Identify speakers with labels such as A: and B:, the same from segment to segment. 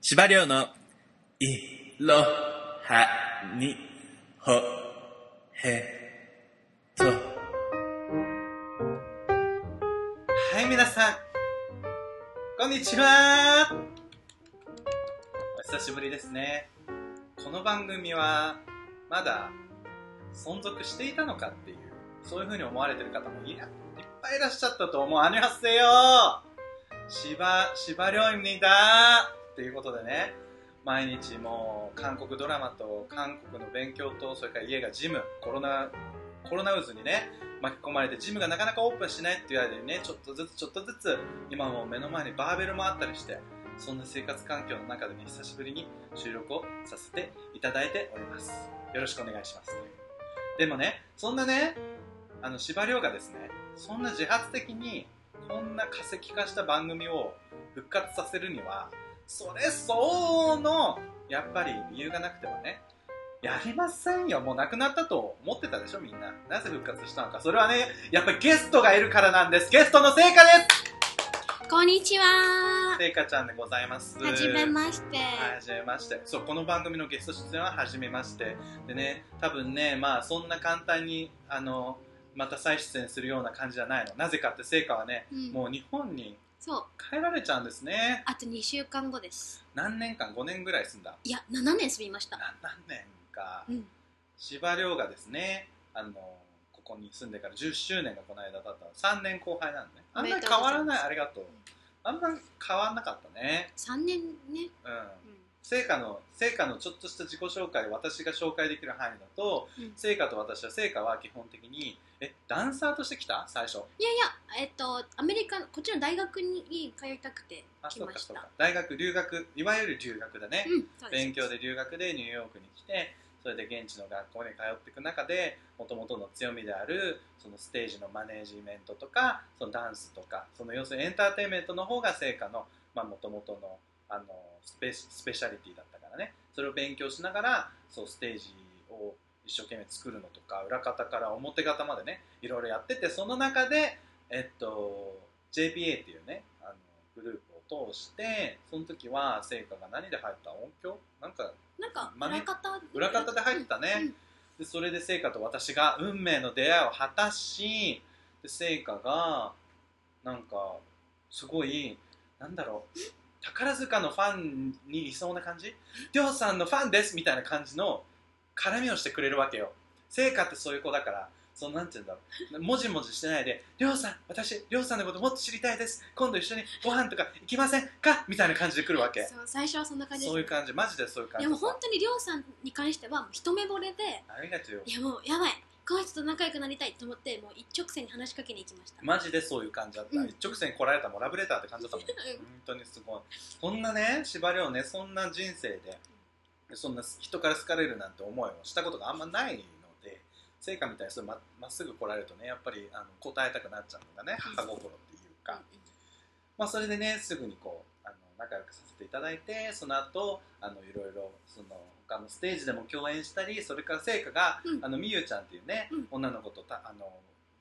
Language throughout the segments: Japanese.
A: 司馬遼の、いろはにほへと。
B: はい、皆さん。こんにちはお久しぶりですね。この番組は、まだ存続していたのかっていう、そういう風に思われてる方もいやいっぱいいらっしゃったと思う。あにはせよ芝、芝良にだっていうことでね、毎日もう韓国ドラマと韓国の勉強と、それから家がジム、コロナ、コロナ渦にね、巻き込まれてジムがなかなかオープンしないっていう間にねちょっとずつちょっとずつ今もう目の前にバーベルもあったりしてそんな生活環境の中でね久しぶりに収録をさせていただいておりますよろしくお願いしますでもねそんなねあの司馬遼がですねそんな自発的にこんな化石化した番組を復活させるにはそれ相応のやっぱり理由がなくてはねやりませんよ。もうなくなったと思ってたでしょ、みんな。なぜ復活したのか。それはね、やっぱりゲストがいるからなんです。ゲストの聖火です
C: こんにちは。
B: 聖火ちゃんでございます。
C: はじめまして。
B: はじめまして。そう、この番組のゲスト出演ははじめまして。でね、多分ね、まあ、そんな簡単に、あの、また再出演するような感じじゃないの。なぜかって聖火はね、
C: うん
B: もう日本に
C: そう。
B: 帰られちゃうんですね。
C: あと2週間後です。
B: 何年間 ?5 年ぐらい住んだ。
C: いや、7年住みました。
B: な何年か。
C: うん。
B: 司馬遼がですねあのここに住んでから10周年がこの間だった3年後輩なのねあんまり変わらな
C: おめでとうございま
B: い
C: す
B: ありがとうあんまり変わんなかったね
C: 3年ね。
B: うん
C: う
B: 成果の成果のちょっとした自己紹介私が紹介できる範囲だと
C: ん。うん
B: 成果と私は成果は基本的にえダンサーとして来た最初
C: いやいや、えっと、アメリカ、こっちの大学に通いたくて
B: あ
C: 来
B: そう
C: ま
B: か
C: し
B: そう
C: た
B: か。大学留学いわゆる留学だね、
C: うん、そうです
B: 勉強。で留学でニューヨークに来てそれで現地の学校に通っていく中でもともとの強みであるそのステージのマネージメントとかそのダンスとかその要するにエンターテインメントの方が成果のもともとのあのスペスペシャリティだったからねそれを勉強しながらそうステージを一生懸命作るのとか裏方から表方までねいろいろやっててその中で、えっと、JPA っていうねあのグループを通してその時は成果が何で入った音響なんか
C: なんか、
B: まね
C: 裏方。
B: 裏方で入ったね
C: うん
B: でそれで聖火と私が運命の出会いを果たしで聖火がなんかすごいなんだろう宝塚のファンにいそうな感じりょうさんのファンですみたいな感じの絡みをしてくれるわけよ聖火ってそういう子だからそのなんて言うんだろうもじもじしてないで「りょうさん私りょうさんのこともっと知りたいです今度一緒にご飯とか行きませんか?」みたいな感じで来るわけ
C: そう、最初はそんな感じで
B: そういう
C: し
B: 感じマジでそういう
C: た。
B: 感
C: い
B: じ
C: や、もう本当にりょうさんに関しては、もう一目惚れで、
B: ありがとうよ
C: いや、もうやばい。この人と仲良くなりたいと思って、もう一直線に話しかけに行きました。
B: マジでそういう感じだった、
C: うん
B: 一直線に来られたらもうラブレターって感じだったもん
C: うん
B: 本当にすごいそんなね縛りをねそんな人生でそんな人から好かれるなんて思いをしたことがあんまないので成果みたいにそれままっすぐ来られるとねやっぱりあの答えたくなっちゃうんだね
C: うん
B: 母心っていう
C: う
B: か、
C: ん
B: まあ、それでねすぐにこうあの仲良くさせていただいてその後あのいろいろその他のステージでも共演したりそれから聖火が、
C: うん
B: あのみゆちゃんっていうね、
C: うん
B: 女の子とたあの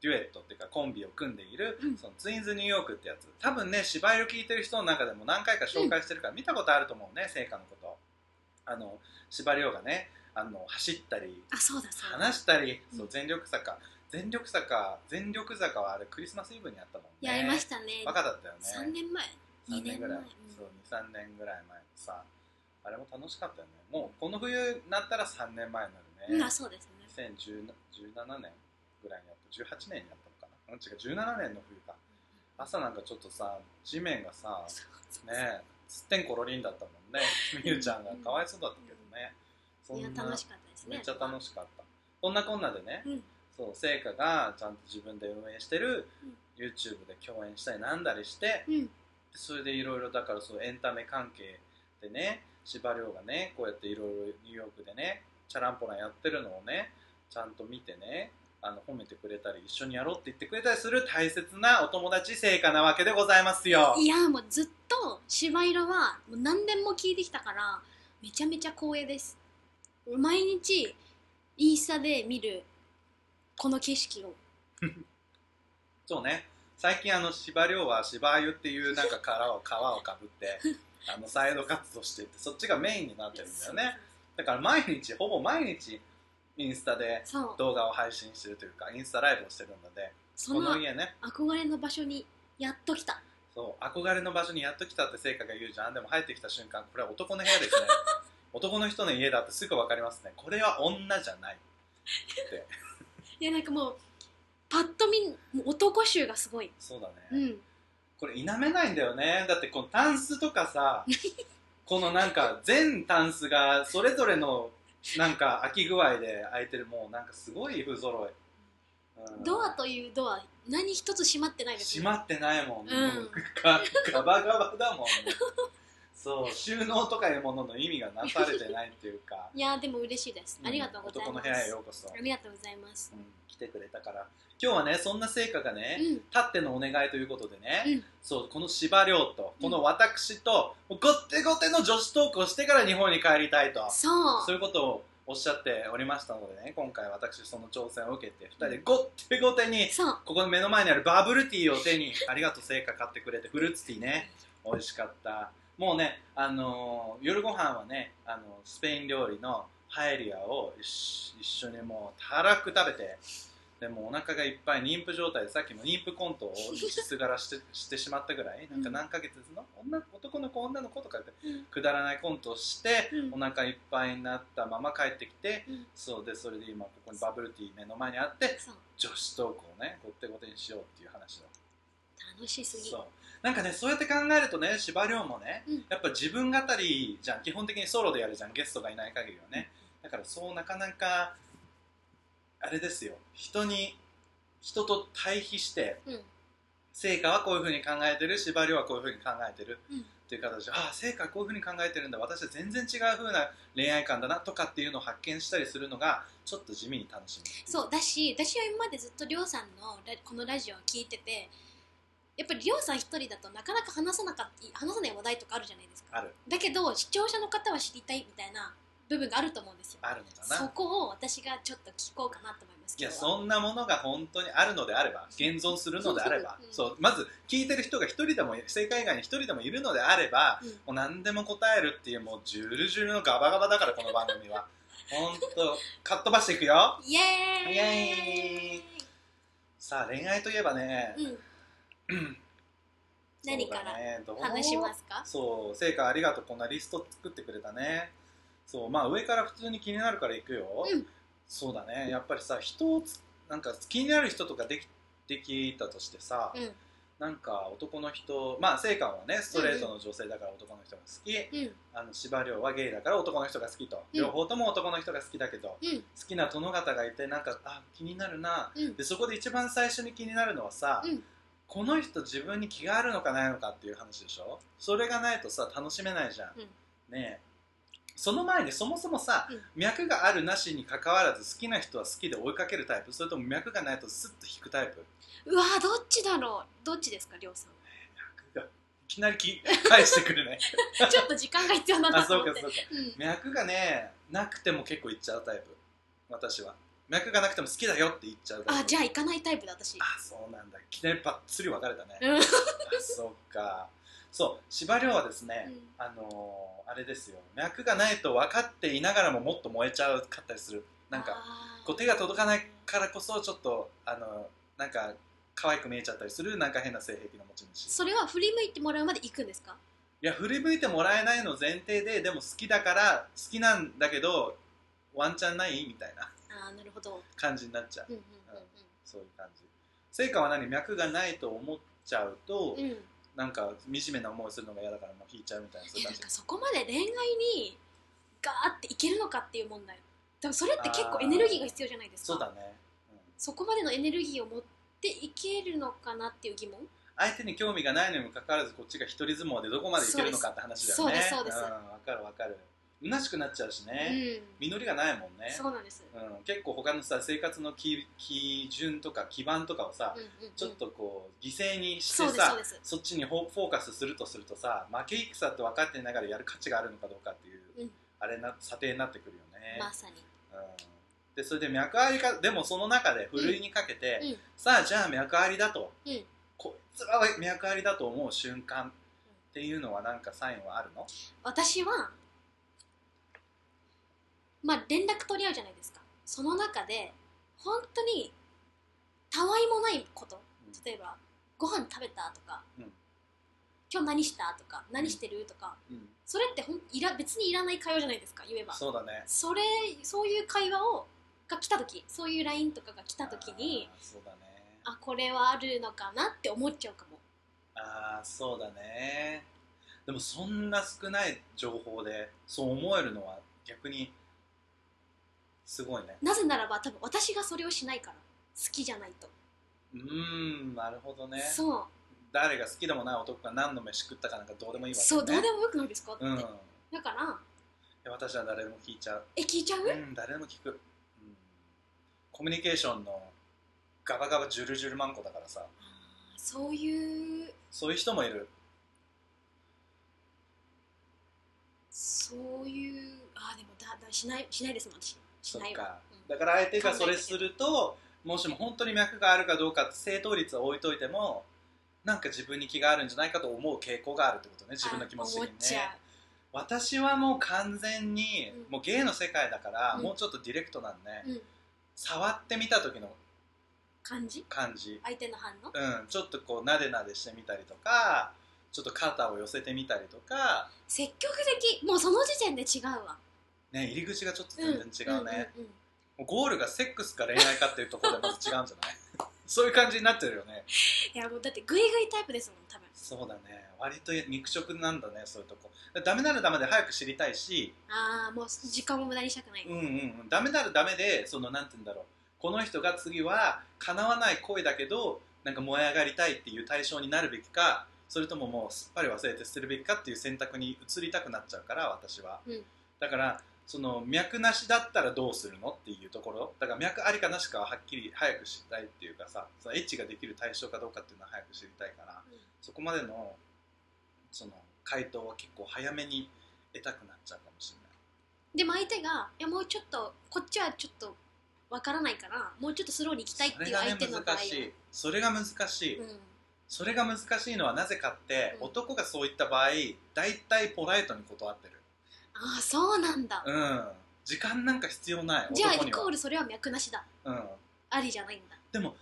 B: デュエットっていうかコンビを組んでいる、
C: うん
B: そのツインズニューヨークってやつ多分ね芝居を聞いてる人の中でも何回か紹介してるから見たことあると思うね聖火のことあの芝居がねあの走ったり
C: あ、そうだ、そうだ。
B: 話したり、
C: うん
B: そう全力坂全力坂全力坂はあれクリスマスイブにやったもんね
C: やりましたね。
B: バカだったよね
C: 3年前
B: 3
C: 2
B: 年
C: 年
B: ぐ
C: 前
B: らいそう23年ぐらい前のさあれも楽しかったよねもうこの冬になったら3年前に
C: うん、
B: な
C: あ
B: るね
C: そうですね
B: 2017年ぐらいにやった18年にやったのかなうん違う17年の冬か朝なんかちょっとさ地面がさ
C: そうそうそう
B: ねえすってんころりんだったもんねみゆちゃんがかわいそうだったけどねそ
C: いや
B: んな
C: 楽しかったですね
B: めっちゃ楽しかったそんなこんなでね
C: うん
B: そう成果がちゃんと自分で運営してる
C: うん
B: YouTube で共演したりなんだりして
C: うん
B: でそれでいろいろだからそうエンタメ関係でね司馬遼がねこうやっていろいろニューヨークでねチャランポランやってるのをねちゃんと見てねあの褒めてくれたり一緒にやろうって言ってくれたりする大切なお友達成果なわけでございますよ
C: いやもうずっと芝色はもう何年も聞いてきたからめちゃめちゃ光栄です毎日インスタで見るこの景色を
B: そうね最近あの芝涼は芝湯っていうなんか殻を皮をかぶってあのサイド活動してってそっちがメインになってるんだよねだから毎日ほぼ毎日インスタで
C: そう
B: 動画を配信してるというかインスタライブをしてるので
C: そ
B: この
C: の
B: 家ね
C: 憧れの場所にやっと来た
B: そう憧れの場所にやっと来たって聖華が言うじゃんでも入ってきた瞬間これは男の部屋 ですね男の人の家だってすぐ分かりますねこれは女じゃない
C: いやなんかもうパッと見もう男臭がすごい
B: そうだね、
C: うん
B: これ否めないんだよねだってこのタンスとか さこのなんか全タンスがそれぞれのなんか空き具合で空いてるもうなんかすごい不揃い、うん
C: ドアというドア何一つ閉まってないです
B: 閉まってないもん、
C: うん
B: ガガバガバだもんねそう収納とかいうものの意味がなされてないっていうか
C: いやでも嬉しいです、ありがとうござい
B: 男の
C: ま
B: 部屋へ
C: す
B: ようこそ、
C: ありがとうございます
B: うん来てくれたから今日はねそんな成果がね、
C: うん
B: たってのお願いということでね、
C: うん
B: そうこの芝涼とこの私と、もうごってごての女子トークをしてから日本に帰りたいと
C: そう
B: そういうことをおっしゃっておりましたのでね今回私その挑戦を受けて2人でごってごてに
C: そう
B: ここの目の前にあるバブルティーを手にありがとう成果買ってくれてフルーツティーね美味しかったもうね、あのー夜ご飯はね、あのスペイン料理のパエリアを一緒一緒にもうたらふく食べてでもうお腹がいっぱい妊婦状態でさっきも妊婦コントをすがらして してしまったぐらいなんか何ヶ月の女男の子女の子とかって
C: うん
B: くだらないコントをして、
C: うん
B: お腹いっぱいになったまま帰ってきて、
C: うん
B: そうでそれで今ここにバブルティー目の前にあって
C: そう
B: 女子トークをねごってごてにしようっていう話だ
C: 楽しすぎ
B: そうなんかねそうやって考えるとね司馬遼もね、
C: うん
B: やっぱ自分語りじゃん基本的にソロでやるじゃんゲストがいない限りはねだからそうなかなかあれですよ人に人と対比して
C: うん
B: 成果はこういうふうに考えてる司馬遼はこういうふうに考えてる
C: うん
B: っていう形でああ成果はこういうふうに考えてるんだ私は全然違うふうな恋愛観だなとかっていうのを発見したりするのがちょっと地味に楽しみ
C: そうだし私は今までずっとりょうさんのラこのラジオを聞いててやっぱりりょうさん一人だとなかなか話さなかっ話さない話題とかあるじゃないですか
B: ある
C: だけど視聴者の方は知りたいみたいな部分があると思うんですよ
B: あるのかな
C: そこを私がちょっと聞こうかなと思います
B: いや
C: 今日は
B: そんなものが本当にあるのであれば現存するのであれば
C: そう
B: そう、まず聞いてる人が一人でも正解以外に一人でもいるのであれば、
C: うん
B: もう何でも答えるっていうもうジュルジュルのガバガバだからこの番組は本当かっ飛ばしていくよ
C: イエーイ
B: イエさあ恋愛といえばね、
C: うん、何か
B: そうだ
C: ら
B: ねどう
C: 話しますか
B: そう成果ありがとうこんなリスト作ってくれたねそうまあ上から普通に気になるからいくよ、
C: うん
B: そうだねやっぱりさ人をつなんか気になる人とかできできたとしてさ、
C: うん
B: なんか男の人まあ聖寛はねストレートの女性だから男の人が好き、
C: うん
B: あの司馬遼はゲイだから男の人が好きと、
C: うん
B: 両方とも男の人が好きだけど
C: うん
B: 好きな殿方がいてなんかあ気になるな
C: うん
B: でそこで一番最初に気になるのはさ、
C: うん
B: この人自分に気があるのかないのかっていう話でしょそれがないとさ楽しめないじゃん、ねえその前にそもそもさ、
C: うん
B: 脈があるなしに関わらず好きな人は好きで追いかけるタイプそれとも脈がないとスッと引くタイプ
C: うわーどっちだろうどっちですかりょうさん
B: 脈がいきなりき返してくる ね
C: ちょっと時間が必要なん
B: あ
C: だと
B: そう
C: 思
B: か
C: って
B: そうか
C: うん
B: 脈がねなくても結構いっちゃうタイプ私は脈がなくても好きだよって言っちゃうタイプ
C: あじゃあ行かないタイプだ私
B: あそうなんだいきなりばっつり別れたね、
C: うん
B: あそうかそう司馬遼はですね、
C: うん
B: あのーあれですよ脈がないと分かっていながらももっと燃えちゃうかったりするなんか
C: あー
B: こう手が届かないからこそちょっとあのなんか可愛く見えちゃったりするなんか変な性癖の持ち主い
C: それは振り向いてもらうまで行くんですか
B: や振り向いてもらえないの前提ででも好きだから好きなんだけどワンチャンないみたいな
C: ああなるほど
B: 感じになっちゃう
C: うんうん
B: そういう感じ成果は何脈がないと思っちゃうと、
C: うんうんうん
B: なんか惨めな思いするのが嫌だからもう引いちゃうみたいなそう
C: い
B: いう
C: や
B: 感
C: なん
B: じ
C: かそこまで恋愛にガーっていけるのかっていう問題でもそれって結構エネルギーが必要じゃないですか
B: そうだね、うん
C: そこまでのエネルギーを持っていけるのかなっていう疑問
B: 相手に興味がないのにもかかわらずこっちが一人相撲でどこまでいけるのかって話だよね
C: そうですそうですそうです
B: ん、わかるわかる虚しくなっちゃうし
C: う
B: ね、
C: ん
B: 実りがないもんね
C: そうなんです
B: うん、結構他のさ生活の基基準とか基盤とかをさ、
C: うんうんうん
B: ちょっとこう犠牲にして
C: そうです
B: さ
C: そうです
B: そっちにフォフォーカスするとするとさ負け戦って分かっていながらやる価値があるのかどうかっていう、
C: うん
B: あれな査定になってくるよね、
C: まさに
B: うん、でそれで脈ありかでもその中でふるいにかけて、
C: うん
B: さあじゃあ脈ありだと、
C: うん
B: こ辛い脈ありだと思う瞬間っていうのはなんかサインはあるの
C: 私はまあ連絡取り合うじゃないですかその中で本当にたわいもないこと例えばご飯食べたとか、
B: うん
C: 今日何したとか何してるとか
B: うん、
C: それってほんいら別にいらない会話じゃないですか言えば
B: そうだね
C: それそういう会話をが来た時そういう LINE とかが来た時に
B: あーそうだね
C: あこれはあるのかなって思っちゃうかも
B: ああそうだねでもそんな少ない情報でそう思えるのは逆にすごいね
C: なぜならば多分私がそれをしないから好きじゃないと、
B: うーんなるほどね
C: そう
B: 誰が好きでもない男が何の飯食ったかなんかどうでもいいわけね
C: そうどうでもよくないですかって、
B: うん
C: だから
B: で私は誰でも聞いちゃう
C: え聞いちゃう、
B: うん誰でも聞く、うん、コミュニケーションのガバガバジュルジュルマンコだからさ
C: そういう
B: そういう人もいる
C: そういうあーでもだだしないしないですもん私し
B: そっ
C: ないわ
B: かだから相手がそれするともしも本当に脈があるかどうかって正当率は置いといてもなんか自分に気があるんじゃないかと思う傾向があるってことね自分の気持ち的に
C: あ思っちゃ
B: ね私はもう完全に、
C: うん
B: もう芸の世界だから、
C: うん
B: もうちょっとディレクトなんで、
C: う、うん、
B: 触ってみた時の
C: 感じ
B: 感じ
C: 相手の反応
B: うん、ちょっとこうなでなでしてみたりとかちょっと肩を寄せてみたりとか、
C: 積極的もうその時点で違うわ
B: ね、入り口がちょっと
C: うん
B: 全然違うね、
C: うんうんうん
B: もうゴールがセックスか恋愛かっていうところでまず違うんじゃない そういう感じになってるよね
C: いやもうだってグイグイタイプですもん多分
B: そうだね割と肉食なんだねそういうとこダメならダメで早く知りたいし、
C: ああもう時間も無駄にしたくない、
B: うんうんうん、ダメならダメでそのなんて言うんだろうこの人が次は叶わない恋だけどなんか燃え上がりたいっていう対象になるべきかそれとももうすっぱり忘れて捨てるべきかっていう選択に移りたくなっちゃうから私は、
C: うん
B: だからその脈なしだったらどうするのっていうところだから脈ありかなしかははっきり早く知りたいっていうかさそのエッチができる対象かどうかっていうのは早く知りたいから
C: うん
B: そこまでのその回答は結構早めに得たくなっちゃうかもしれない
C: でも相手がいやもうちょっとこっちはちょっとわからないからもうちょっとスローに行きたいっていう相手の場合は、
B: それが難しい、
C: うん、
B: それが難しいのはなぜかって、
C: うん
B: 男がそういった場合大体ポライトに断ってる
C: ああそうなんだ、
B: うん時間なんか必要ない
C: じゃあ
B: 男
C: イ
B: に
C: コー
B: は
C: ルそれは脈なしだ
B: うん
C: ありじゃないんだ
B: たま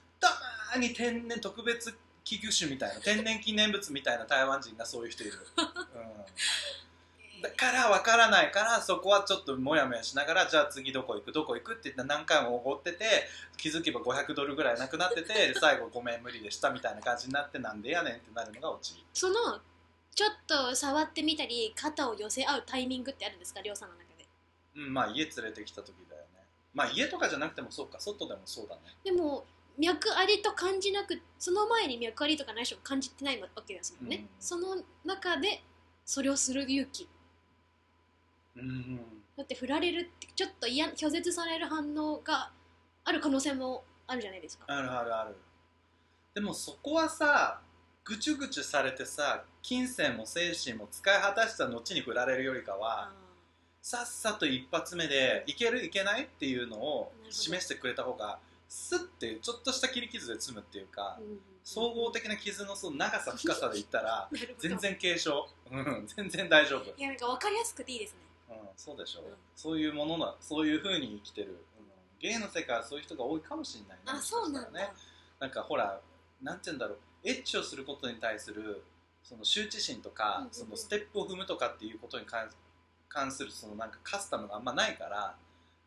B: に天然特別寄居種みたいな天然記念物みたいな台湾人がそういう人いる、うん、だから分からないからそこはちょっとモヤモヤしながらじゃあ次どこ行くどこ行くって言って何回も怒ってて気づけば500ドルぐらいなくなってて最後ごめん無理でしたみたいな感じになってなんでやねんってなるのがオチ
C: そのちょっと触ってみたり肩を寄せ合うタイミングってあるんですかりょうさんの中で
B: うんまあ家連れてきた時だよねまあ家とかじゃなくてもそうか外でもそうだね
C: でも脈ありと感じなくその前に脈ありとかないしも感じてないわけですもんね、
B: うん
C: その中でそれをする勇気
B: うん
C: だって振られるってちょっと嫌拒絶される反応がある可能性もあるじゃないですか
B: あるあるあるでもそこはさぐちゅぐちゅされてさ金銭も精神も使い果たした後に振られるよりかは、
C: あー
B: さっさと一発目でいけるいけないっていうのを
C: なるほど
B: 示してくれた方がスッてちょっとした切り傷で済むっていうか、
C: うん
B: 総合的な傷のその長さ深さで言った ら
C: なるほど
B: 全然軽症、うん、全然大丈夫、うん、
C: いやなんか分かりやすくていいですね
B: そうでしょう、
C: うん
B: そういうものなそういうふうに生きてる、うん、芸の世界はそういう人が多いかもしれないね
C: あそうなん
B: もしかしたら
C: だ
B: ねなんかほらなんて言うんだろうエッチをすることに対するその羞恥心とか、
C: うんうんうん
B: そのステップを踏むとかっていうことに関関するそのなんかカスタムがあんまないから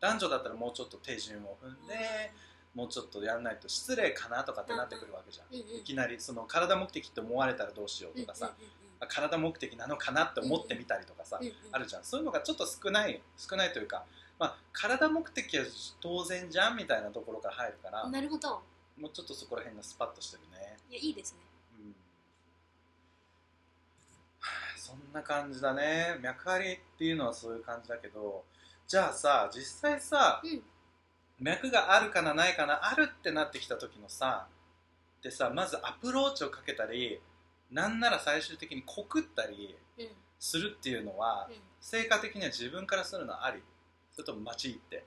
B: 男女だったらもうちょっと手順を踏んで、もうちょっとやらないと失礼かなとかってなってくるわけじゃん、
C: うんうん
B: いきなりその体目的って思われたらどうしようとかさ、
C: うんうんうんうん
B: あ体目的なのかなって思ってみたりとかさ、
C: うんうん
B: あるじゃんそういうのがちょっと少ない少ないというか、まあ、体目的は当然じゃんみたいなところから入るから、
C: なるほど
B: もうちょっとそこら辺がスパッとしてるね
C: いやいいですね
B: うんはあそんな感じだね脈ありっていうのはそういう感じだけどじゃあさ実際さ
C: うん
B: 脈があるかなないかなあるってなってきた時のさでさまずアプローチをかけたりなんなら最終的に告ったり
C: うん
B: するっていうのは
C: うん
B: 成果的には自分からするのはありそれとも待ち行って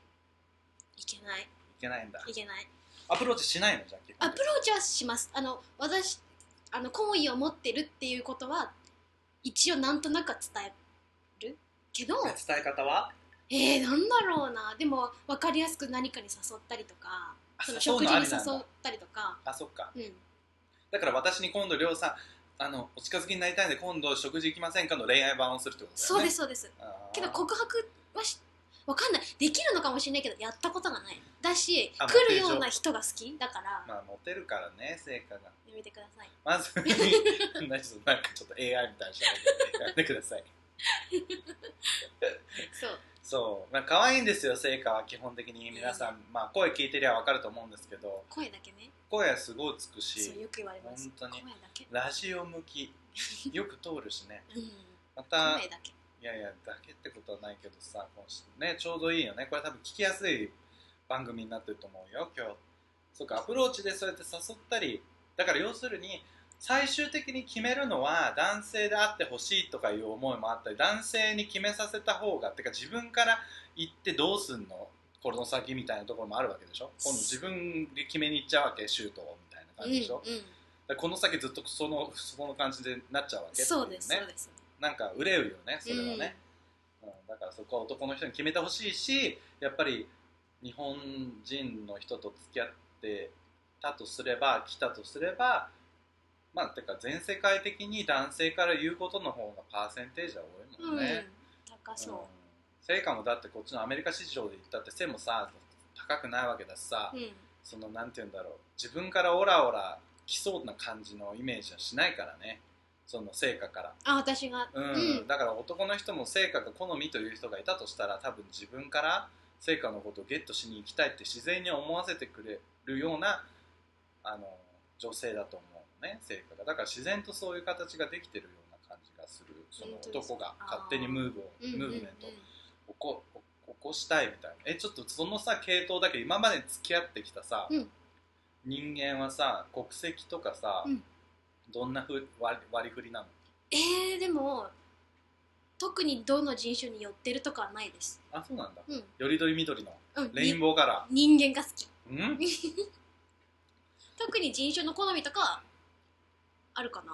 B: い
C: いけない
B: けないんだ
C: いけない
B: アプローチしないのじゃあ基本
C: ア
B: 的
C: プ
B: に
C: ローチはしますあの私あの好意を持ってるっていうことは一応なんとなくは伝えるけど
B: 伝え方は
C: えー、なんだろうなでも分かりやすく何かに誘ったりとか
B: あ
C: その
B: そう
C: 食
B: いう
C: 事
B: の
C: に
B: あり
C: 誘
B: なんだ
C: ったりとか
B: あそっか
C: うん
B: だから私に今度りょうさんあのお近づきになりたいんで今度食事行きませんかの恋愛版をするってことだよね
C: そうですすそうです
B: け
C: けど
B: ど
C: 告白はしわかんないできるのかもしれないけどやったことがないだし
B: あ
C: 来るような人が好きだから
B: まあモテるからね成果が
C: やめてください
B: ま ず何ちょっとなんかちょっと AI みたいなしやめてください
C: そう
B: そうまあ可愛いんですよ成果は基本的に皆さん、まあ、声聞いてりゃ分かると思うんですけど
C: 声だけね
B: 声はすごいつく
C: そう
B: し
C: よく言われます
B: 本当に
C: 声だけ
B: ラジオ向きよく通るしね
C: うん
B: ま た
C: 声だけ
B: いやいやだけってことはないけどさこうねちょうどいいよねこれ多分聞きやすい番組になってると思うよ今日そうかアプローチでそうやって誘ったりだから要するに最終的に決めるのは男性であってほしいとかいう思いもあったり男性に決めさせた方がってか自分から行ってどうすんのこの先みたいなところもあるわけでしょ今度自分で決めに行っちゃうわけシュートをみたいな感じでしょ、だか
C: うんうん
B: らこの先ずっとそのその感じでなっちゃうわけってい
C: そうですそう
B: ね
C: です
B: なんか憂うよねそれはね、
C: うん
B: うん、だからそこは男の人に決めてほしいしやっぱり日本人の人と付き合ってたとすれば来たとすればまあてか全世界的に男性から言うことの方がパーセンテージは多いもんね、
C: うん、高そ
B: 成果もだってこっちのアメリカ市場で言ったって背もさ高くないわけだしさ、
C: う、うん
B: そのなんて言うんだろう自分からオラオラ来そうな感じのイメージはしないからねその成果から
C: あ私が
B: うん
C: うん
B: だから男の人も成果が好みという人がいたとしたら多分自分から成果のことをゲットしに行きたいって自然に思わせてくれるようなあの女性だと思うのね成果がだから自然とそういう形ができてるような感じがするその
C: 本当ですか
B: 男が勝手にムーブを
C: うん
B: ムー
C: うん
B: ブ
C: う
B: メ
C: ん
B: ントを起こ起こしたいみたいなえちょっとそのさ系統だけど今まで付き合ってきたさ、
C: うん
B: 人間はさ国籍とかさ、
C: うん
B: どんなふう割り割り振りなの
C: えー、でも特にどの人種に寄ってるとかはないです
B: あそうなんだ
C: うん
B: よりどりみどりの
C: うん
B: レインボーカラ
C: 人間が好き
B: ーん
C: 特に人種の好みとかはあるかな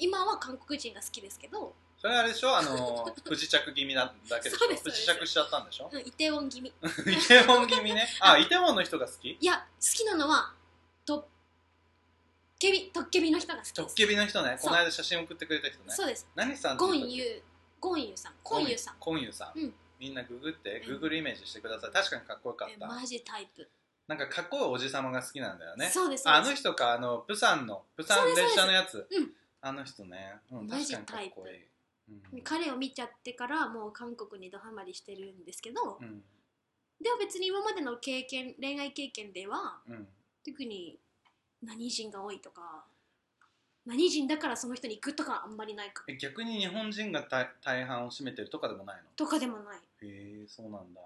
C: 今は韓国人が好きですけど、
B: それあれでしょあの 不時着気味なだけでし
C: そうで
B: ょ
C: す
B: 不時着しちゃったんでしょ
C: うん、イテウォン気味
B: イテウォン気味ねあイテウォンの人が好き
C: いや好きなのはとっけびとっけびの人が好き
B: 直
C: です
B: 気味の人ね
C: そ
B: こ
C: う
B: の間写真送ってくれた人ね
C: そうです
B: 何さんって
C: ゴ
B: 言ったっ
C: ン
B: け
C: ユーゴンユーさんコンユーさん
B: コンユさん、
C: うん
B: みんなググって
C: うん
B: ググるイメージしてください確かにかっこよかっ
C: え
B: た、
C: マジタイプ、
B: なんかかっこいいおじさまが好きなんだよね
C: そうですそう
B: ああ
C: です
B: の人かあのプサンのプサン列車のやつ、
C: ですうん
B: あの人ね、うん、
C: マ
B: 確
C: ジ
B: かにかっこいい、うん
C: 彼を見ちゃってからもう韓国にドハマりしてるんですけど、
B: うん
C: でも別に今までの経験恋愛経験では
B: うん、
C: 特に何人が多いとか何人だからその人に行くとかはあんまりないか
B: え逆に日本人が大大半を占めてるとかでもないの
C: とかでもない
B: へえそうなんだ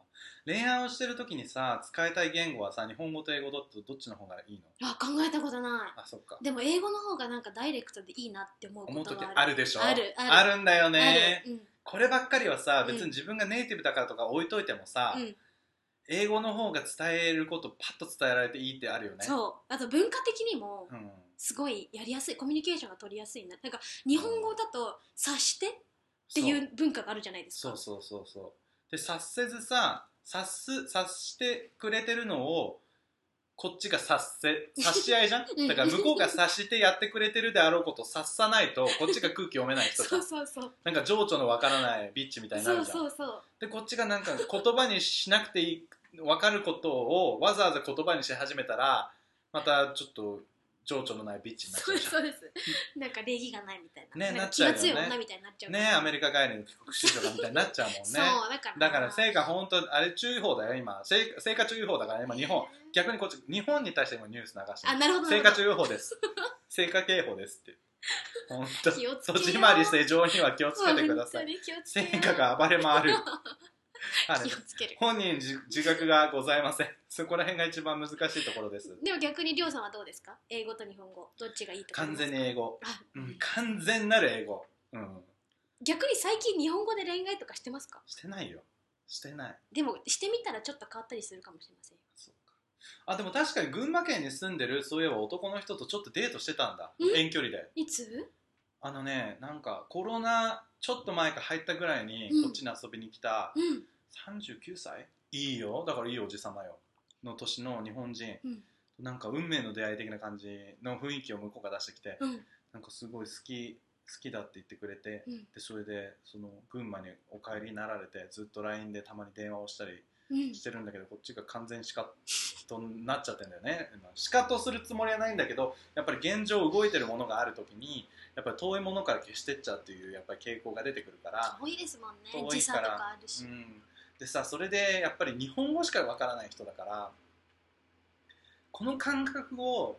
B: 恋愛をしてる時にさ使いたい言語はさ日本語と英語だとどっちの方がいいの
C: あ考えたことな
B: あそっか
C: いでも英語の方がなんかダイレクトでいいなって思う
B: 思
C: こ
B: う
C: と
B: 時
C: が
B: あ
C: ある
B: るでしょ
C: あるある
B: あるんだよね
C: あるうん
B: こればっかりはさ
C: うん
B: 別に自分がネイティブだからとか置いといてもさ、
C: うん
B: 英語の方が伝えることパッと伝えられていいってあるよね
C: そうあと文化的にも
B: うん、
C: すごいやりやすいコミュニケーションが取りやすいななんか日本語だと察してっていう文化があるじゃないです
B: そ
C: か
B: うそうそうそうで察せずさ察す察してくれてるのをこっちが察せ察し合いじゃん
C: うん
B: だから向こうが察してやってくれてるであろうこと察さないとこっちが空気読めない人じゃ
C: そ
B: ん
C: うそうそう
B: なんか情緒のわからないビッチみたいにな
C: そ
B: る
C: う
B: じゃん
C: そうそう
B: でこっちがなんか言葉にしなくていいわかることをわざわざ言葉にし始めたらまたちょっと情緒のないビッチになっち
C: そ
B: ゃ
C: う
B: う
C: で
B: じ
C: すそうですなんか礼儀がないみたいな,、
B: ね
C: なん
B: な
C: か
B: っ
C: 気
B: ちゃう
C: が
B: よね
C: 強い女みたいになっちゃ
B: ゃ
C: うんか
B: ね
C: ら
B: アメリカ帰りの帰国子女がみたいになっちゃうもんね
C: そうだから
B: だから成果本当あれ注意報だよ今成成果注意報だから今日本逆にこっち日本に対して今ニュース流して
C: あなるほど
B: 成果
C: なる
B: 注意報です 成果警報ですって本当
C: 気をつけ
B: 戸
C: よう
B: 締まり正常には気をつ
C: ほど
B: けてくださ
C: 本
B: い
C: 当に気をつけ
B: 成
C: よう
B: 果が暴れ 回るあれ
C: 気をつける
B: 本人自自覚がございませんそこら辺が一番難しいところです
C: でも逆にりょうさんはどうですか英語と日本語どっちがいいとか
B: 完全
C: に
B: に英語、
C: あ、
B: うん、完全なる英語うん
C: 逆に最近日本語で恋愛とかしてますか
B: してないよしてない
C: でもしてみたらちょっと変わったりするかもしれませんよ
B: そうかあでも確かに群馬県に住んでるそういえば男の人とちょっとデートしてたんだ
C: ん
B: 遠距離で
C: いつ
B: あのねなんかコロナちょっと前か入ったぐらいに
C: うん
B: こっちに遊びに来た
C: うん
B: 39歳いいよだからいいおじさまよの年の日本人、
C: うん
B: なんか運命の出会い的な感じの雰囲気を向こうが出してきて
C: うん
B: なんかすごい好き好きだって言ってくれて
C: うん
B: でそれでその群馬にお帰りになられてずっと LINE でたまに電話をしたり
C: うん
B: してるんだけどこっちが完全シカとなっちゃってんだよね今シカとするつもりはないんだけどやっぱり現状動いてるものがある時にやっぱり遠いものから消してっちゃうっていうやっぱり傾向が出てくるから、
C: 遠いですもんね
B: 遠
C: 時
B: い
C: 差
B: か
C: と
B: ら
C: かあるし、
B: うん、でさそれでやっぱり日本語しかわからない人だからこの感覚を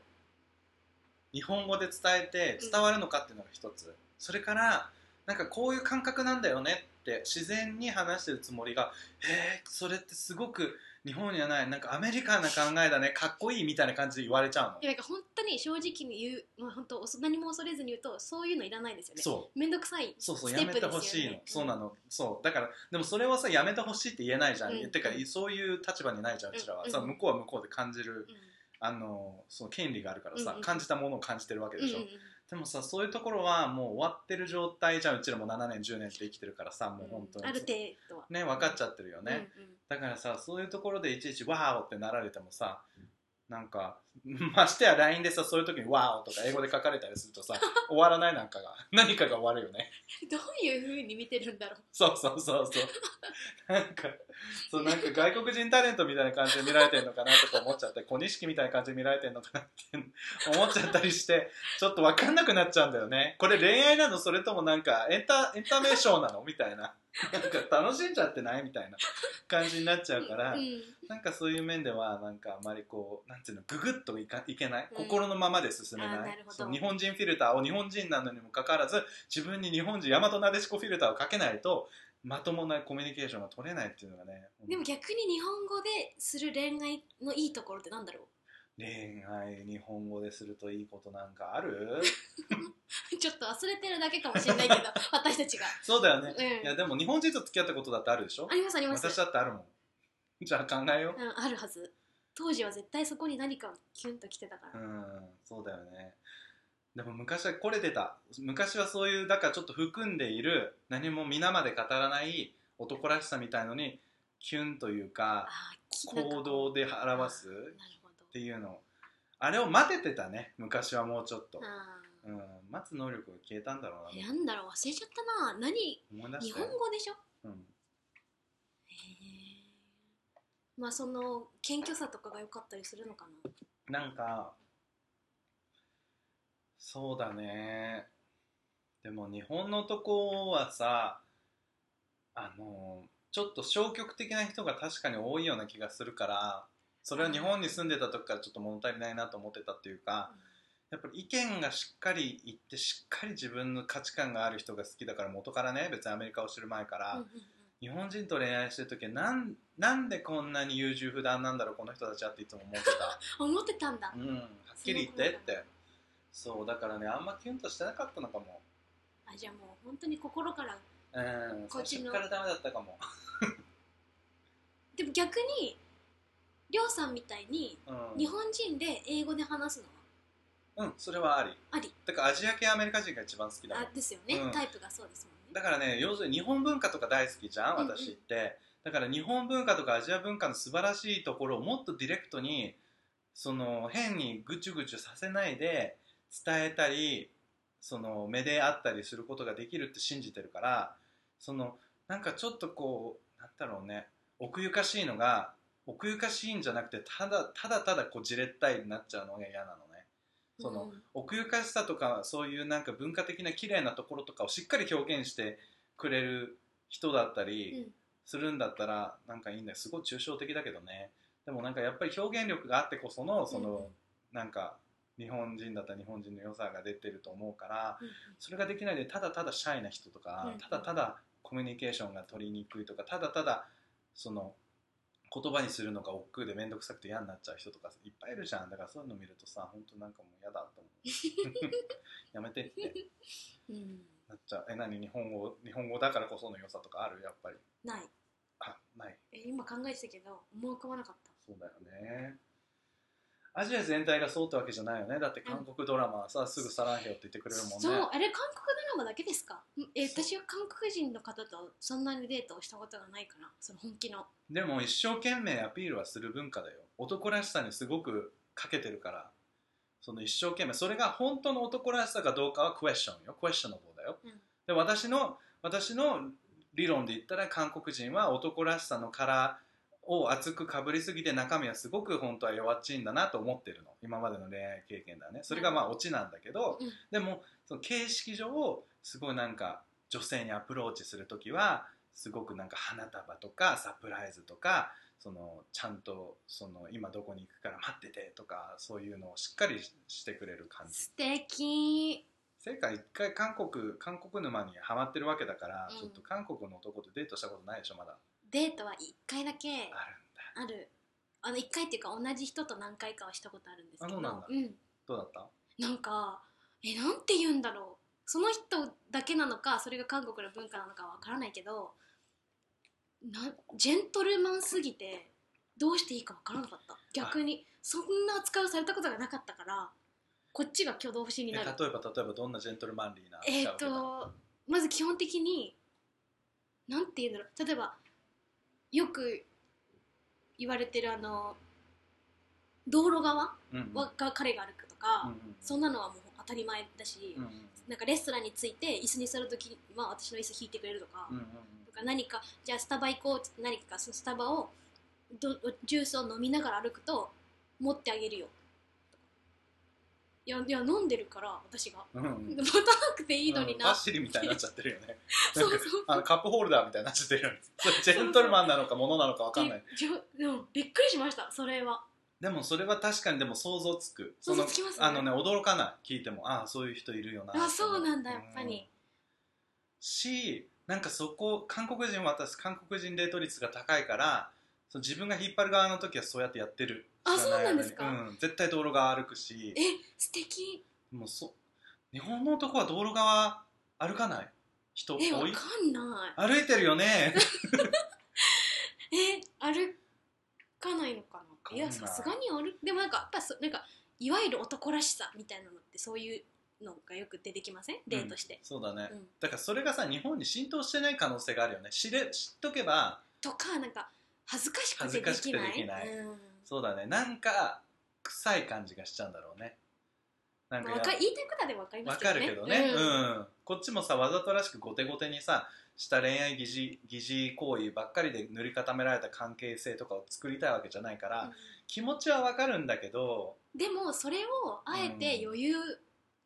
B: 日本語で伝えて伝わるのかっていうのが一つ、それからなんかこういう感覚なんだよねって自然に話してるつもりがへえそれってすごく日本にはないなんかアメリカンな考えだねかっこいいみたいな感じで言われちゃうの
C: い。やなんか本当に正直に言う、まあ、本当恐何も恐れずに言うとそういうのいらないですよね
B: そう
C: めんどくさい
B: そうそう、
C: ス
B: や
C: テ
B: め
C: ッ
B: て
C: プ
B: ほしいの、
C: です
B: そ
C: よ
B: う
C: ね
B: なのそうだからでもそれはさやめてほしいって言えないじゃん、
C: うん
B: てかそういう立場にないじゃんうちらは、
C: うん
B: さ向こうは向こうで感じる
C: うん
B: あのその権利があるからさ、
C: うんうん
B: 感じたものを感じてるわけでしょ、
C: うんうんうん
B: でもさそういうところはもう終わってる状態じゃんうちらも7年10年って生きてるからさもう本当に、
C: ある程度は
B: ね分かっちゃってるよね、
C: うんうん
B: だからさそういうところでいちいち「ワーオ!」ってなられてもさなんか ましてや LINE でさそういう時に「ワーオ!」とか英語で書かれたりする とさ終わらないなんかが何かが終わるよね
C: どういうふうに見てるんだろう
B: そうそうそうそう。なんか、そうなんか外国人タレントみたいな感じで見られてるのかなとか思っちゃって、小錦みたいな感じで見られてるのかなって思っちゃったりして、ちょっとわかんなくなっちゃうんだよね。これ恋愛なのそれともなんかエンタエンタメショーなのみたいな。なんか楽しんじゃってないみたいな感じになっちゃうから、
C: うん
B: なんかそういう面では、なんかあまりこう、なんていうの、ググッといかいけない、
C: うん
B: 心のままで進め
C: あー
B: な
C: ないるほど
B: そう日本人フィルターを日本人なのにもかかわらず、自分に日本人、大和なでしこフィルターをかけないと、まともなコミュニケーションが取れないっていうのがね、
C: でも逆に日本語でする恋愛のいいところってなんだろう
B: 恋愛、日本語でするといいことなんかある
C: ちょっと忘れてるだけかもしれな いけど私たちが、
B: そうだよね。
C: う
B: い
C: ん、
B: や、でも日本人と付き合ったことだってあるでしょ
C: ありますあります
B: 私だってあるもん。じゃあ考えよ
C: うん、あるはず当時は絶対そこに何かキュンときてたから、
B: う。うん、そうだよね。でも昔はこれてた昔はそういうだからちょっと含んでいる何も皆まで語らない男らしさみたいのにキュンという
C: あ
B: か
C: あきなんか
B: 行動で表す
C: なる
B: っ
C: ほど
B: ていうのあれを待ててたね昔はもうちょっと、
C: ああ
B: うん、待つ能力が消えたんだろうな
C: なんだろう忘れちゃったな何
B: 思い出
C: 日
B: して
C: 本語でしょ
B: うん、
C: へえまあその謙虚さとかが良かったりするのかな
B: なんかそうだねでも日本の男はさあのちょっと消極的な人が確かに多いような気がするからそれは日本に住んでた時からちょっと物足りないなと思ってたっていうかやっぱり意見がしっかり言ってしっかり自分の価値観がある人が好きだから元からね別にアメリカを知る前から、
C: うんうんうん
B: 日本人と恋愛してる時はなんなんでこんなに優柔不断なんだろうこの人たちはっていつも思ってた。
C: 思ってたんだ
B: うん、はっきり言ってってそうだからねあんまキュンとしてなかったのかも
C: あじゃあもう本当に心から
B: うん
C: こっち
B: 最初
C: の
B: からダメだったかも
C: でも逆にりょうさんみたいに
B: うん
C: 日本人で英語で話すのは
B: うんそれはあり
C: あり
B: だからアジア系アメリカ人が一番好きだもん
C: あですよね、
B: うん
C: タイプがそうですもんね
B: だからね要するに日本文化とか大好きじゃん
C: うんうん
B: 私って、だから日本文化とかアジア文化の素晴らしいところをもっとディレクトにその変にぐちゅぐちゅさせないで伝えたりその目であったりすることができるって信じてるからそのなんかちょっとこうなんだろうね奥ゆかしいのが奥ゆかしいんじゃなくてただただただこうじれったいになっちゃうのが嫌なのね。その
C: うん
B: 奥ゆかしさとかそういうなんか文化的な綺麗なところとかをしっかり表現してくれる人だったり
C: うん
B: するんだったらなんかいいんだよすごい抽象的だけどねでもなんかやっぱり表現力があってこそのそのなんか日本人だったら日本人の良さが出てると思うから
C: うんうん
B: それができないでただただシャイな人とか
C: うん
B: ただただコミュニケーションが取りにくいとかただただその言葉にするのが億劫で面倒くさくて嫌になっちゃう人とかいっぱいいるじゃんだからそういうの見るとさ本当なんかもう嫌だと思 うやめてって
C: うんうん
B: なっちゃうえ何日本語日本語だからこその良さとかあるやっぱり
C: ない
B: あない
C: え今考えてたけど思い浮かばなかった
B: そうだよねアジア全体がそうってわけじゃないよねだって韓国ドラマはさすぐサランヘヨって言ってくれるもんね
C: そうあれ韓国ドラマだけですかんえ私は韓国人の方とそんなにデートをしたことがないからその本気の
B: でも一生懸命アピールはする文化だよ男らしさにすごくかけてるからその一生懸命それが本当の男らしさかどうかはクエスチョンよクエスチョンの方だよ、
C: うん
B: で私の私の理論で言ったら韓国人は男らしさの殻を厚くかぶりすぎて中身はすごく本当は弱っちいんだなと思ってるの今までの恋愛経験だねそれがまあオチなんだけど、
C: うん
B: でもその形式上すごいなんか女性にアプローチする時はすごくなんか花束とかサプライズとかそのちゃんとその今どこに行くから待っててとかそういうのをしっかりししてくれる感じ
C: 素敵
B: せいか一回韓国韓国沼にはまってるわけだから、
C: うん
B: ちょっと韓国の男とデートしたことないでしょまだ
C: デートは1回だ
B: ある
C: け
B: んだ
C: あるあの1回っていうか同じ人と何回かはしたことあるんです
B: あ
C: けど
B: そうなんだ
C: うん、
B: どうだった
C: なんかえなんて言うんだろうその人だけなのかそれが韓国の文化なのかわからないけどなんジェントルマンすぎてどうしていいかわからなかった逆にそんな扱いをされたことがなかったからこっちが挙動不審
B: え
C: に
B: 例
C: な
B: えば
C: る
B: 例えばどんなジェントルマンリーな
C: えっ、
B: わけだ
C: とまず基本的になんて言うんだろう例えばよく言われてるあの道路側
B: うんうん
C: はが彼が歩くとか、
B: うんうん
C: そんなのはもう当たり前だし、
B: うんうん
C: なんかレストランに着いて椅子に座るときは私の椅子引いてくれるとか,、
B: うんうん
C: とか何かじゃあスタバ行こうって言って何かそのスタバをどジュースを飲みながら歩くと持ってあげるよいやいや飲んでるから私が
B: うんうんうん
C: 持たなくていいのにな、
B: バシリみたいになっちゃってるよね
C: そうそう
B: あのカップホルダーみたいになっちゃって るよねそれジェントルマンなのかものなのかわかんない
C: でじょでもびっくりしましたそれは
B: でもそれは確かにでも想像つく
C: 想像
B: の
C: つきますね
B: あのね驚かない聞いてもああそういう人いるよな
C: あそうなんだやっぱ
B: うん
C: り、
B: しなんかそこ韓国人は私韓国人デート率が高いからその自分が引っ張る側の時はそうやってやってる
C: あ
B: 知らい間に
C: そうなんですか
B: うん、絶対道路側歩くし
C: え素敵
B: もうそ日本の男は道路側歩かない人多
C: えわか
B: い
C: んな
B: 歩いてるよね
C: いえ歩かないのか
B: か
C: なんい
B: ない
C: やさすがに歩でもなんかやっぱそなんかいわゆる男らしさみたいなのってそういうのがよく出てきませんデートして、
B: そうだね、
C: うん
B: だからそれがさ日本に浸透してない可能性があるよね知れ知っとけば
C: とかなんか恥ずかしくてで
B: 恥ずかしく
C: き
B: て
C: な
B: で
C: い
B: きない
C: うん
B: そうだねなんか臭い感じがしちゃうんだろうねなん
C: まあ
B: や
C: わ
B: っ
C: か言いたいことはでもわかりま
B: わ
C: すけど
B: か
C: ね
B: るけどね、うん
C: うん
B: こっちもさわざとらしく後手後手にさした恋愛疑似疑似行為ばっかりで塗り固められた関係性とかを作りたいわけじゃないから、
C: うん
B: 気持ちはわかるんだけど、
C: でもそれをあえて余裕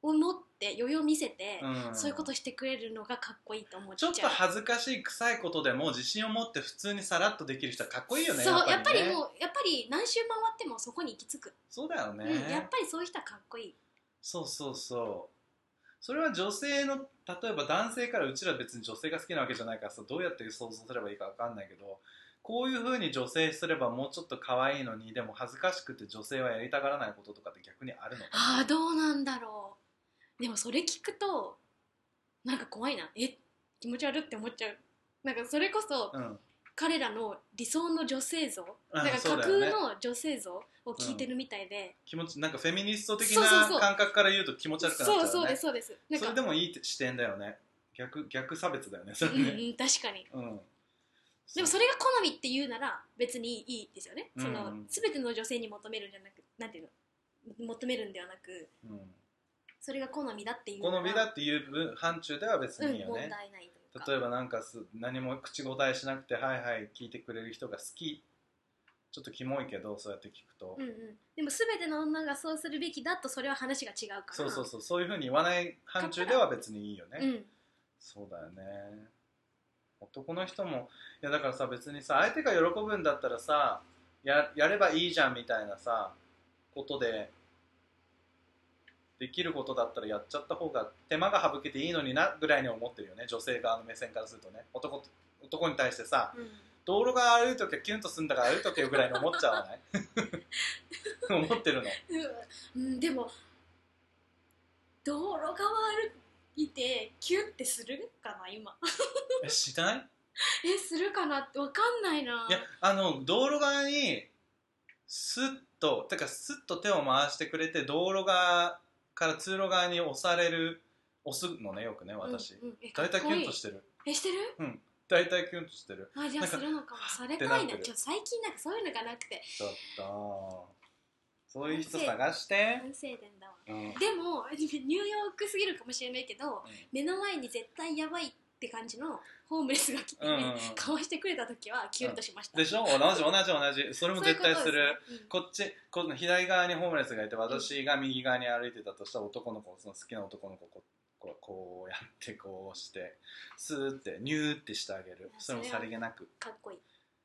C: を持って余裕を見せて、
B: うん
C: そういうことしてくれるのがかっこいいと思っち
B: ち
C: ゃ
B: ょ
C: う
B: っと恥ずかしい臭いことでも自信を持って普通にさらっとできる人はかっこいいよね
C: そうや
B: や
C: っ
B: っ
C: ぱ
B: ぱ
C: り
B: りね
C: もうやっぱり何周回ってもそこに行き着く、
B: そうだよね、
C: うん、やっぱりそういう人はかっこいい
B: そうそうそうそれは女性の例えば男性からうちら別に女性が好きなわけじゃないからさどうやって想像すればいいかわかんないけどこういう風に女性すればもうちょっと可愛いのにでも恥ずかしくて女性はやりたがらないこととかって逆にあるのか
C: ああどうなんだろうでもそれ聞くとなんか怖いなえ気持ち悪って思っちゃうなんかそれこそ
B: なうん
C: 彼らの理想の女性像
B: あ
C: なんか
B: そ
C: 架
B: うだよね
C: 空の女性像を聞いてるみたいで、
B: 気持ちなんかフェミニスト的
C: そうそうそ
B: な
C: う
B: 感覚から言うと気持ち悪くなっちゃうよ
C: そう
B: ね
C: そうですそうですなん
B: そ
C: か
B: れでもいい視点だよね逆逆差別だよねそれ
C: うんう
B: ね
C: ん確かに
B: うん
C: でもそれが好みって言うなら別にいいですよね、その
B: うん
C: 全ての女性に求めるんじゃなくなんていうの求めるんではなく
B: うん
C: それが好みだっていうのが
B: 好みだっていう分範疇では別にいいよ
C: うん、
B: ね
C: 問題ないというか
B: 例えばなんかす何も口答えしなくて「はいはい」聞いてくれる人が好きちょっとキモいけどそうやって聞くと、
C: うんうん、でも全ての女がそうするべきだとそれは話が違うから
B: そうそうそうそういうふうに言わない範疇では別にいいよね、
C: うん、
B: そうだよね男の人もいやだからさ別にさ相手が喜ぶんだったらさややればいいじゃんみたいなさことでできることだったらやっちゃった方が手間が省けていいのになぐらいに思ってるよね女性側の目線からするとね男と男に対してさ、
C: うん、
B: 道路が歩いときはキュンとすんだから歩いとけよぐらいに思っちゃわない 思ってる の
C: うん、でも道路側歩いてキュッてするかな今
B: えしない
C: えするかなってわかんないない
B: やあの道路側にスッとてかスッと手を回してくれて道路側から通路側に押される押すのねよくね私、
C: うんうんえか
B: 大
C: っこ
B: 体
C: い
B: キ
C: い
B: ュンとしてる
C: えしてる
B: 大体キュンとしてる
C: あじゃ
B: なんか
C: あするのかもそれ
B: って
C: かい
B: なって
C: な
B: る
C: ちょっと最近なんかそういうのがなくて
B: ちょっとそういう人探して、
C: 反省点だわ
B: うんうん
C: でも ニューヨークすぎるかもしれないけど目の前に絶対やばいって感じのホームレスが来て、
B: うんうんうん
C: かわしてくれた時はキュンとしました、
B: でしょ同じ同じ同じそれも絶対する
C: そういうこ
B: こっちこの左側にホームレスがいて私が右側に歩いてたとしたら男の子その好きな男の子ここうこうやってこうしてスーってニューってしてあげるそれもさりげなく
C: とですねうんかっこいい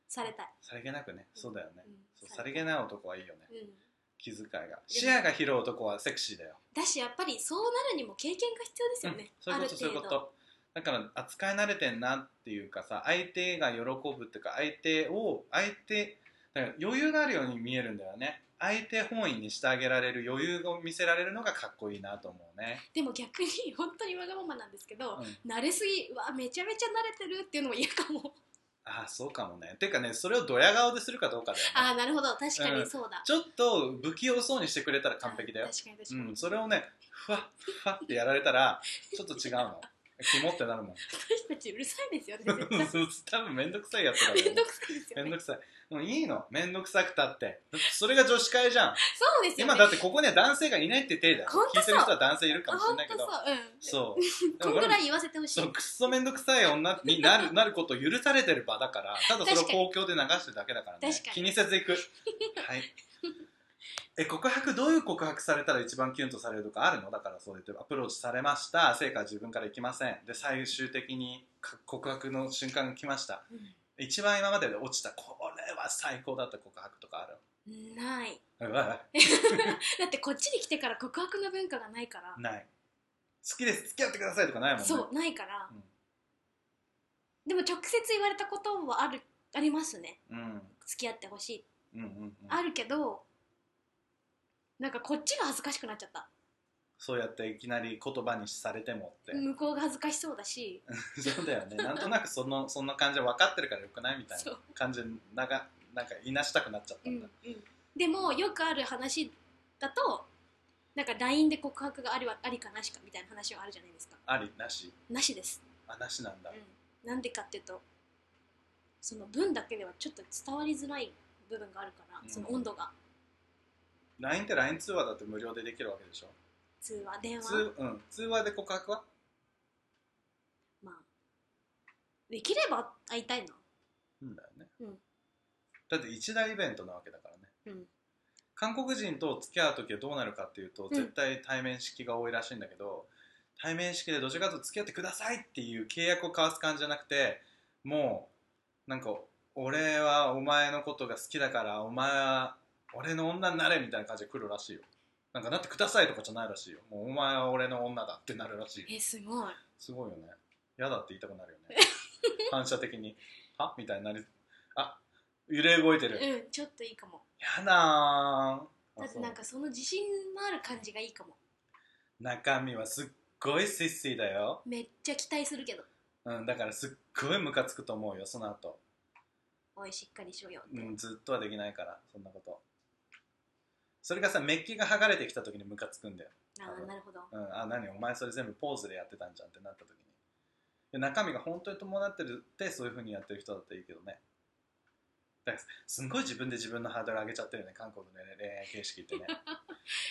C: されたい、
B: さりげなくねそうだよね
C: うん
B: そうさりげない男はいいよね
C: うん、
B: 気遣いが視野が広い男はセクシーだよ
C: だしやっぱりそうなるにも経験が必要ですよね、
B: うん、そういうことそういうことだから扱い慣れてんなっていうかさ相手が喜ぶっていうか相手を相手だから余裕があるように見えるんだよね相手本位にしてあげられる余裕を見せられるのがかっこいいなと思うね、
C: でも逆に本当にわがままなんですけど、
B: うん
C: 慣れすぎうわめちゃめちゃ慣れてるっていうのも嫌 かも
B: ああそうかもねてかねそれをドヤ顔でするかどうかだよね
C: ああなるほど確かにそうだ、
B: ちょっと不器用そうにしてくれたら完璧だよ
C: あ、確かに確か
B: う
C: に、
B: ん、それをねふわっふわってやられたらちょっと違うの キモってなる もん
C: 私たちうるさいですよね絶対
B: 多分めんどくさいやつだよね
C: めんどくさいです
B: め
C: よ
B: ん
C: ね
B: どくさい。でもいいの。めんどくさくたって。だってそれが女子会じゃん。
C: そうですよね
B: 今だってここには男性がいないって手だよ。
C: ほんとそ
B: 聞
C: う
B: いてる人は男性いるかもしれ
C: 本
B: ないけ
C: 当
B: ど。
C: そううん
B: そう。で
C: こ
B: も
C: ん
B: こ
C: ぐら
B: れ
C: い言わせてほしい
B: そう、くっそめんどくさい女になる、な ることを許されてる場だから、ただそれを
C: 確かに
B: 公共で流してるだけだからね
C: 確か。に
B: 気にせずいく。 はい。え、告白、どういう告白されたら一番キュンとされるとかあるのだからそうやってアプローチされました。成果は自分からいきません。で、最終的にか告白の瞬間が来ました。
C: う
B: 一番今までで落ちたこれは最高だった告白とかあ
C: んない
B: るうわ
C: だってこっちに来てから告白の文化がないから、
B: ない好きです付き合ってくださいとかないもんね
C: そうないから、
B: うん
C: でも直接言われたことはあるありますね
B: うん、うん
C: 付き合ってほしい、
B: うんうん
C: あるけどなんかこっちが恥ずかしくなっちゃった
B: そうやっていきなり言葉にされてもって、
C: 向こうが恥ずかしそうだし
B: そうだよねなんとなくそのそんな感じは分かってるからよくないみたい
C: そう
B: な感じでなんかなんかいなしたくなっちゃった
C: うんん
B: だ、
C: うんでもよくある話だとなんか LINE で告白がありはありかなしかみたいな話はあるじゃないですか
B: ありなし
C: なしです
B: あなしなんだ、
C: うん、なんでかっていうとその文だけではちょっと伝わりづらい部分があるから、
B: うん
C: その温度が
B: LINE って LINE 通話だって無料でできるわけでしょ
C: 通話電話
B: 通,、うん、通話で告白は
C: まあできれば会いたいな
B: うんだよね、
C: うん
B: だって一大イベントなわけだからね
C: うん
B: 韓国人と付き合う時はどうなるかっていうと、
C: うん
B: 絶対対面式が多いらしいんだけど対面式でどちらかというと付き合ってくださいっていう契約を交わす感じじゃなくてもうなんか俺はお前のことが好きだからお前は俺の女になれみたいな感じで来るらしいよなんかなってくださいとかじゃないらしいよもうお前は俺の女だってなるらしいよ
C: えすごい
B: すごいよね嫌だって言いたくなるよ ね反射的にはみたいになりあ揺れ動いてる
C: うんちょっといいかも
B: やだー
C: だ
B: あ
C: って
B: そう
C: なんかその自信のある感じがいいかも
B: 中身はすっごいスイスイだよ、
C: めっちゃ期待するけど
B: うん、だからすっごいムカつくと思うよその後、
C: おいしっかりしようよって、
B: うん、ずっとはできないからそんなことそれがさメッキが剥がれてきた時にムカつくんだよ、
C: ああなるほど
B: うん、あ何お前それ全部ポーズでやってたんじゃんってなった時にで中身が本当に伴ってるってそういう風にやってる人だったらいいけどねだからすんごい自分で自分のハードル上げちゃってるよね韓国のね恋愛形式ってね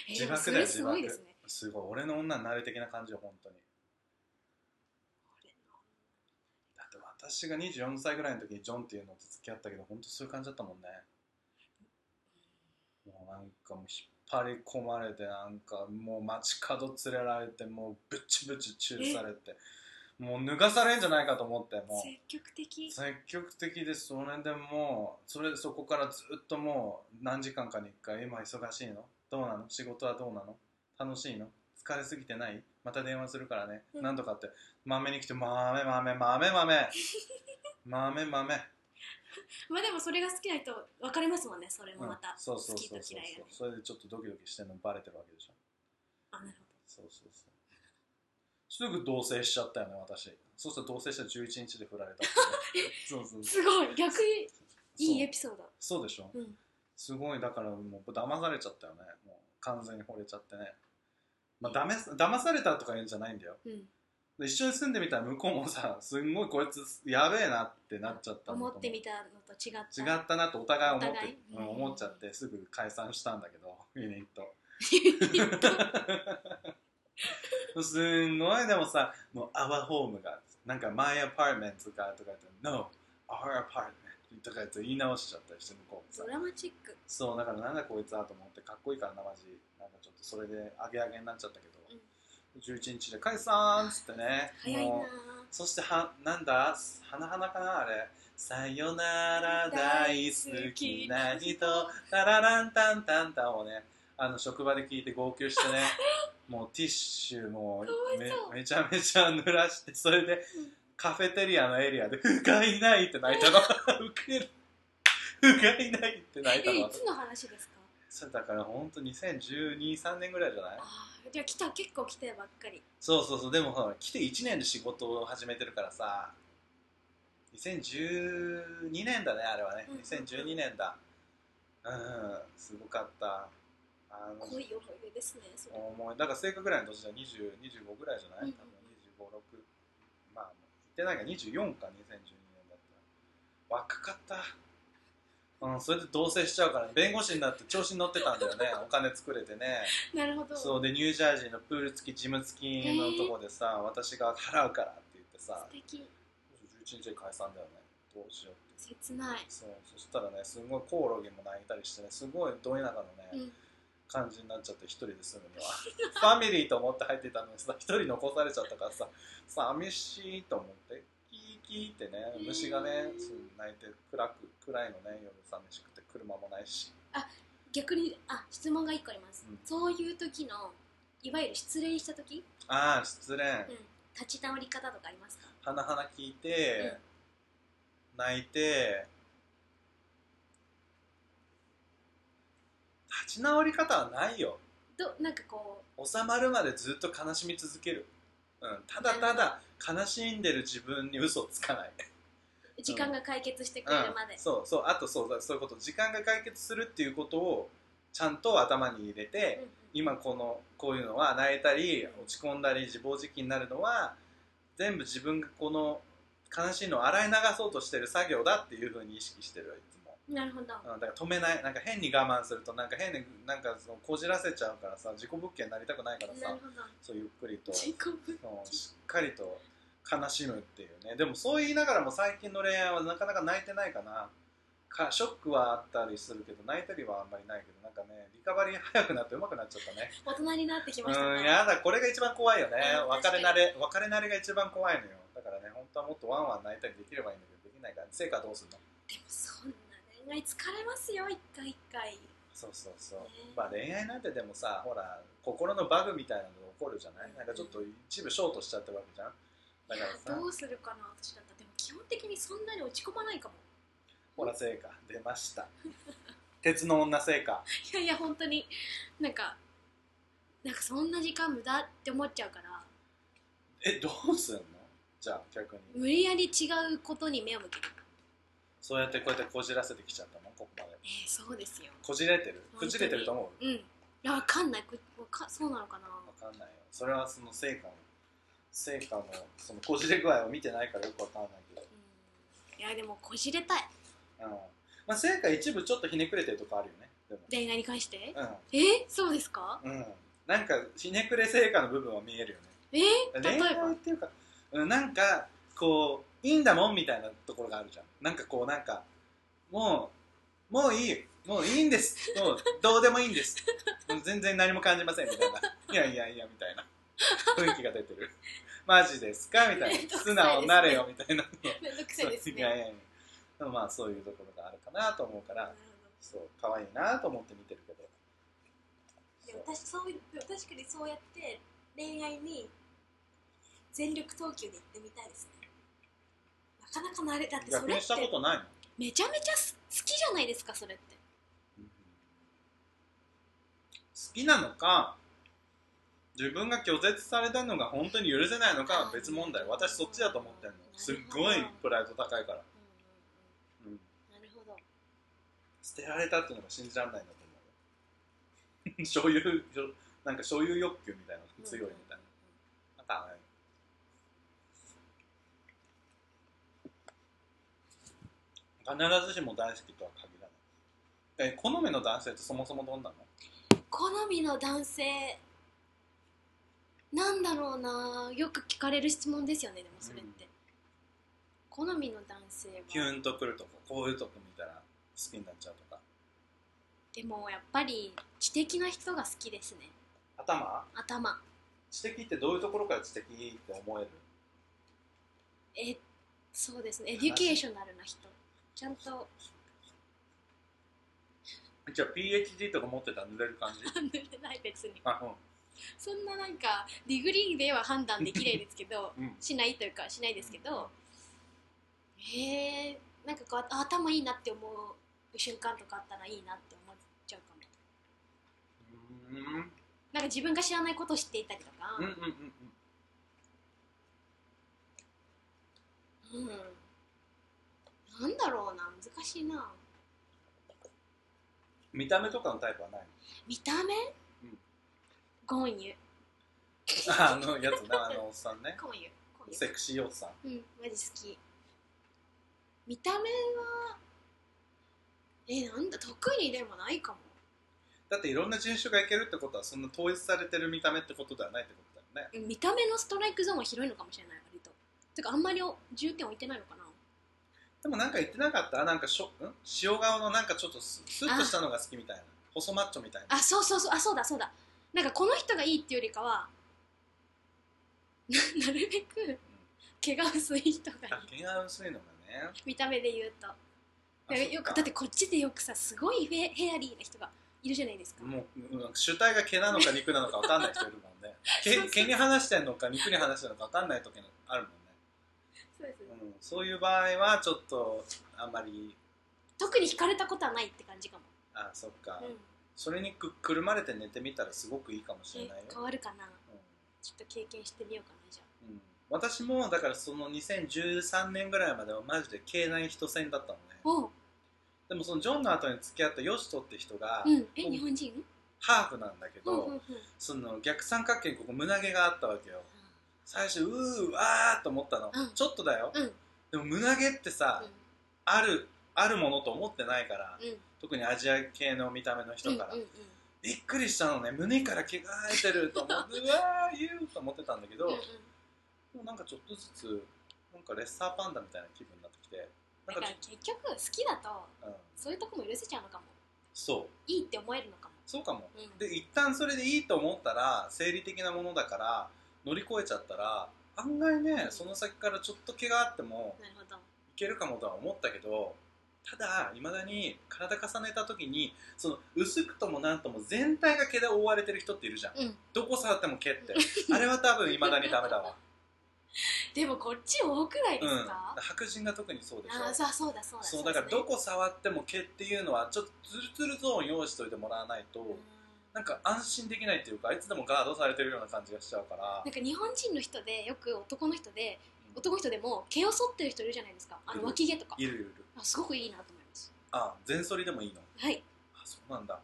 C: え
B: 自
C: でも
B: 爆
C: そ
B: だよ
C: れすごいですね
B: すごい俺の女になる的な感じよ本当にだって私が24歳ぐらいの時にジョンっていうのと付き合ったけど本当そういう感じだったもんねもうなんかもう引っ張り込まれてなんかもう街角連れられてもうブチブチチューされてもう脱がされんじゃないかと思ってもう
C: 積極的
B: 積極的でそれでもうそれそこからずっともう何時間かに1回今忙しいのどうなの仕事はどうなの楽しいの疲れすぎてないまた電話するからね、
C: うん
B: なんとかって豆に来て豆豆豆 豆豆豆
C: まあでもそれが好きな人分かれますもんねそれもまた、
B: うんそうそうそう
C: 好きと
B: そう
C: 嫌いがね
B: それでちょっとドキドキしてるのバレてるわけでしょ
C: あなるほ
B: そうそうそうすぐ同棲しちゃったよね私そうすると同棲したら11日で 振られたってねそうそう
C: ど
B: そう
C: すごい逆にいいエピソード
B: そうでしょ
C: うん
B: すごいだからもう騙されちゃったよねもう完全に惚れちゃってねまあだめ騙されたとか言うんじゃないんだよ
C: うん、
B: で一緒に住んでみたら向こうもさすんごいこいつやべえなってなっちゃったんだと
C: 思
B: 思う
C: ってみたのと違った
B: 違ったなとお互い思って
C: お互い
B: うん思っちゃってすぐ解散したんだけど ユニット すんごいでもさもう「our home」がなんか「my apartment」とかとか言って「no our apartment」とか言って言い直しちゃったりして向こうもさ
C: ドラマチック、
B: そうだからなんだこいつはと思ってかっこいいからなマジなんかちょっとそれでアゲアゲになっちゃったけど、11日で解散っつってね
C: 早いな
B: もうそしてはなんだ花々かなあれさよなら大好きな人タラランタンタンタンをねあの職場で聞いて号泣してね もうティッシュも
C: かわ
B: め
C: いそう
B: めちゃめちゃ濡らしてそれでカフェテリアのエリアで「不甲斐ない」って泣いた のウケる不甲斐ないって泣いた
C: えい
B: の
C: つの話ですか
B: それだから本当201213年ぐらいじゃない
C: ああじゃあ来た結構来てばっかり
B: そうそうそうでもほら来て1年で仕事を始めてるからさ2012年だねあれはね
C: うん
B: 2012年だうんすごかったあの
C: 濃い思い出ですねそれ
B: 思いだから正確ぐらいの年だ2025ぐらいじゃな
C: う
B: い
C: ん
B: 多分256まあ言ってないから24か2012年だったら若かったうんそれで同棲しちゃうから弁護士になって調子に乗ってたんだよねお金作れてね
C: なるほど
B: そうでニュージャージーのプール付きジム付きのとこでさ私が払うからって言ってさ
C: 素敵
B: 11日で解散だよねどうしようって
C: 切ない
B: そうそしたらねすごいコオロギも泣いたりしてねすごいど田舎のね、
C: うん
B: 感じになっちゃって一人で住むには ファミリーと思って入ってたのにさ一人残されちゃったからさ寂しいと思ってキーキーってね
C: うん
B: 虫がねそう鳴いて暗く暗いのね夜寂しくて車もないし
C: 逆にあ質問が1個あります、
B: うん
C: そういう時のいわゆる失恋した時、
B: ああ失恋
C: うん、立ち直り方とかありますか
B: 鼻鼻聞いて、泣いて立ち直り方はないよ
C: どなんかこ
B: 収まるまでずっと悲しみ続ける、うん、ただただ悲しんでる自分に嘘つか ない、
C: う時間が解決してくれるまで、
B: そうそうあとそうだそういうこと時間が解決するっていうことをちゃんと頭に入れて、
C: うん
B: 今このこういうのは泣いたり落ち込んだり自暴自棄になるのは全部自分がこの悲しいのを洗い流そうとしてる作業だっていうふうに意識してるよいつも。
C: うんなるほど
B: うんだから止めないなんか変に我慢するとなんか変になんかそのこじらせちゃうからさ自己物件になりたくないから
C: な
B: さ
C: るほど
B: そうゆっくりと
C: 自己分
B: そうしっかりと悲しむっていうねでもそう言いながらも最近の恋愛はなかなか泣いてないかなかショックはあったりするけど泣いたりはあんまりないけどなんかねリカバリー早くなって上手くなっちゃったね
C: 大人になってきました
B: うん
C: ね
B: やだこれが一番怖いよね
C: うん
B: 別れ慣れ別れ慣れが一番怖いのよだからね本当はもっとワンワン泣いたりできればいいんだけどできないから成果どうするの
C: でもそんな恋愛疲れますよ一回一回
B: そうそうそう、
C: ね
B: まあ恋愛なんてでもさほら心のバグみたいなのが起こるじゃないなんかちょっと一部ショートしちゃってるわけじゃんだ
C: い
B: か
C: や
B: らさ
C: どうするかな私だったらでも基本的にそんなに落ち込まないかも
B: ほら成果出ました鉄の女成果
C: いやいや本当になんかなんかそんな時間無駄って思っちゃうから
B: えどうすんのじゃあ逆に
C: 無理やり違うことに目を向ける
B: そうやってこうやってこじらせてきちゃったのここまで
C: えー、そうですよ
B: こじれてる
C: 本当
B: こ
C: に
B: じれてると思う
C: うんいやわかんないこわかそうなのかな
B: わかんないよそれはその成果の成果のそのこじれ具合を見てないからよくわかんないけど
C: うんいやでもこじれたい
B: うんまあ成果一部ちょっとひねくれてるとこあるよねでも
C: 恋愛に関して
B: うん
C: えそうですか
B: うん、なんかひねくれ成果の部分は見えるよ
C: え
B: ね
C: 例え
B: 恋
C: ば
B: 愛っていうか、うん、なんかこういいんだもんみたいなところがあるじゃんなんかこうなんかもうもういいもういいんですもうどうでもいいんです もう全然何も感じませんみたいないやいやいやみたいな雰囲気が出てるマジですか みたい
C: めんど
B: な
C: くさ
B: 素
C: いですね
B: 直になれよみたいな
C: めんどくさいです
B: いやい
C: ね
B: やいやでもまあそういうところがあるかなと思うか
C: な
B: ら
C: るほど
B: そう可愛いなと思って見てるけど
C: でも私そういう確かにそうやって恋愛に全力投球で行ってみたいですねなかなかなれだってそ
B: 逆
C: れ
B: に
C: っ
B: したこ
C: て
B: とないの
C: めちゃめちゃす好きじゃないですかそれって
B: 好きなのか自分が拒絶されたのが本当に許せないのかは別問題私そっちだと思ってんのすっごいプライド高いから、
C: うんうんうん
B: うん、好
C: なるほど
B: 捨てられたっていうのが信じられないんだと思 うよ所有所なんか所有欲求みたいなのが強いみたいな、なんかね必ずしも大好きとは限らないえ好みの男性ってそもそもどんなの
C: 好みの男性なんだろうなよく聞かれる質問ですよねでもそれって、好みの男性は
B: キュンとくるとここういうとこ見たら好きになっちゃうとか
C: でもやっぱり知的な人が好きですね
B: 頭
C: 頭
B: 知的ってどういうところから知的って思える
C: えそうですねエデュケーショナルな人ちゃんと
B: じゃあ PhD とか持ってたら濡れる感じ
C: 判断で ない別に
B: あうん
C: そんななんかディグリーでは判断できないですけど
B: うん
C: しないというかしないですけどへえなんかこうあ頭いいなって思う瞬間とかあったらいいなって思っちゃうかも
B: うーん
C: なんか自分が知らないことを知っていたりとか
B: うんうんうんうん
C: うん、なんだろうな難しいな
B: 見た目とかのタイプはないの
C: 見た目、
B: うん
C: ゴンユ
B: ああのやつなあのおっさんね
C: ゴンユゴンユ
B: セクシーおっさん
C: うんマジ好き見た目はえなんだ得意でもないかも
B: だっていろんな人種がいけるってことはそんな統一されてる見た目ってことではないってことだよね
C: 見た目のストライクゾーンは広いのかもしれない割とてかあんまりお重点置いてないのかな
B: でもなんか言ってなかったなんかしょん塩顔のなんかちょっとススッとしたのが好きみたいな細マッチョみたいな
C: あそうそうそうあそうだそうだなんかこの人がいいっていうよりかはな なるべく毛が薄い人がいい
B: 毛が薄いのがね
C: 見た目で言うと
B: あ
C: いや
B: そ
C: よくだってこっちでよくさすごいヘヘアリーな人がいるじゃないですか、
B: もううん主体が毛なのか肉なのか分かんない人いるも んね
C: そうそ
B: 毛
C: う
B: 毛に話してんのか肉に話してんのか分かんない時のあるもん
C: そうですね
B: ね、うん、そういう場合はちょっとあんまり
C: 特に惹かれたことはないって感じかも、
B: あそっか、
C: うん
B: それにくくるまれて寝てみたらすごくいいかもしれ
C: え
B: ないよ、
C: 変わるかな
B: うん
C: ちょっと経験してみようかなじゃ
B: うん私もだからその2013年ぐらいまではマジで経内人戦だったのね
C: あおう、
B: でもそのジョンの後に付き合ったヨシトって人が
C: うん、え
B: うん
C: 日本人
B: ハーフなんだけ
C: うん
B: ど、
C: うんうん
B: その逆三角形にここ胸毛があったわけよ最初うーわーっと思ったの、
C: うん
B: ちょっとだよ
C: うんうん
B: でも胸毛ってさ、あるあるものと思ってないから、
C: うん
B: 特にアジア系の見た目の人から、
C: うんうん
B: びっくりしたのね胸から毛が生えてると 思ってうわー言うと思ってたんだけど、
C: うんうん
B: もうなんかちょっとずつなんかレッサーパンダみたいな気分になってきてな
C: だ
B: ん
C: か
B: からちょっ
C: 結局好きだと
B: と、うん、
C: そういうとこも許せちゃうのかも
B: そう
C: いいって思えるのかも、
B: そうかも
C: うん、
B: で一旦それでいいと思ったら生理的なものだから乗り越えちゃったら案外ねその先からちょっと毛があっても
C: なるほど
B: いけるかもとは思ったけどただいまだに体重ねた時にその薄くともなんとも全体が毛で覆われてる人っているじゃん
C: うん
B: どこ触っても毛って あれは多分いまだにダメだわ、
C: でもこっち多くないで
B: う
C: す
B: ん、
C: か、
B: 白人が特にそうでしょ
C: ああそうそうだそうだ
B: そうだから
C: です
B: どこ触っても毛っていうのはちょっとツルツルゾーン用意しといてもらわないと
C: ねうん
B: なんか安心できないっていうかいつでもガードされてるような感じがしちゃうから
C: なんか日本人の人でよく男の人で男の人でも毛を剃ってる人いるじゃないですかあの脇毛とか
B: いるいる
C: あすごくいいなと思います
B: あ全剃りでもいいの
C: はい
B: あそうなんだ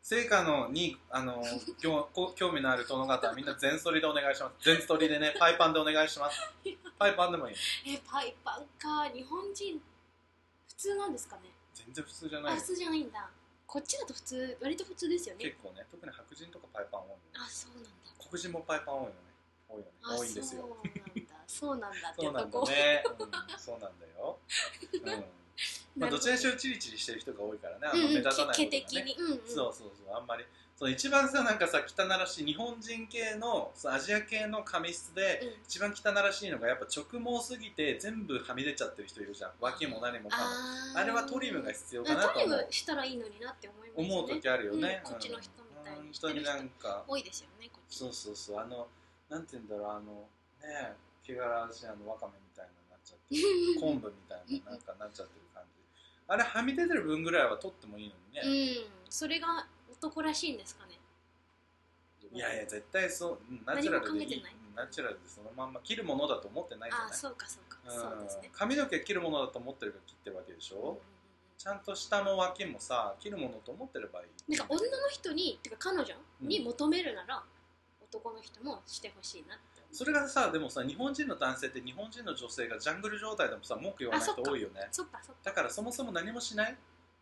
B: 成果のにあ の興こ興味のある殿方はみんな全剃りでお願いします全剃りでねパイパンでお願いしますパイパンでもいい
C: えパイパンか日本人普通なんですかね
B: 全然普通じゃな
C: あ
B: いよ
C: 普通じゃないんだこっちだと普通割と普通ですよね
B: 結構ね特に白人とかパイパン多いよね
C: あそうなんだ
B: 黒人もパイパン多いよね多いよね
C: あ
B: 多いんですよ
C: そうなんだそうなんだっ て
B: そ
C: や
B: う
C: っ
B: な
C: ぱ
B: んだね、う
C: こ
B: ん、そうなんだよ、うん
C: う
B: まあ、どちらにし
C: ょ
B: ろチリチリしてる人が多いからねあ
C: うん
B: ま
C: ん
B: 目
C: うん
B: 立たないことがね、
C: 毛的にうんうん
B: そうそうそうあんまりそう一番さなんかさ汚らしい日本人系のそうアジア系の髪質で、
C: うん
B: 一番汚らしいのがやっぱ直毛すぎて全部はみ出ちゃってる人いるじゃん脇も何もかも
C: あー
B: あれはトリムが必要かな
C: あ
B: と
C: トリ
B: 思
C: ム
B: う
C: したらいいのになって思いますね
B: 思う時あるよね、
C: うんこっちの人みたいにして
B: 本
C: る
B: 当に
C: 人
B: なんか
C: 多いですよねこっち
B: そうそうそうあのなんて言うんだろうあのねえ汚らしいあのわかめみたいなのになっちゃって る昆布みたいななんかなっちゃってる感じあれはみ出てる分ぐらいは取ってもいいのにね、
C: うんそれが男らしいんですかね
B: いやいや絶対そううんナチュラルでい
C: 何も考え
B: い
C: てない
B: うんナチュラルでそのまんま切るものだと思ってないじゃ
C: あ
B: な
C: あ
B: い
C: そうかそうか
B: うん
C: そうですね
B: 髪の毛切るものだと思ってるから切ってるわけでし
C: うんうん
B: ょ
C: うん
B: ちゃんと下も脇もさ切るものと思ってればいい
C: なんか女の人にてか彼女に
B: うん
C: 求めるなら、男の人もしてほしいなって思う
B: それがさでもさ日本人の男性って日本人の女性がジャングル状態でもさ文句言わない人
C: あそっか
B: 多いよね
C: そっかそっか、
B: だからそもそも何もしない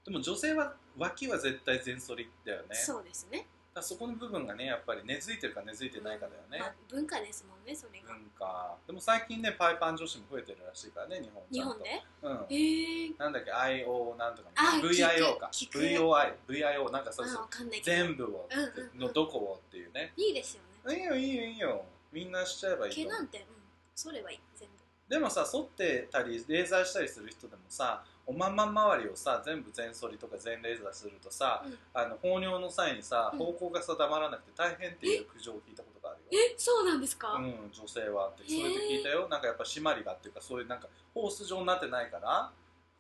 B: でも女性は脇は絶対全反りだよねだか
C: そうですね
B: らそこの部分がねやっぱり根付いてるか根付いてないかだよ
C: ま
B: ね
C: あ、文化ですもんねそれが、
B: 文化でも最近ねパイパン女子も増えてるらしいからね日本
C: 日
B: ちゃん
C: 本
B: と
C: で
B: うん
C: へえ
B: なんだっけ IO なんとか
C: あ聞く
B: VIO か
C: 聞く
B: VOI VIO なんかそう
C: あ
B: そう
C: わかんないけど
B: 全部を
C: うんうんうん
B: のどこをっていうね
C: いいですよね
B: いいよいいよいいよみんなしちゃえばいい
C: 毛
B: と思
C: な
B: うん
C: て、うん、剃ればいい全部
B: でもさ剃ってたりレーザーしたりする人でもさおまんま周りをさ全部全剃りとか全レーザーするとさ、
C: うん
B: あの放尿の際にさ
C: うん
B: 方向が定まらなくて大変っていう苦情を聞いたことがあるよ、
C: えそうなんですか、
B: うん、女性はってそれで聞いたよなんかやっぱ締まりがっていうかそういうなんかホース状になってないから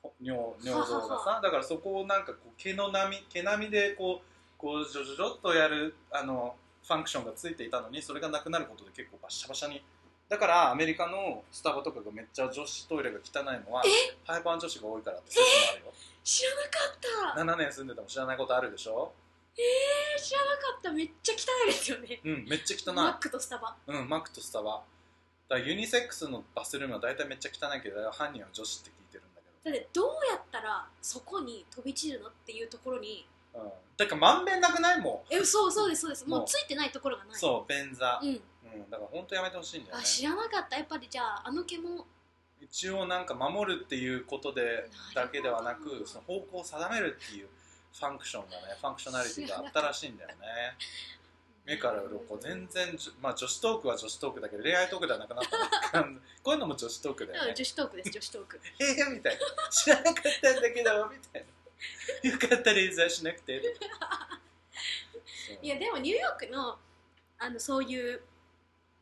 B: ほ尿尿道が
C: は
B: さ
C: は
B: だからそこをなんかこう毛の波毛波でこうこうジョジョジョっとやるあのファンクションがついていたのにそれがなくなることで結構バッシャバシャにだからアメリカのスタバとかがめっちゃ女子トイレが汚いのはハイパン女子が多いからって説もあるよ
C: 知らなかった
B: 7年住んでても知らないことあるでしょ
C: えー知らなかっためっちゃ汚いですよね
B: うんめっちゃ汚い
C: マックとスタバ
B: うん、マックとスタバ。だからユニセックスのバスルームは大体めっちゃ汚いけど、犯人は女子って聞いてるんだ
C: だ
B: け
C: ってどうやったらそこに飛び散るのっていうとこ ろに
B: ど。うん。だからまんべんなくないも
C: えそうそうですそうですも
B: も
C: う
B: う。
C: ついてないところがなんい
B: そう、便座。
C: うん
B: うん。だから本当やめてほしいんだよ
C: あ
B: ね。
C: 知らなかったやっぱりじゃああの毛も
B: 一応なんか守るっていうことで、だけではな
C: なるほ
B: く、
C: ど
B: その方向を定めるっていうファンクションがね、ファンクショナリティがあったらしいんだよね。目から鱗全然じゅ、まあ女子トークは女子トークだけど、恋愛トークではなくな ったのこういうのも女子トークだよ
C: う
B: ね
C: ん。女子トークです女子トーク
B: えー、みたいな知らなかったんだけどみたいなよかったレーザーしなくてとか
C: いやでもニューヨークのあのそういう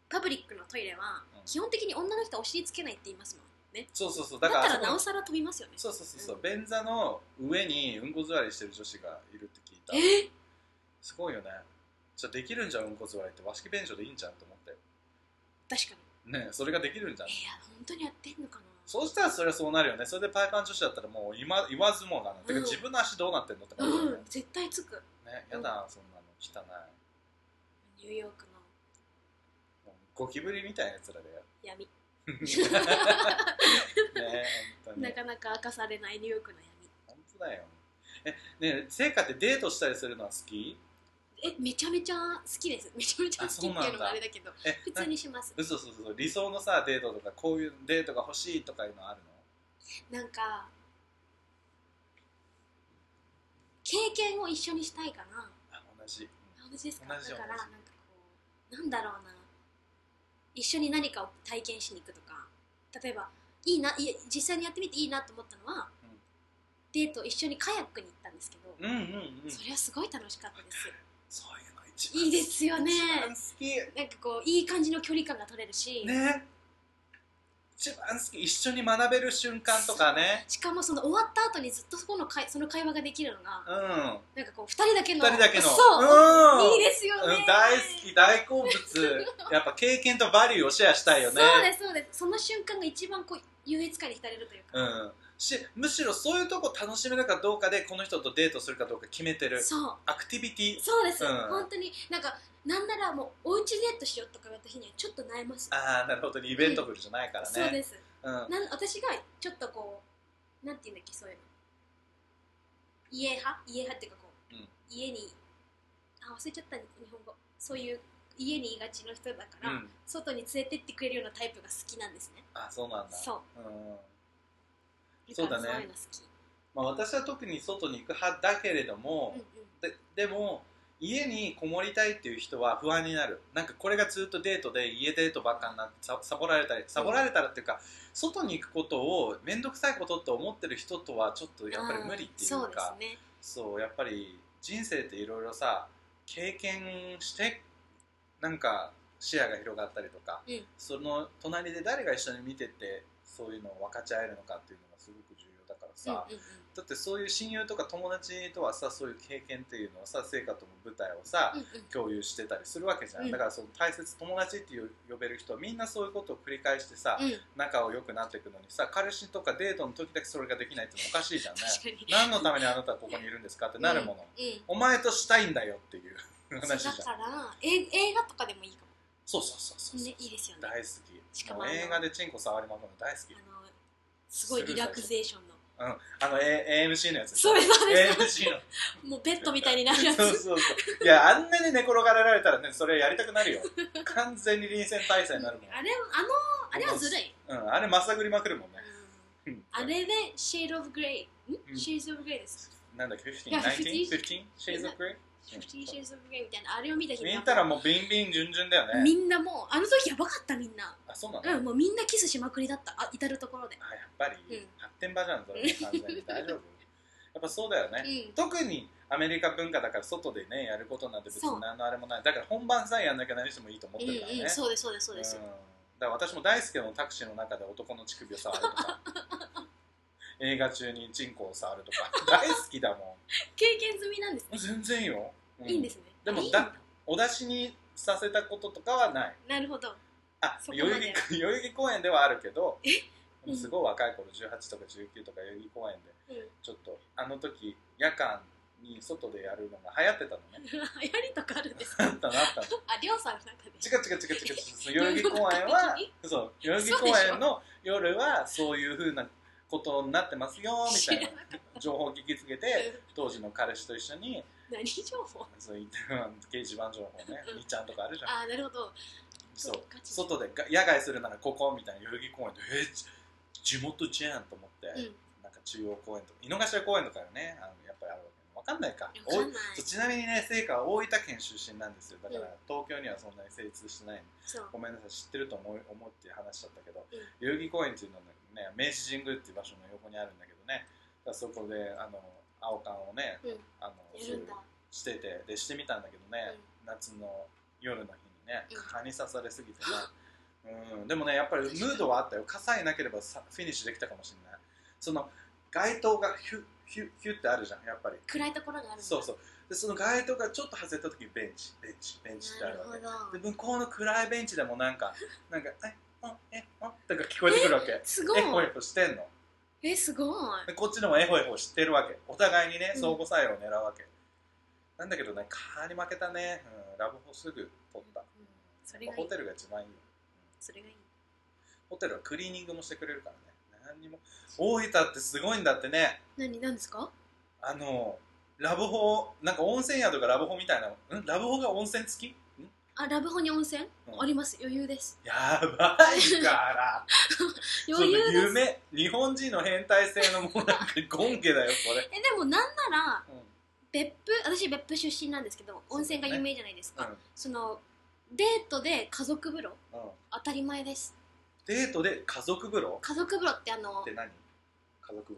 C: パブリックのトイレは
B: うん
C: 基本的に女の人はお尻つけないって言いますもんね
B: そうそうそう
C: だ
B: だ
C: っ
B: から
C: たらなおさら飛びますよね
B: そうそうそうそう便座の上にうんこ座りしてる女子がいるって聞いた
C: え
B: すごいよねじゃあできるんじゃんうんこ座りって和式便所でいいんじゃんと思って
C: 確かに
B: ねそれができるんじゃん
C: いや本当にやってんのかな
B: そうしたらそれはそうなるよねそれでパイパン女子だったらもう今言わずもがな、てか
C: うん
B: 自分の足どうなってんのって感じだよ
C: う
B: ね
C: ん絶対つく
B: ねやだそんなの汚い
C: ニューヨークの
B: もうゴキブリみたいなやつらだよ
C: 闇
B: ね本当に
C: なかなか明かされないニューヨークの
B: 本当だよえねえ聖火ってデートしたりするのは好き
C: 闇えめちゃめちゃ好きです めちゃめちゃ好きっていうのもあれだけど
B: え
C: 普通にします
B: うそうそうそう理想のさデートとかこういうデートが欲しいとかいうのある
C: なんか経験を一緒にしたいかな
B: のあ同じ、
C: 同じですかだ
B: 同じ
C: か
B: よ
C: らなん
B: 同
C: か
B: じ
C: こうなんだろうな一緒に何かを体験しに行くとか例えばいいないや実際にやってみていいなと思ったのは、
B: うん
C: デート一緒にカヤックに行ったんですけど、
B: うん、うんうんうん
C: それはすごい楽しかったです
B: そういうの一番
C: いいですよね
B: 一番好き
C: なんかこういい感じの距離感が取れるし、
B: ね一番好き一緒に学べる瞬間とかね
C: しかもその終わった後にずっとそこの会その会話ができるのが、
B: うん
C: なんかこう二人だけ
B: 二
C: の
B: 人だけの
C: そ
B: う
C: う、
B: ん
C: いいですよね、
B: うん大好き大好物やっぱ経験とバリューをシェアしたいよね
C: そうですそうですその瞬間が一番こう優越感に浸れるという
B: う
C: か、
B: ん、しむしろそういうとこ楽しめるかどうかでこの人とデートするかどうか決めてる
C: そう
B: アクティビティ
C: そうです、
B: うん
C: 本当になんかなんならもうおうちデートしようとか言われた日にはちょっと悩ます
B: ああなるほどイベントブルじゃないからね、
C: そうです
B: うん、うん
C: なん私がちょっとこうなんていうんだっけそういうの家派家派っていうかこう、
B: うん
C: 家にあ忘れちゃった日本語そういう家にいがちの人だから、外に連れてってくれるようなタイプが好きなんですね
B: あそうなんだ、
C: そう
B: ん
C: う
B: そうだね
C: からそういうの好き
B: まあ、私は特に外に行く派だけれども
C: うん、うん
B: ででも家にこもりたいっていう人は不安になるなんかこれがずっとデートで家デートばっかになってササボられたりサボられたらっていうか、外に行くことを面倒くさいことって思ってる人とはちょっとやっぱり無理っていうか
C: あーそうですね
B: そうやっぱり人生っていろいろさ経験してなんか視野が広がったりとか、
C: うん
B: その隣で誰が一緒に見ててそういうのを分かち合えるのかっていうのがすごく重要だからさ、
C: うんうん
B: だってそういう親友とか友達とはさそういう経験っていうのをさ成果とも舞台をさ、
C: うんうん
B: 共有してたりするわけじゃん、
C: うん
B: だからその大切友達っていう呼べる人みんなそういうことを繰り返してさ、
C: うん、
B: 仲を良くなっていくのにさ彼氏とかデートの時だけそれができないってのおかしいじゃんね
C: 確か
B: 何
C: に。
B: のためにあなたはここにいるんですかってなるもの、
C: うん
B: お前としたいんだよっていう
C: そう
B: 話じゃん
C: だからえ映画とかでもいいかも、
B: そうそうそうそう、
C: ね、いいですよね
B: 大好
C: し
B: き
C: か
B: も
C: も
B: う
C: あの
B: 映画でチンコ触りまくるの大好
C: あ
B: き
C: のすごいリラクゼーションの
B: あの、A、AMC のやつでしょ
C: それそうです
B: AMC の
C: もうベッドみたいになるやつ
B: そうそうそういやあんなに寝転がられたらねそれやりたくなるよ完全に臨戦態勢になるもん
C: あれあのあれはずるい、
B: うんあれまさぐりまくるもんね
C: うんあれでシェード・オブ・グレイ
B: うん
C: んシェード・オブ・グレイです
B: なんだっけ
C: いや
B: 15?19?15? シェイズ・クレイ
C: フィフティー・シェーズ・オブ・グレイみたいなあれを見た日
B: 見
C: やっぱ
B: たらもうビンビン順々だよ
C: み
B: ね
C: んなもうあの時やばかったみんな
B: あそうなの、
C: うんもうみんなキスしまくりだったあ至る所で
B: あやっぱり、
C: うん
B: 発展場じゃんそれ完全に大丈夫やっぱそうだよね、
C: う
B: 特にアメリカ文化だから外でねやることなんて別に何のあれもないだから本番さえやんなきゃ何してもいいと思って
C: ん
B: るからね、
C: うんうんそうですそうですそうです、
B: ん、だから私も大好きなのタクシーの中で男の乳首を触ると か映画中にチンコを触るとか大好きだも
C: 経験済みなんですね
B: ん全然よ、う
C: いいんですね
B: でも
C: いいん
B: だお出しにさせたこととかはない
C: なるほど
B: あ
C: そこ
B: 代
C: ま
B: 々
C: で
B: 木 代々木公園ではあるけど
C: うん
B: すごい若い頃18とか19とか代々木公園で
C: うん 流
B: ちょっとあの時夜間に外でやるのが流行ってたの ね
C: 行りとかあるんです
B: あ
C: か
B: ったのあったの
C: ありょうさんの中で
B: 違う違う違う違う そう代々木公園はそう代々木公園の夜はそういうふうなことになってますよみたいな
C: 知らなかっ
B: 情報を聞きつけ
C: た
B: て当時の彼氏と一緒に
C: 何情報
B: そういったような掲示板情報ね
C: うん
B: みーちゃんとかあるじゃん
C: あなるほど
B: そう
C: ガチ
B: 外でが野外するならここみたいな代々木公園でえー地元じゃんと思って、
C: うん
B: なんか中央公園とか井の頭公園とかよねあのやっぱりあるわけわかんないか
C: わかんない
B: おいそうちなみにね成果は大分県出身なんですよだから
C: うん
B: 東京にはそんなに精通してない
C: そう
B: ごめんなさい知ってると思い思って話しちゃったけど、
C: うん
B: 代々木公園っていうのはね明治神宮っていう場所の横にあるんだけどねだからそこであの青缶をね、
C: うん
B: あの
C: やるんだ
B: しててでしてみたんだけどね、夏の夜の日にね
C: うん
B: 蚊に刺されすぎてね、うん、でもねやっぱりムードはあったよ蚊さえなければさフィニッシュできたかもしれないその街灯がヒュッヒュッヒュッってあるじゃんやっぱり
C: 暗いところがあるんだ
B: そうそうでその街灯がちょっと外れた時にベンチベンチベンチってあ
C: な
B: る
C: る
B: わけ
C: ほど
B: で向こうの暗いベンチでもなんか 「なんかえあえあとか聞こえてくるわけ
C: すごい
B: エホエホしてんの
C: えすごい
B: でこっちでもエホエホ知ってるわけお互いにね
C: うん
B: 相互作用を狙うわけ、なんだけどねカーに負けたね、うん、ラブホすぐ取った、
C: うんそれがい
B: ホ
C: い
B: テルが一番いいよ
C: それがいい
B: ホテルはクリーニングもしてくれるからね何にも大分ってすごいんだってね
C: 何何ですか
B: あのラブホなんか温泉宿がラブホみたいなんラブホが温泉付きん
C: あラブホに温泉
B: うん
C: あります余裕です
B: やばいからそう
C: 余裕です
B: 夢日本人の変態性のもうなんか権下だよこれ、
C: えでもなんなら
B: うん
C: 別府私別府出身なんですけど温泉が有名じゃないですかそのデートで家族風呂
B: うんうん、
C: 当たり前です
B: デートで家族風呂
C: 家族風呂ってあの
B: って何家族風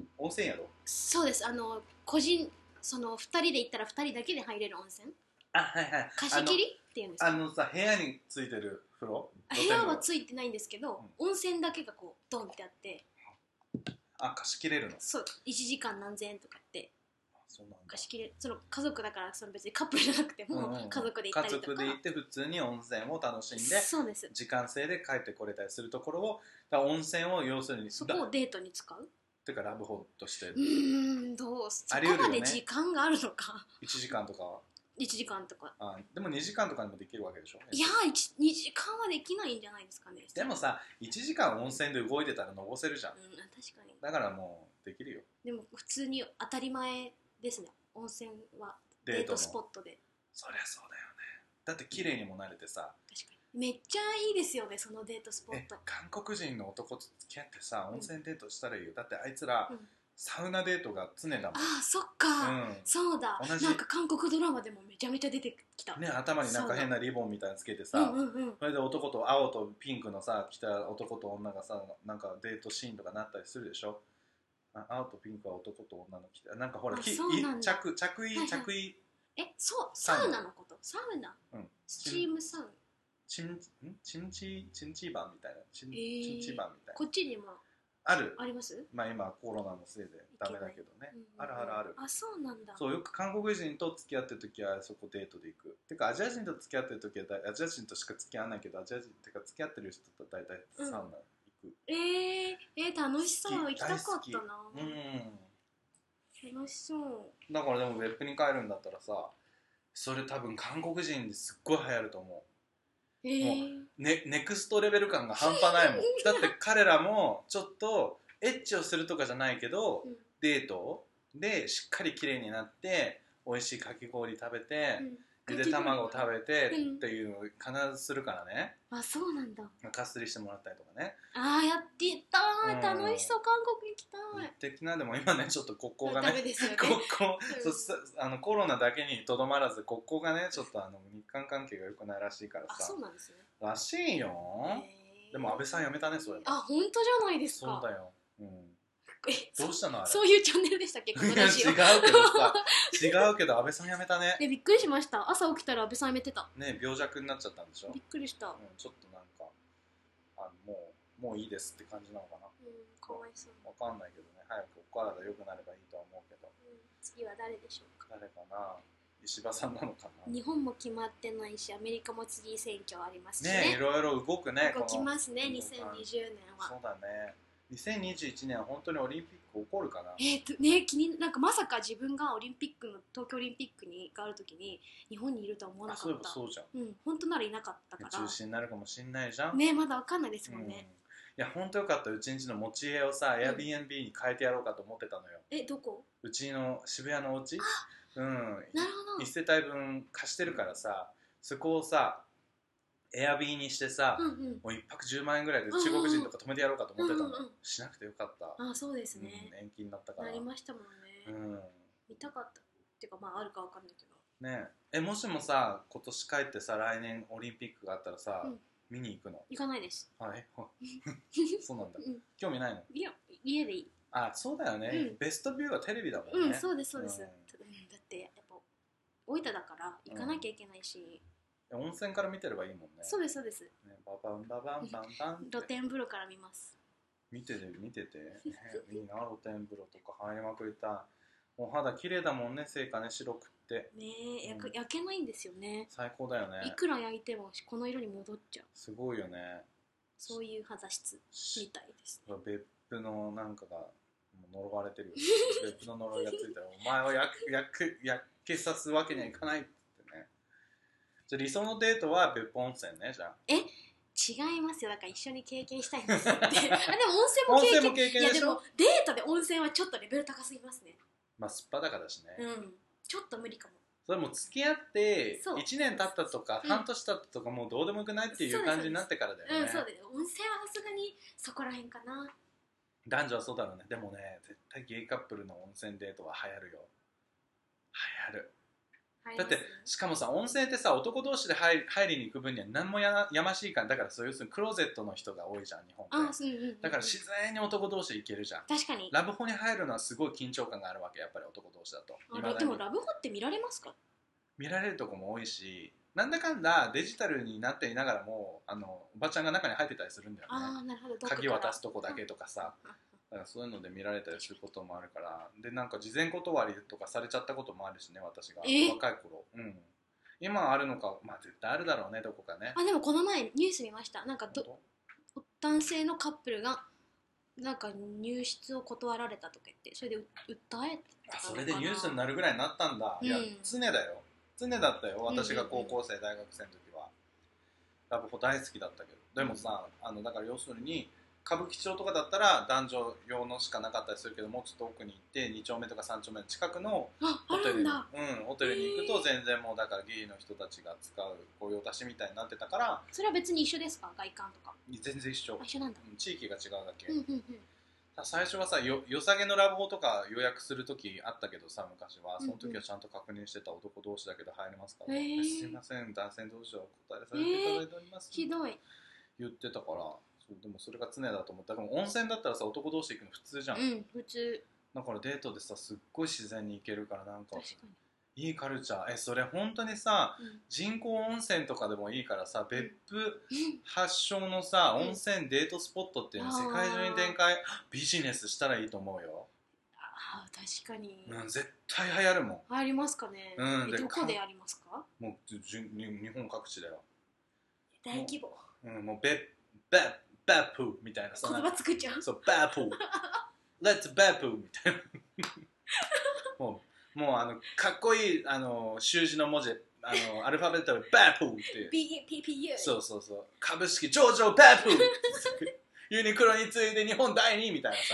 B: 呂温泉宿
C: そうですあの個人その2人で行ったら2人だけで入れる温泉
B: あはいはい
C: 貸し切りっていうんです
B: あ
C: か
B: のあのさ部屋についてる風呂
C: あ
B: 露
C: 部
B: 天
C: 屋
B: 風
C: は
B: 呂
C: ついてないんですけど、温泉だけがこうドンってあって
B: あ貸し切れるの
C: そう1時間何千円とかって
B: そうなんだ
C: 貸し切れその家族だからその別にカップルじゃなくて
B: うんうんう
C: も
B: ん
C: 家族で行ったりと
B: 家族
C: か、
B: で行って普通に温泉を楽しんで
C: そうです
B: 時間制で帰ってこれたりするところをだから温泉を要するに
C: そこをデートに使う
B: てかラブホとして
C: うーんどうそ
B: あ
C: こ
B: り得るよ
C: ま
B: ね
C: で時間があるのか
B: 1時間とかは
C: 1時間とか
B: あでも2時間とかにもできるわけでしょ
C: いやー一2時間はできないんじゃないですかね
B: でもさ1時間温泉で動いてたらのぼせるじゃん
C: うん確かに
B: だからもうできるよ
C: でも普通に当たり前ですね温泉は
B: デ
C: デ
B: ー
C: ー
B: トも
C: トスポットで
B: そりゃそうだよねだって綺麗にもなれてさ
C: 確かにめっちゃいいですよねそのデートスポ
B: え
C: ット
B: 韓国人の男と付き合ってさ
C: うん
B: 温泉デートしたらいいよだってあいつら、
C: うん
B: サウナデートが常だも
C: ああそっか、
B: ん
C: そうだ
B: 同じ
C: なんか韓国ドラマでもめちゃめちゃ出てきた、
B: うんね頭になんか変なリボンみたいなのつけて
C: う
B: さ、
C: んうんうん
B: それで男と青とピンクのさ着た男と女がさなんかデートシーンとかなったりするでしょあ青とピンクは男と女の着てなんかほら
C: あ
B: きい
C: そうなんだ
B: 着着
C: は
B: 衣
C: いはい
B: 着衣
C: えそう
B: サウナ
C: サウナのことサウナ、
B: うん
C: スチームサウナ
B: チンんチンチチンチーバンみたいなチン,、
C: えー
B: チンチーバンみたいな
C: こっちにも
B: ある
C: あります
B: まあ今コロナのせいでダメだけどね
C: うん
B: あるあるある
C: あそうなんだ
B: そうよく韓国人と付き合ってる時はそこデートで行くてかアジア人と付き合ってる時はだアジア人としか付き合わないけどアジア人ってか付き合ってる人と大体サウナ行く
C: えー、えー、楽しそう
B: 好き
C: 行きたかっ
B: 大好き
C: たな、
B: うん
C: 楽しそう
B: だからでもウェブに帰るんだったらさそれ多分韓国人ですっごい流行ると思
C: えー、
B: う、ね、ネクストレベル感が半端ないもんだって彼らもちょっとエッチをするとかじゃないけど
C: うん
B: デートでしっかり綺麗になって美味しいかき氷食べて、
C: うん
B: ゆで卵を食べて
C: うん
B: っていうのを必ずするからね
C: あそうなんだ
B: かすりしてもらったりとかね
C: あーやっていったー、
B: うん
C: 楽しそう韓国行きたい
B: 的なでも今ねちょっと国交が
C: ダ
B: ね
C: メですよね
B: 国交
C: うん
B: そうさあのコロナだけにとどまらず国交がねちょっとあの日韓関係が良くないらしいから
C: あ
B: さ
C: そうなんですね、
B: らしいよ
C: えー
B: でも安倍さんやめたねそれ
C: あ本当じゃないです
B: そう
C: か
B: だよ、うん、
C: え
B: どうしたのあれ
C: そういうチャンネルでしたっけこ
B: い
C: の
B: や
C: ラ
B: 違う
C: ジオ
B: けどさ違うけど安倍さんやめたね
C: でびっくりしました朝起きたら安倍さんやめてた
B: ね病弱になっちゃったんでしょ
C: びっくりした、うん
B: うん、ちょっとなんかあのもうもういいですって感じなのかな
C: かわいそう、
B: わかんないけどね早くお体良くなればいいとは思うけど
C: うん次は誰でしょうか
B: 誰かな石破さんなのかなね
C: 日本も決まってないしアメリカも次選挙ありますし
B: いろいろ動くね
C: 動き
B: この
C: ますね2020年
B: そ
C: は
B: うだね2021年は本当にオリンピック起こるかな
C: えーとね気になんかまさか自分がオリンピックの東京オリンピックにがある時に日本にいるとは思わな
B: あ
C: か
B: そういえ
C: っ
B: ば
C: た
B: そうじゃん
C: うん本当ならいなかったか
B: 中止になるかもしんないじゃ
C: ら
B: ん、
C: ねまだわかんないです
B: う
C: も
B: ん
C: ん
B: い
C: ね、
B: や本当よかったうちんちの持ち家をさ Airbnb に変えてやろうかと思ってたのよ
C: えどこ
B: うちの渋谷のお家うん
C: なる
B: 1世帯分貸してるからさそこをさエアビーにしてさ、
C: ほどうんうん
B: もう1泊10万円ぐらいで
C: うんうん
B: 中国人とか泊めてやろうかと思ってたの、
C: うんうん
B: しなくてよかった、
C: あそうです
B: うん
C: ね、
B: 延期になったから
C: なりましたもんね、
B: うん
C: 見たかったっていうかまああるかわかんないけど
B: ねええもしもさ今年帰ってさ来年オリンピックがあったらさ、
C: うん
B: 見に行くの
C: 行かないです
B: あ えほそうなんだ
C: うん
B: 興味ないの
C: いや家でいい
B: あそうだよね、
C: うん
B: ベストビューはテレビだもんね、
C: うん、そうですそうです、
B: う
C: うんん、だってやっぱ大分だから行かなきゃいけないし、
B: 温泉から見てればいいもんね
C: そうですそうです
B: ねババンババンバンバンって
C: 露天風呂から見ます
B: 見てて見てて、ね、いいな露天風呂とか入りまくりたいお肌綺麗だもんね成果ね白くって
C: ねえ、焼
B: うん
C: く焼けないんですよね
B: 最高だよ
C: い
B: ね
C: くら焼いてもこの色に戻っちゃう
B: すごいよね
C: そういう肌質み
B: した
C: いです
B: 別府のなんかがもう呪われてるよ 別府の呪いがついたらお前を焼く焼く焼けさすわけにはいかないってねじゃあ理想のデートは別府温泉ねじゃあ
C: 違いますよだから一緒に経験したい んですってあでも温
B: 温
C: 泉
B: 泉
C: も経験
B: も経
C: い
B: 験
C: や
B: で
C: で
B: しょ
C: もデートで温泉はちょっとレベル高すぎますね
B: まあすっぱだかだしね、
C: うんちょっと無理かも
B: それもう付き合って
C: そう
B: 1年経ったとか
C: うん
B: 半年経ったとかもうどうでもよくないってい
C: そう
B: う
C: です
B: 感じになってからだよね、
C: うんそうです温泉はさすがにそこらへんかな
B: 男女はそうだろうねでもね絶対ゲイカップルの温泉デートは流行るよ流行るだ
C: 入りま
B: っ
C: す
B: てしかもさ温泉ってさ男同士で入り入りに行く分には何もやなやましいからだからそう要するにクローゼットの人が多いじゃん日本
C: あ
B: って
C: そううんうんうんうん
B: だから自然に男同士で行けるじゃん
C: 確かに
B: ラブホに入るのはすごい緊張感があるわけやっぱり男同士だと
C: あ
B: 未だ
C: でも
B: に
C: ラブホって見られますか
B: 見られるとこも多いしなんだかんだデジタルになっていながらもあのおばちゃんが中に入ってたりするんだよね
C: ああなるほどどこから
B: 鍵渡すとこだけとかさだからそういうので見られたりすることもあるからでなんか事前断りとかされちゃったこともあるしね私が
C: え
B: 若い頃うん今あるのかまあ絶対あるだろうねどこかね
C: あでもこの前ニュース見ましたなんかど
B: 本
C: 男性のカップルがなんか入室を断られたとか言ってそれでう訴え
B: 当あ
C: た
B: それでニュースに
C: な
B: なるぐらいになったんだ、いや
C: うん
B: 常だよ常だったよ私が
C: うんうんう
B: 高
C: ん
B: 校生、大学生の時はラブホ大好きだったけどでもさ、あのだから要するに歌舞伎町とかだったら男女用のしかなかったりするけどもうちょっと奥に行って2丁目とか3丁目の近くの
C: ああ
B: ホテ
C: る
B: ル
C: ん
B: に
C: だ
B: うん、ホテルに行くと全然もうだからゲイの人たちが使う御用達みたいになってたから
C: それは別に一緒ですか外観とか
B: 全然一緒
C: あ、一緒なんだ
B: うん地域が違うだけ、
C: うんうんうん
B: 最初はさよ良さげのラブホとか予約する時あったけどさ昔はその時はちゃんと確認してた男同士だけど入れますから、
C: へー
B: すいません男性同士はお答えさせていただいております、
C: ひどい
B: 言ってたからそうでもそれが常だと思ったでも温泉だったらさ男同士行くの普通じゃん、
C: うん普通
B: だからデートでさすっごい自然に行けるからなんか
C: 確かに
B: いいカルチャーえそれ本当にさ
C: うん
B: 人工温泉とかでもいいからさ別 府
C: うん
B: 発祥のさ
C: うん
B: 温泉デートスポットっていうの
C: あー
B: 世界中に展開ビジネスしたらいいと思うよ、
C: ああ確かに、
B: うん、絶対流行るもん
C: ありますかね、
B: うん
C: え
B: で
C: どこで
B: か
C: ありますか
B: もうじゅに日本各地だよ、
C: 大規模
B: うん、もうベッベッベップーみたいなさ
C: 言葉作っちゃう
B: そう、バー プー。Let's バープーみたいな。 もう、もうあの、かっこいい、あの、習字の文字、あの、アルファベットでバープーっていう。
C: BPPU
B: そうそうそう。株式上場バープーユニクロに次いで日本第2位みたいなさ。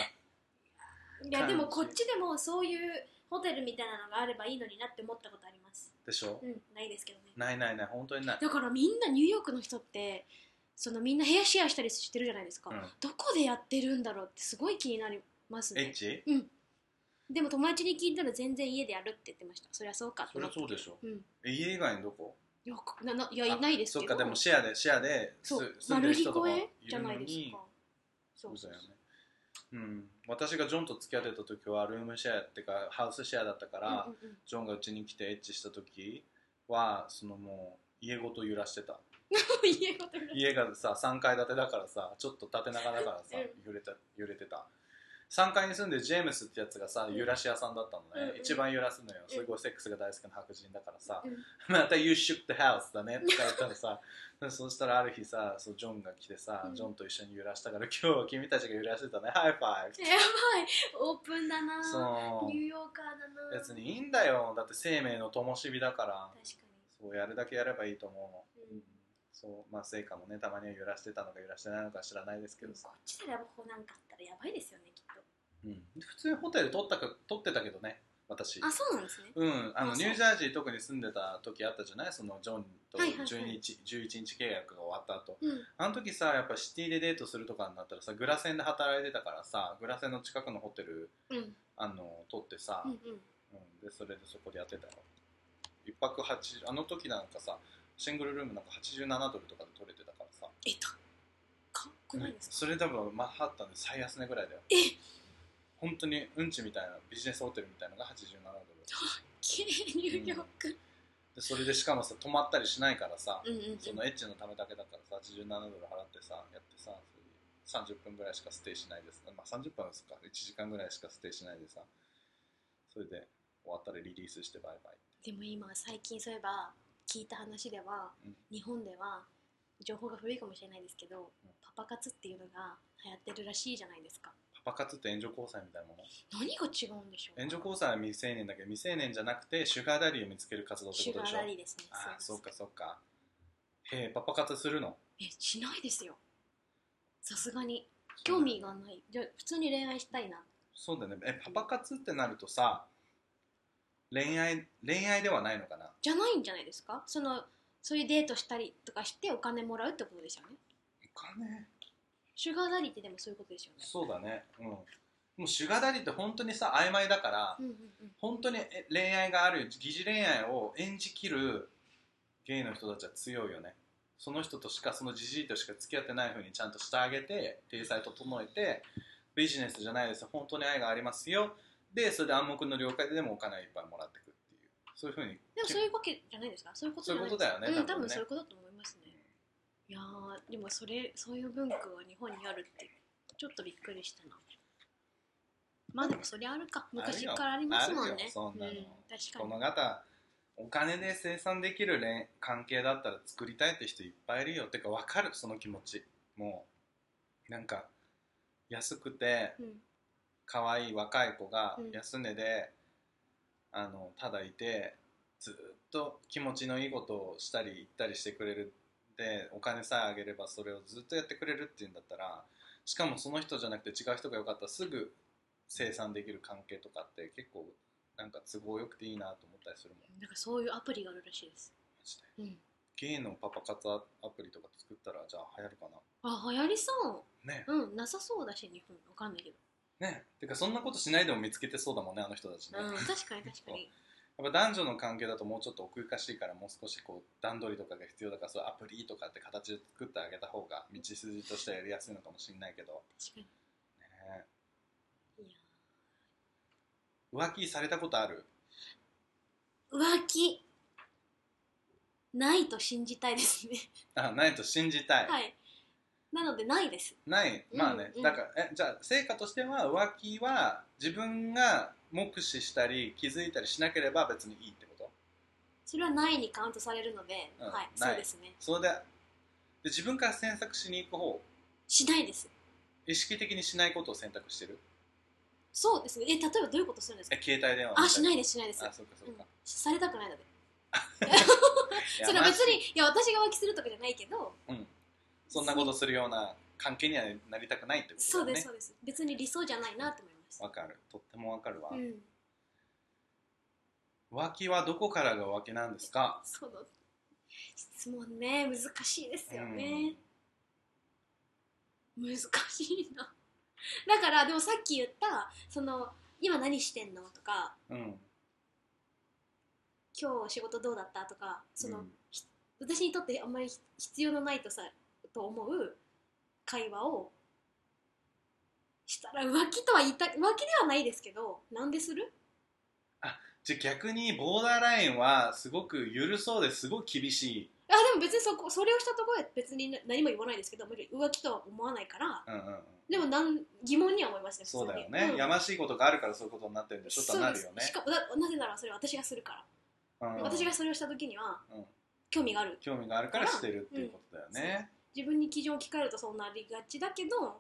C: いや
B: 感
C: で
B: じ
C: もこっちでもそういうホテルみたいなのがあればいいのになって思ったことあります
B: でしょ
C: うんないですけどね
B: ないないない、本当にない。
C: だからみんなニューヨークの人ってそのみんな部屋シェアしたりしてるじゃないですか、
B: うん
C: どこでやってるんだろうってすごい気になります
B: エッ
C: ね
B: チ
C: でも友達に聞いたら全然家でやるって言ってましたそりゃそうかと
B: そりゃ
C: 思
B: そう
C: って
B: でしょ。
C: うん
B: え家以外にどこ
C: よくなないやいないです
B: そっ
C: けど
B: か、でもシェアで、シェアで、す
C: そう
B: 住んで
C: 丸
B: る
C: 木
B: 人と
C: 公
B: かい
C: 園じゃ
B: る
C: な
B: の
C: いです
B: に
C: か。そう
B: そうだよね。うん、私がジョンと付き合ってた時はルームシェアってかハウスシェアだったから、
C: うんうんうん
B: ジョンがうちに来てエッチした時はそのもう家ごと揺らしてた
C: 家ごとに
B: 家がさ3階建てだからさちょっと縦長だからさ
C: う
B: 揺れた揺れてた3階に住んでるジェームスってやつがさ
C: うん
B: 揺らし屋さんだったのね、
C: うんうん
B: 一番揺らすのよ
C: うん
B: すごいセックスが大好きな白人だからさ
C: うん
B: 「また You shook the house」だねって言ったら さそしたらある日さそうジョンが来てさ
C: うん
B: ジョンと一緒に揺らしたから今日は君たちが揺らしてたねハイファイブ
C: やばいオープンだな
B: そ
C: ニューヨーカーだな
B: う別にいいんだよだって生命の灯火だから
C: 確か
B: そうやるだけやればいいと思う、
C: うん
B: そうまあ成果もねたまには揺らしてたのか揺らしてないのか知らないですけ
C: にで
B: ど
C: もこっちでラブホなんかあったらやばいですよねきっと
B: うん、普通にホテル取ったか取ってたけどね私
C: あそうなんですね
B: うんあの
C: あそう
B: ニュージャージー特に住んでた時あったじゃないそのジョンと
C: はいはいはい
B: 12日、11日契約が終わった後
C: うん
B: あの時さやっぱシティでデートするとかになったらさグラセンで働いてたからさグラセンの近くのホテル
C: うん
B: あの取ってさ、
C: うんうん
B: うん、でそれでそこでやってたよ一泊80あの時なんかさシングルルームなんか87ドルとかで取れてたからさ
C: えっとかっこないですか
B: それ多分マンハッタンで最安値ぐらいだよ
C: え
B: 本当にうんちみたいなビジネスホテルみたいなのが87ドル
C: 綺麗ニューヨーク
B: でそれでしかもさ泊まったりしないからさ、
C: うんうんうん
B: そのエッチのためだけだからさ87ドル払ってさやってさそれで30分ぐらいしかステイしないです、まあ、30分ですか1時間ぐらいしかステイしないでさそれで終わったらリリースしてバイバイ
C: でも今最近そういえば聞いた話では、
B: うん
C: 日本では情報が古いかもしれないですけど、
B: うん
C: パパ活っていうのが流行ってるらしいじゃないですか
B: パパ活って援助交際みたいなもの
C: 何が違うんでしょう
B: 援助交際は未成年だけど未成年じゃなくてシュガーダディを見つける活動って
C: シ
B: こ
C: ュ
B: と
C: ガ
B: でし
C: ー
B: ょ
C: ラリーですね
B: ああ
C: そ
B: そうっ
C: で
B: かそっかへえパパ活するの
C: すえしないですよさすがに興味がないじゃあ普通に恋愛したいな
B: そうだねえパパ活ってなるとさ恋愛恋愛ではないのかな
C: じゃないんじゃないですかそのそういうデートしたりとかしてお金もらうってことですよね
B: お金
C: シュガーラリーってでもそういうことですよね
B: そうだねうんもうシュガーダディって本当にさ曖昧だから
C: うんうんうん
B: 本当にえ恋愛がある疑似恋愛を演じきるゲイの人たちは強いよねその人としかそのじじいとしか付き合ってない風にちゃんとしてあげて体裁整えてビジネスじゃないです本当に愛がありますよでそれで暗黙の了解ででもお金をいっぱいもらってくっていうそういう風に
C: でもそういうわけじゃないですかそういうことじゃないで
B: そういう
C: すか
B: ことだよね
C: うん、
B: 多
C: 多
B: 分ね
C: 分そういうことだと思いますねいやーでもそれそういう文化が日本にあるってちょっとびっくりしたなまあでもそりゃあるか昔からありますもん
B: あるよ
C: ね
B: そんなの
C: うん、
B: こ
C: 確か
B: の方お金で生産できる恋関係だったら作りたいって人いっぱいいるよてか分かるその気持ちもうなんか安くて
C: に、うん、
B: 可愛い若い子が
C: うん
B: 安値で、あのただいてずっと気持ちのいいことをしたり言ったりしてくれるでお金さえあげればそれをずっとやってくれるっていうんだったらしかもその人じゃなくて違う人がよかったらすぐ生産できる関係とかって結構なんか都合よくていいなと思ったりするもん
C: なんかそういうアプリがあるらしいです、
B: マジで
C: うん、
B: ゲイのパパ活アプリとか作ったらじゃあ流行るか
C: あ流行りそ
B: なね
C: ううんなさそうだし日本わかんないけど、
B: ねてかそんなことしないでも見つけてそうだもんねあの人たちね、
C: うん、確 かに確かに
B: やっぱ男女の関係だともうちょっと奥ゆかしいからもう少しこう段取りとかが必要だからそういうアプリとかって形で作ってあげた方が道筋としてはやりやすいのかもしれないけど、
C: 確かに
B: ね
C: い
B: え
C: や
B: 浮気されたことある
C: ー浮気ないと信じたいですね
B: あないと信じたい、
C: はいなのでないです
B: ないまあね、
C: うんうん
B: だからえじゃあ成果としては浮気は自分が目視したり気づいたりしなければ別にいいってこと
C: それはないにカウントされるので、
B: うん
C: はい
B: ない
C: そうですね
B: それでで自分から詮索しに行く方
C: しないです
B: 意識的にしないことを選択してる
C: そうですねえ例えばどういうことするんですか
B: え携帯電話
C: あしないいですしないです
B: あそうかそう
C: うん
B: か、
C: されたくないので
B: いや
C: それは別
B: まあ
C: にいや私が浮気するとかじゃないけど
B: そんなことするような関係にはなりたくないってことだ
C: そう
B: よね
C: ですそうです別に理想じゃないなと思います
B: わかるとってもわかるわ、
C: うん
B: 浮気はどこからが浮気なんですか
C: その質問ね難しいですよね、難しいなだからでもさっき言ったその今何してんのとか
B: うん
C: 今日仕事どうだったとかその、
B: うん
C: 私にとってあんまり必要のないとさと思う会話をしたら浮気とは言いたい浮気ではないですけどなんでする
B: じゃあ逆にボーダーラインはすごく緩そうですごく厳しい、
C: あでも別にそこそれをしたところで別に何も言わないですけど浮気とは思わないから
B: うんうんうん、
C: でもなん疑問には思いますね
B: そうだよ
C: 普通
B: ね、
C: にうん
B: やましいことがあるからそういうことになってるんでしょとはなるよ
C: そう
B: ね
C: ですしかもななぜならそれは私がするか
B: うん
C: ら、私がそれをした時には、
B: うん
C: 興味がある
B: 興味があるからしてるっていうことだよね、
C: 自分に基準を聞かれるとそうなりがちだけど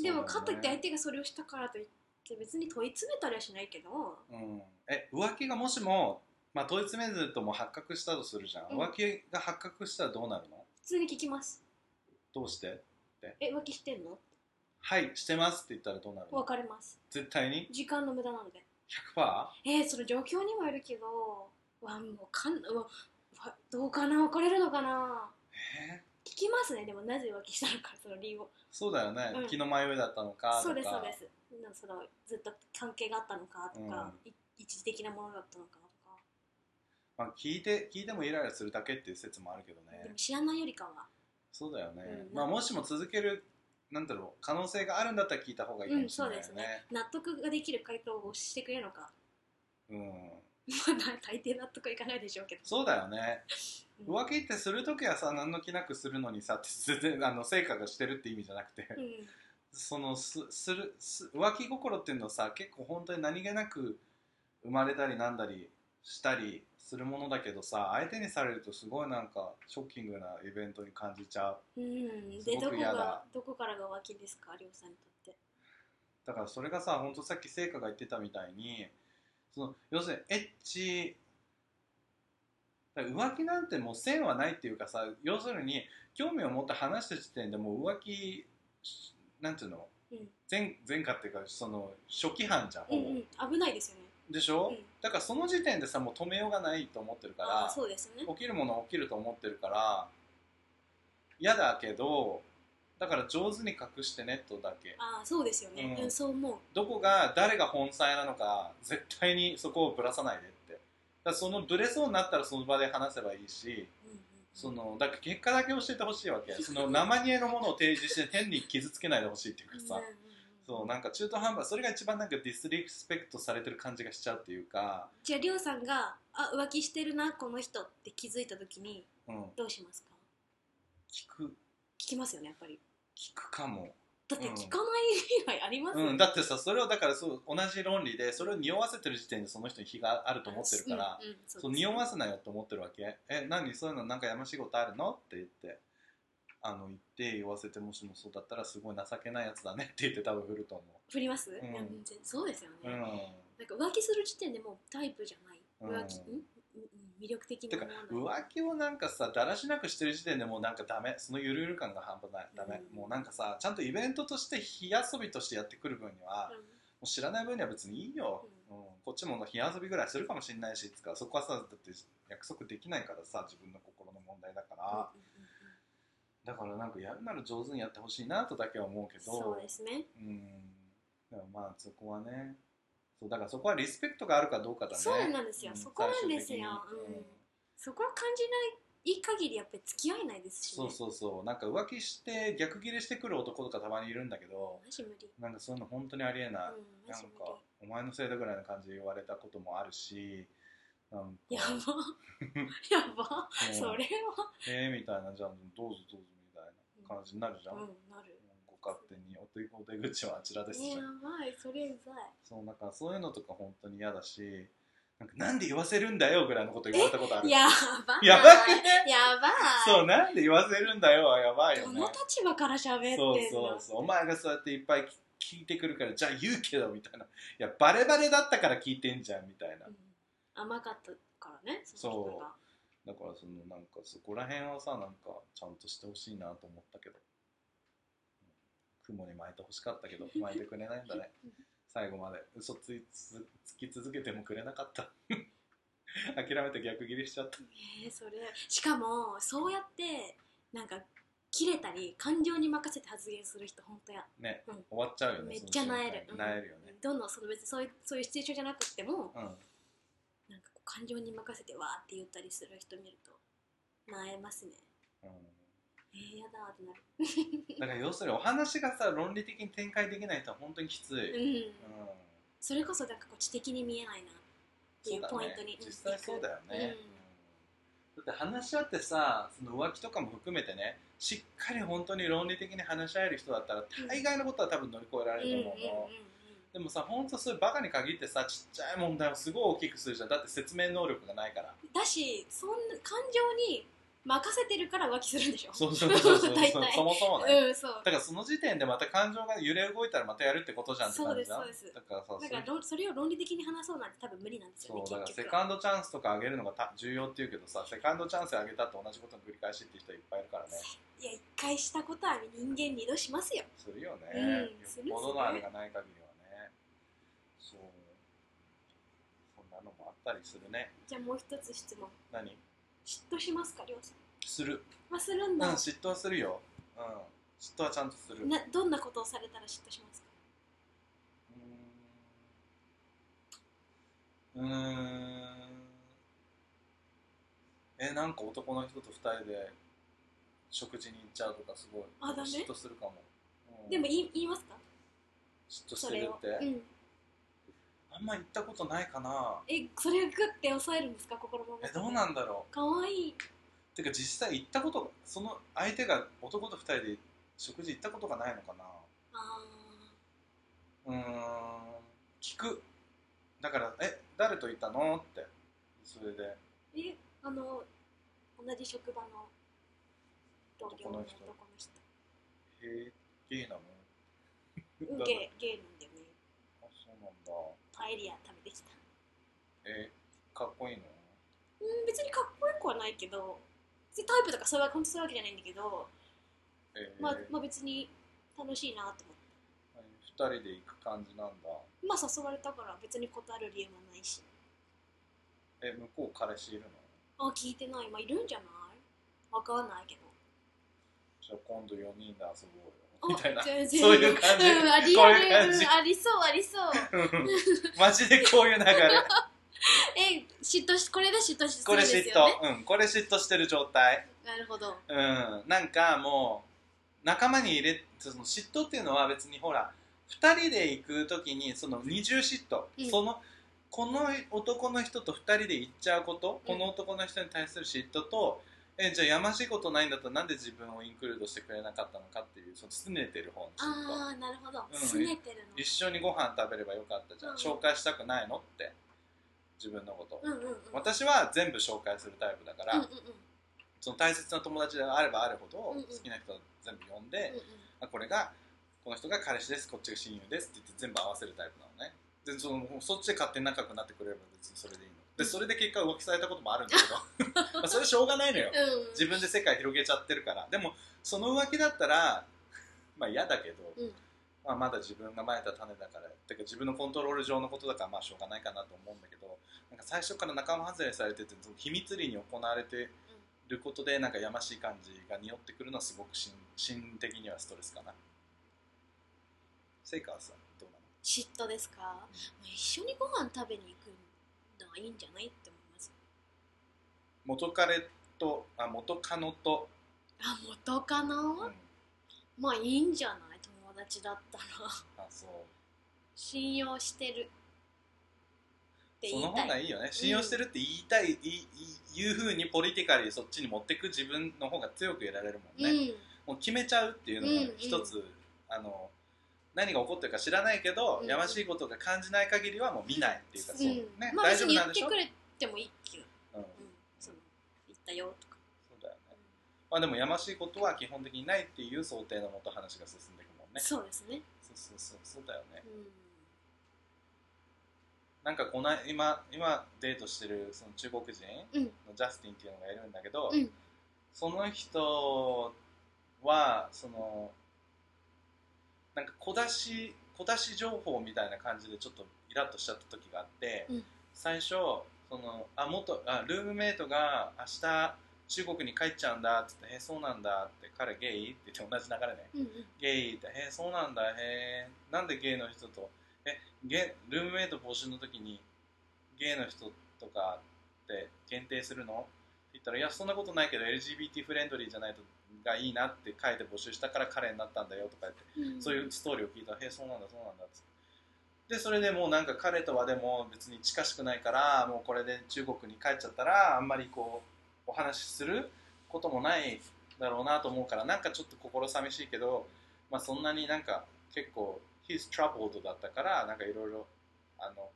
C: でも
B: そ
C: か
B: う
C: と
B: だよ
C: いって相
B: ね
C: 手がそれをしたからといって別に問い詰めたりはしないけど
B: うん、え浮気がもしも、まあ、問い詰めずとも発覚したとするじゃん、
C: うん
B: 浮気が発覚したらどうなるの
C: 普通に聞きます
B: どうして
C: 「え浮気してんの?
B: はいしてますって言ったらどうなる」の
C: 別れます
B: 絶対に
C: 時間の無駄なので
B: 100%?
C: えー、その状況にもよるけどわもうかんうわわどうかな別れるのかな
B: えー
C: 聞きますねでもなぜ浮気したのかその理由を
B: そうだよね、
C: うん
B: 気の迷いだったのかとか
C: そうですそうですなんかそのずっと関係があったのかとか、い一時的なものだったのかとか、
B: まあ、聞いて聞いてもイライラするだけっていう説もあるけど
C: でも
B: ね
C: 知らないよりかは
B: そうだよね、
C: うん
B: まあ、もしも続けるなんだろう可能性があるんだったら聞いた方がいいか
C: う
B: も
C: ん
B: しれ
C: そう
B: ない
C: で
B: よ
C: すね
B: ね,、
C: 納得ができる回答をしてくれるのか
B: うん
C: まあ大抵納得いかないでしょうけど
B: そうだよね
C: うん
B: 浮気ってする時はさ何の気なくするのにさって全然あの成果がしてるって意味じゃなくて、
C: うん
B: そのすするす浮気心っていうのはさ結構本当に何気なく生まれたりなんだりしたりするものだけどさ相手にされるとすごいなんかショッキングなイベントに感じちゃう
C: うん、
B: す
C: で
B: ご
C: ど
B: く
C: こ
B: 嫌だ
C: がどこからが浮気ですかりょうさんにとって
B: だからそれがさ本当さっき聖火が言ってたみたいにその要するにエッチだから浮気なんてもう線はないっていうかさ要するに興味を持って話した時点でもう浮気しなんていうの
C: うん
B: 前前科っていうかその初期犯じゃん、ほぼ
C: うんうん危ないですよね
B: でしょ、
C: うん
B: だからその時点でさもう止めようがないと思ってるか
C: ああ
B: ら
C: そうですね
B: 起きるものは起きると思ってるから嫌だけどだから上手に隠してねとだけ
C: ああそうですよね、
B: うん
C: うん、そう思う
B: どこが誰が本妻なのか絶対にそこをぶらさないでってだからそのぶれそうになったらその場で話せばいいし
C: うんうんうん
B: そのだから結果だけ教えてほしいわ けその生煮えのものを提示して変に傷つけないでほしいっていうかさ
C: うんうんうん
B: そうなんか中途半端それが一番なんかディスリスペクトされてる感じがしちゃうっていうか、
C: じゃありょうさんがあ浮気してるなこの人って気づいた時に
B: うん、
C: どうしますか
B: 聞く
C: 聞きますよねやっぱり
B: 聞くかも、
C: だって
B: うん
C: 聞かない以外あります
B: うん、だってさそれをだからそう同じ論理でそれを匂わせてる時点でその人に非があると思ってるから、
C: うんうん
B: そう
C: です
B: 匂わせなよって思ってるわけえ何そういうのなんかやましいことあるのって言ってあの言って言わせてもしもそうだったらすごい情けないやつだねって言って多分振ると思
C: 振ります、
B: ん
C: いや全然そうですよね、
B: ううん
C: なんか浮気する時点でもうタイプじゃない浮気、
B: うん
C: ん、うん魅力的に
B: て
C: 思
B: か
C: わない
B: 浮気をなんかさだらしなくしてる時点でもうなんかダメそのゆるゆる感が半端ないダメ、
C: うん
B: もうなんかさちゃんとイベントとして火遊びとしてやってくる分には、も
C: うん
B: う知らない分には別にいいよ、うんこっちも火遊びぐらいするかもしれないしつうかそこはさだって約束できないからさ自分の心の問題だから、
C: うんうんうん
B: だからなんかやるなら上手にやってほしいなとだけは思うけど
C: そうですね
B: うんだからまあそこはねそうだからそこはリスペクトがあるかどうかだね
C: そうなんですよそこなんです
B: 最終的
C: よ
B: に
C: うんそこを感じない限りやっぱり付き合えないですし、ね、
B: そうそうそうなんか浮気して逆ギレしてくる男とかたまにいるんだけど
C: マジ無理
B: なんかそういうの本当にありえない、
C: うんマ
B: なん
C: ジ
B: か
C: 無理
B: お前のせいだぐらいの感じで言われたこともあるしなんか
C: やば やば
B: うん
C: それは
B: えーみたいなじゃあどうぞどうぞみたいな感じになるじゃん、
C: うんなる
B: ご勝手にお出お出口はあちらですじゃ
C: や
B: ん
C: ばいそれうざい
B: そうなんかそういうのとか本当に嫌だしなんかなんで言わせるんだよぐらいのこと言われたことある
C: やばい
B: やばいね
C: やばい
B: そうなんで言わせるんだよはやばいよ
C: ど
B: ね
C: の立場から喋ってん
B: そう
C: の
B: そうそうお前がそうやっていっぱい聞聞いてくるからじゃあ言うけどみたいないやバレバレだったから聞いてんじゃんみたいな
C: うん甘かったからねその人が
B: だからそのなんかそこら辺はさなんかちゃんとしてほしいなと思ったけど雲に巻いてほしかった けど巻いてくれないんだね最後まで嘘ついつつき続けてもくれなかった 諦めて逆ギレしちゃった
C: えーそれしかもそうやってなんか切れたり感情に任せて発言する人本当や
B: ね、
C: うん
B: 終わっちゃうよね
C: めっちゃ
B: その
C: な
B: 瞬
C: え
B: 間
C: るうん
B: なえるよね
C: どのその別にそういうそういうシチュエーションじゃなくても
B: うん
C: なんかこう感情に任せてわーって言ったりする人見るとなえますね
B: うん
C: えー、やだーってなる
B: だから要するにお話がさ論理的に展開できない人は本当にきつい、うん
C: うんそれこそなんかこう知的に見えないなっていうポイントに
B: そうだね、実際そうだよね、うんだって話し合ってさその浮気とかも含めてねしっかり本当に論理的に話し合える人だったら
C: うん
B: 大概のことは多分乗り越えられ
C: うんうん
B: る
C: うん
B: と
C: うん
B: 思うの、でもさ本当そういうバカに限ってさちっちゃい問題をすごい大きくするじゃんだって説明能力がないから
C: だしそんな感情に任せてるから浮気するんでしょ
B: そうそうそう そう
C: 大体
B: そもそもね、
C: うんそう
B: だからその時点でまた感情が揺れ動いたらまたやるってことじゃんって感じじゃん
C: そうですそうです
B: だからさ
C: だから
B: そう
C: ろんそれを論理的に話そうなんて多分無理なんですよね
B: そうだから
C: 結
B: セ
C: 局
B: カ
C: は
B: ンドチャンスとかあげるのがた重要っていうけどさセカンドチャンスあげたって同じことの繰り返しって人いっぱいいるからね
C: いや一回したことは人間二度しますよ
B: するよね、
C: うん
B: よっ
C: する
B: ぽどのあれがない限りはねそうそんなのもあったりするね
C: じゃあもう一つ質問
B: 何
C: 嫉妬しますかりょうさん
B: する
C: まあする
B: うん
C: だ、
B: 嫉妬はするようん嫉妬はちゃんとするうーん
C: などんなことをされたら嫉妬しますか
B: うーんえなんか男の人と二人で食事に行っちゃうとかすごい
C: あダメ
B: 嫉妬するかも、うん
C: でも言い言いますか
B: 嫉妬し
C: そ
B: て
C: れ
B: る
C: を
B: って、
C: うん
B: あんま行ったことないかな
C: えそれをグッて抑えるんですか心の中
B: え
C: で
B: どうなんだろう
C: かわいい
B: てか実際行ったことがその相手が男と二人で食事行ったことがないのかな
C: あ
B: うーん聞くだから「え誰と行ったの?」ってそれで
C: ーえあの同じ職場の同僚の男の人
B: 「へえゲイなの?
C: う」ん
B: だ
C: ゲイゲイなんだよね
B: あそうなんだ
C: パエリア食べてきた
B: えかっこいいの
C: うん別にかっこよくはないけど別にタイプとかそういうわ本当そういうわけじゃないんだけど、
B: え
C: まあ、まあ別に楽しいなと思って
B: 二人で行く感じなんだ
C: まあ誘われたから別に断る理由もないし
B: え向こう彼氏いるの
C: あ聞いてないまあいるんじゃないわかんないけど
B: じゃあ今度4人で遊ぼうよ
C: あ
B: みたいな
C: 全然
B: そういう感じ
C: うん、あり
B: こう
C: あ
B: いう
C: る
B: 感じ
C: うんありそうありそう
B: マジでこういう流 れ
C: え嫉妬しこれで嫉妬しす
B: こ
C: るん
B: れ
C: ですよ
B: 嫉
C: ね
B: 妬うんこれ嫉妬してる状態
C: なるほど
B: うん、なんかもう仲間に入れその嫉妬っていうのは別にほら2人で行く時にその二重嫉妬、
C: うん
B: そのこの男の人と2人で行っちゃうこと、
C: うん
B: この男の人に対する嫉妬とえじゃあやましいことないんだったらなんで自分をインクルードしてくれなかったのかっていうその拗ねてる方の嫉妬
C: ああなるほど
B: うん
C: 拗ねてる
B: 一緒にご飯食べればよかったじゃん、
C: うん
B: 紹介したくないのって自分のこと、
C: のうんうんうん
B: 私は全部紹介するタイプだから、
C: うんうんうん
B: その大切な友達であればあるほど
C: うんうん
B: 好きな人は全部呼んで、
C: うんうん
B: あこれがこの人が彼氏ですこっちが親友ですって言って全部合わせるタイプなのねでそのそっちで勝手に仲良くなってくれれば別にそれでいいのでそれで結果浮気されたこともあるんだけど まあそれしょうがないのよ
C: うん
B: 自分で世界広げちゃってるからでもその浮気だったら まあ嫌だけど、
C: うん
B: まあ、まだ自分がまいた種だからてか自分のコントロール上のことだからまあしょうがないかなと思うんだけどなんか最初から仲間外れされててその秘密裏に行われてることでなんかやましい感じが匂ってくるのはすごく心心的にはストレスかなセイカーさんどうなの
C: 嫉妬ですか、もう一緒にご飯食べに行くのはいいんじゃないって思います
B: 元彼とあ元カノと、
C: あ元カ
B: うん
C: ノ、まあいいんじゃない友達だったら
B: あそう
C: 信用してるって
B: そ
C: 言い
B: の
C: た
B: 方
C: い
B: がいいよね信用してるって言いたい、いいいうふうにポリティカルにそっちに持ってく自分の方が強くいられるもんね、もう決めちゃうっていうのが一つ、あの何が起こってるか知らないけど、
C: うん
B: やましいことが感じない限りはもう見ないっていうか、
C: うん、
B: そう
C: うん
B: ね、
C: まあ
B: 大
C: 別
B: 丈夫
C: に言
B: なん
C: っ
B: で
C: て
B: しょ、
C: く
B: うん、
C: れてもいいけど、
B: そう
C: うん、その言ったよとか
B: だよね、まあ、でもやましいことは基本的にないっていう想定のもと話が進んでいくもんねそう
C: そうですね、
B: そうそうそうだよね
C: うん、
B: なんかこの今今デートしてるその中国人
C: うん
B: のジャスティンっていうのがいるんだけど、
C: うん
B: その人はそのなんか小出し小出し情報みたいな感じでちょっとイラッとしちゃった時があって、
C: うん
B: 最初そのあ元あルームメイトが明日中国に帰っちゃうんだって言って「へそうなんだ」って「彼ゲイ?」って言って同じ流れね
C: うん
B: ゲイって、へえ、そうなんだ、へえ、なんでゲイの人と、え、ゲイルームメイト募集の時に、ゲイの人とかって限定するのって言ったら、いや、そんなことないけど、LGBT フレンドリーじゃないと、がいいなって書いて募集したから彼になったんだよとか言って、
C: うん
B: そういうストーリーを聞いたら、へえ、そうなんだ、そうなんだっつって。で、それでもうなんか彼とはでも別に近しくないから、もうこれで中国に帰っちゃったら、あんまりこう、お話しすることもないだろうなと思うから、なんかちょっと心寂しいけど、まあそんなになんか結構、he's troubled だったから、なんかいろいろ、あの、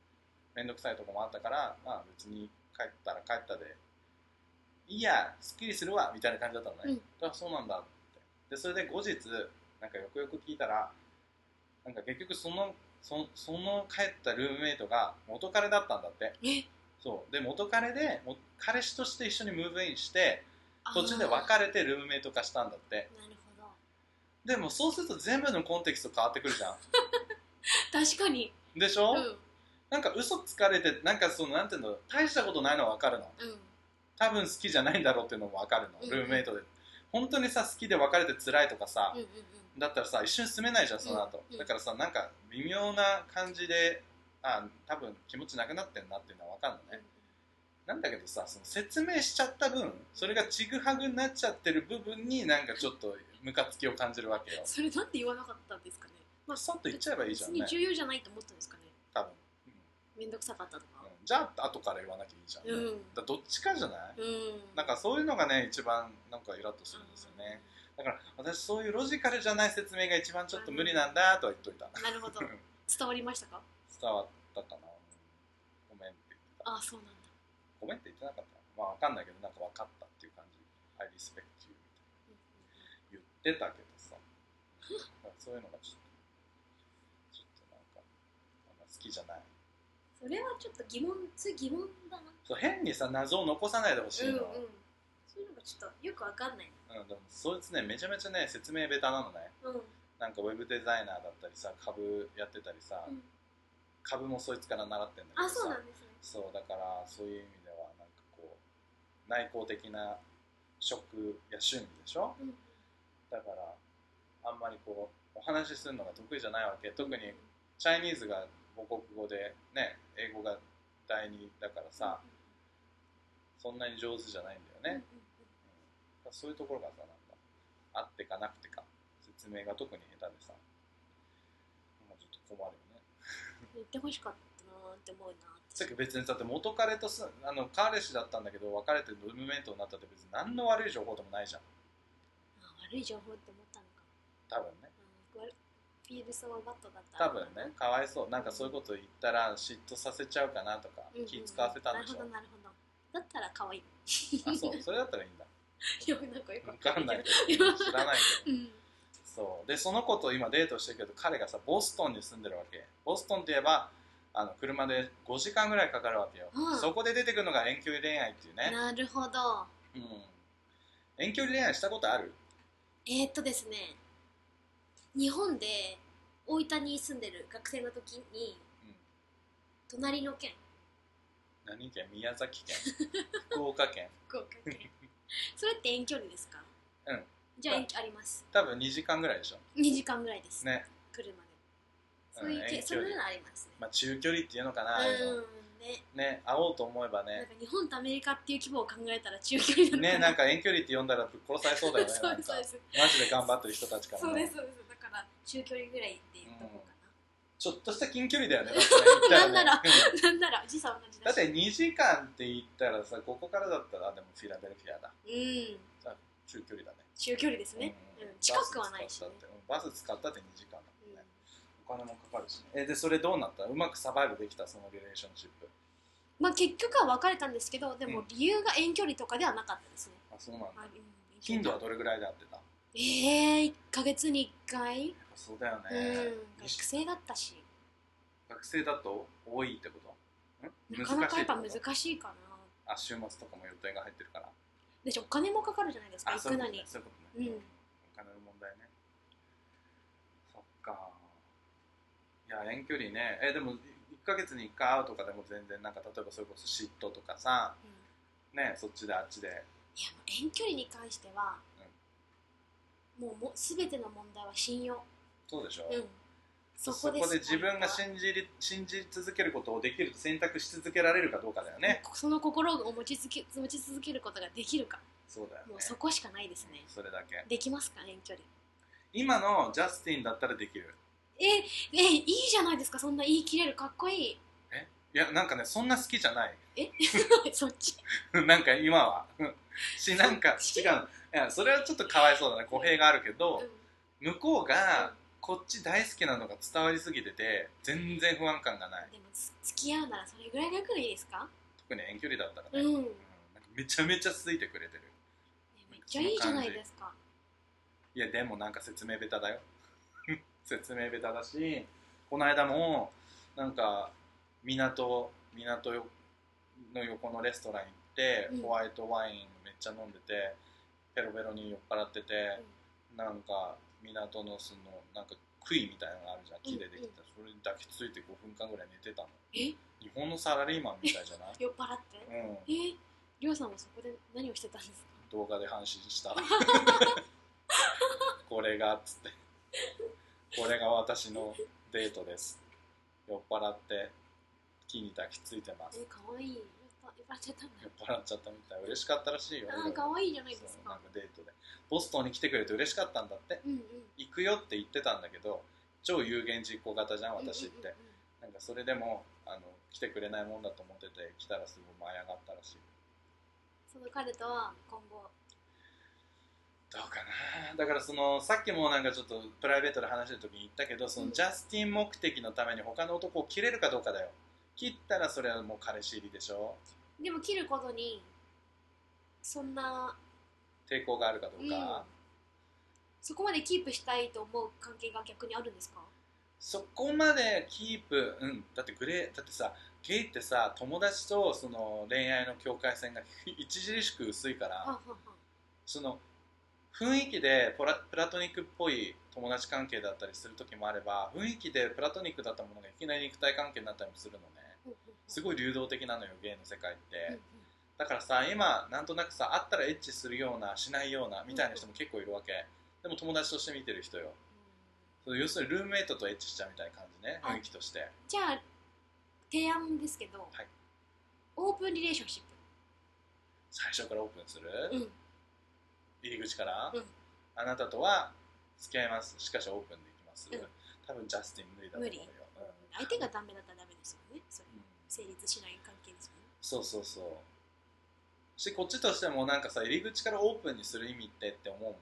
B: めんどくさいとこもあったから、まあ別に帰ったら帰ったで、いいや、すっきりするわ、みたいな感じだったのね。
C: うん
B: だからそうなんだって。で、それで後日、なんかよくよく聞いたら、なんか結局その、そその帰ったルームメイトが元彼だったんだって。
C: え
B: そう。で、元彼で、も彼氏として一緒にムーブインして、
C: あー
B: 途中で別れてルームメイト化したんだって。
C: なるほど
B: でもそうすると全部のコンテキスト変わってくるじゃ
C: 確かに
B: ん。でし
C: う
B: ょ、
C: んうん
B: なんか嘘つかれて、なんかその、なんていうの、大したことないのはわかるの。多分好きじゃないんだろうっていうのもわかる
C: う
B: の。
C: ん
B: ルームメイトで。本当にさ、好きで別れて辛いとかさ、
C: うんうんうん
B: だったらさ一緒に住めないじゃんその後、
C: うんうん
B: だからさなんか微妙な感じであ多分気持ちなくなってんなっていうのは分かんのね、なんだけどさその説明しちゃった分それがちぐはぐになっちゃってる部分になんかちょっとムカつきを感じるわけよ
C: それなんて言わなかったんですかね
B: まあさっと言っちゃえばいいじゃ
C: 別
B: んね
C: に重要じゃないと思ったんですかね
B: 多分、うん
C: めんどくさかったとか
B: うんじゃあ後から言わなきゃいいじゃん、
C: うん
B: だからどっちかじゃない、
C: うん
B: なんかそういうのがね一番なんかイラッとするんですよねだから私そういうロジカルじゃない説明が一番ちょっと無理なんだとは言っといた
C: な るほど伝わりましたか
B: 伝わったかなごめんって言ってた
C: あそうなんだ
B: ごめんって言ってなかったまあ分かんないけどなんか分かったっていう感じ I respect you みたいな
C: うんうん
B: 言ってたけどさなんかそういうのがちょっとちょっとなんかあんま好きじゃない
C: それはちょっと疑問つ疑問だな
B: そう変にさ謎を残さないでほしいの、
C: うんうんそういうのがちょっとよくわかんない
B: うんでもそいつねめちゃめちゃね説明ベタなのね
C: なうん
B: なんかウェブデザイナーだったりさ株やってたりさ、
C: うん
B: 株もそいつから習ってんだけど
C: あ
B: さ
C: そうなんですね
B: そうだからそういう意味ではなんかこう内向的な職や趣味でしょ
C: うん
B: だからあんまりこうお話しするのが得意じゃないわけ特に
C: うん
B: チャイニーズが母国語でね英語が第二だからさそんなに上手じゃないんだ
C: うんう
B: よ
C: ん
B: ね、うんそういうところがさなんかあってかなくてか説明が特に下手でさもうちょっと困るよね
C: 言ってほしかったなーって思うな
B: さっき別にだって元彼とすあの彼氏だったんだけど別れてルームメイトになったって別に何の悪い情報でもないじゃん
C: あ悪い情報って思ったの
B: 多
C: か
B: 分ね
C: うん悪いフィールソーバットだった
B: 多分ねかわいそうなんかそういうこと言ったら嫉妬させちゃうかなとか
C: うんうん
B: 気使わせたんでしょ
C: なるほどなるほどだったら可愛い
B: あそうそれだったら いいんだ
C: よくなんかよくわ
B: 分かんないけ
C: けど
B: ど知らないけ
C: う
B: ど
C: ん
B: そうでその子と今デートしてるけど彼がさボストンに住んでるわけボストンって言えばあの車で5時間ぐらいかかるわけよ、
C: うん
B: そこで出てくるのが遠距離恋愛っていうね、
C: なるほど
B: うん、遠距離恋愛したことある
C: えー、っとですね日本で大分に住んでる学生の時に、
B: うん
C: 隣の県
B: 何県宮崎県福岡県
C: 福岡 県それって遠距離ですか
B: うん
C: じゃあ遠距離あります
B: 多分2時間ぐらいでしょ
C: 2時間ぐらいです、
B: ね、
C: 車で
B: うん
C: そういう系、
B: 遠距
C: そう
B: 離
C: いうのありますね、
B: まあ、中距離っていうのかな、ああいうの
C: うんね
B: ね会おうと思えば
C: なん
B: ね
C: か日本とアメリカっていう規模を考えたら中距離なのか
B: ねなんか遠距離って呼んだらぶっ殺されそうだよね
C: そう
B: な
C: で
B: ん
C: す
B: か
C: そうです
B: マジで頑張ってる人たちから
C: そう
B: ね
C: ですそうですだから中距離ぐらいっていうとこかな、
B: ちちょっとした近距離 だよね
C: なんなら
B: だってねうん
C: なんなら時差同じ
B: だ
C: だ
B: っ
C: して
B: 2時間って言ったらさここからだったらあでもフィラデルフィアだ
C: うん
B: 中距離だね
C: 中距離ですね、
B: うん
C: うん近くはないしね
B: バス使ったってうんバス使ったって2時間だも
C: うん
B: ね
C: ん、
B: お金もかかるしねえでそれどうなったうまくサバイブできたそのリレーションシップ
C: まあ結局は別れたんですけどで
B: う
C: も
B: ん
C: 理由が遠距離とかではなかったですね、
B: あそうなんだ
C: まあうん
B: 頻度はどれぐらいで会ってたやっ
C: ええー、1ヶ月に1回、
B: ぱそうだよね、
C: うん学生だったし
B: 学生だと多いってことん
C: なかなかやっぱ
B: 難しいってこ
C: 難しいかな
B: とあ週末とかも予定が入ってるから
C: でしょお金もかかるじゃないですか
B: あ
C: 行
B: そうい
C: く
B: うこと
C: の
B: ね
C: に
B: そういうことね、
C: うん
B: お金の問題ねそっかいや遠距離ねえでも1ヶ月に1回会うとかでも全然なんか例えばそれこそ嫉妬とかさ
C: うん
B: ねそっちであっちで
C: いやもう遠距離に関しては、もうもう全ての問題は信用、
B: そうでしょ、
C: うん、
B: そこで自分が信じり信じ続けることをできると選択し続けられるかどうかだよね、
C: もうその心を持ち続け持ち続けることができるか
B: そうだよね
C: もうそこしかないですね
B: それだけ
C: できますか遠距離
B: 今のジャスティンだったらできる
C: ええいいじゃないですかそんな言い切れるかっこいい
B: いやなんかねそんな好きじゃない
C: そっち
B: なんか今は しなんか
C: そ
B: 違ういやそれはちょっとかわいそうだね語弊があるけど、
C: うん
B: 向こうがこっち大好きなのが伝わりすぎてて全然不安感がない
C: でもつ付き合うならそれぐらいがよくないですか
B: 特に遠距離だったら
C: う
B: ね、
C: ん、
B: うんなんかめちゃめちゃついてくれてる
C: めっちゃいいじゃないですか
B: いやでもなんか説明下手だよ 説明下手だしこの間もなんか港港よの横のレストラン行って、
C: うん
B: ホワイトワインめっちゃ飲んでてペロペロに酔っ払ってて、なんか港のそのなんか杭みたいなのがあるじゃん木でできた、それに抱きついて5分間ぐらい寝てたの
C: え
B: 日本のサラリーマンみたいじ ゃない
C: 酔っ払って
B: うん
C: えりょうさんはそこで何をしてたんですか
B: 動画で話した これがっつってこれが私のデートです酔っ払って木に抱きついてます
C: えかわいい酔っぱ酔っ払っちゃったんだ
B: 酔っ払っちゃったみたい嬉しかったらしいよ
C: あーかわいいじゃないで
B: そ
C: す
B: うなん
C: か
B: かデートでボストンに来てくれて嬉しかったんだって
C: うんうん
B: 行くよって言ってたんだけど超有言実行型じゃん私って、
C: うんうんうん
B: なんかそれでもあの来てくれないもんだと思ってて来たらすごい舞い上がったらしい
C: その彼とは今後
B: どうかなだからそのさっきもなんかちょっとプライベートで話してる時に言ったけどそのジャスティン目的のために他の男を切れるかどうかだよ切ったらそれはもう彼氏入りでしょ
C: でも切ることにそんな、
B: 抵抗があるかど
C: う
B: うんか、、
C: そこまでキープしたいと思う関係が逆にあるんですか
B: そこまでキープうんだってグレーだってさゲイってさ友達とその恋愛の境界線が著しく薄いから、
C: はんはんはん
B: その雰囲気でプラプラトニックっぽい友達関係だったりする時もあれば雰囲気でプラトニックだったものがいきなり肉体関係になったりもするのね
C: うんうんうん
B: すごい流動的なのよ芸の世界って、
C: うんうん
B: だからさ今なんとなくさ会ったらエッチするようなしないようなみたいな人も結構いるわけでも友達として見てる人よその要するにルームメイトとエッチしちゃうみたいな感じね
C: はい
B: 雰囲気として
C: じゃあ提案ですけど、
B: はい
C: オープンリレーションシ
B: 最初からオープンする、
C: ップ、うん、
B: 入り口から、
C: うん
B: あなたとは付き合いますしかしオープンでいきます、
C: うん
B: 多分ジャスティン無理だと思うよ
C: 無理、
B: うん
C: 相手がダメだったらダメですよねそれ
B: うん
C: 成立しない関係ですよね
B: そうそうそうしこっちとしてもなんかさ入り口からオープンにする意味ってって思うもんね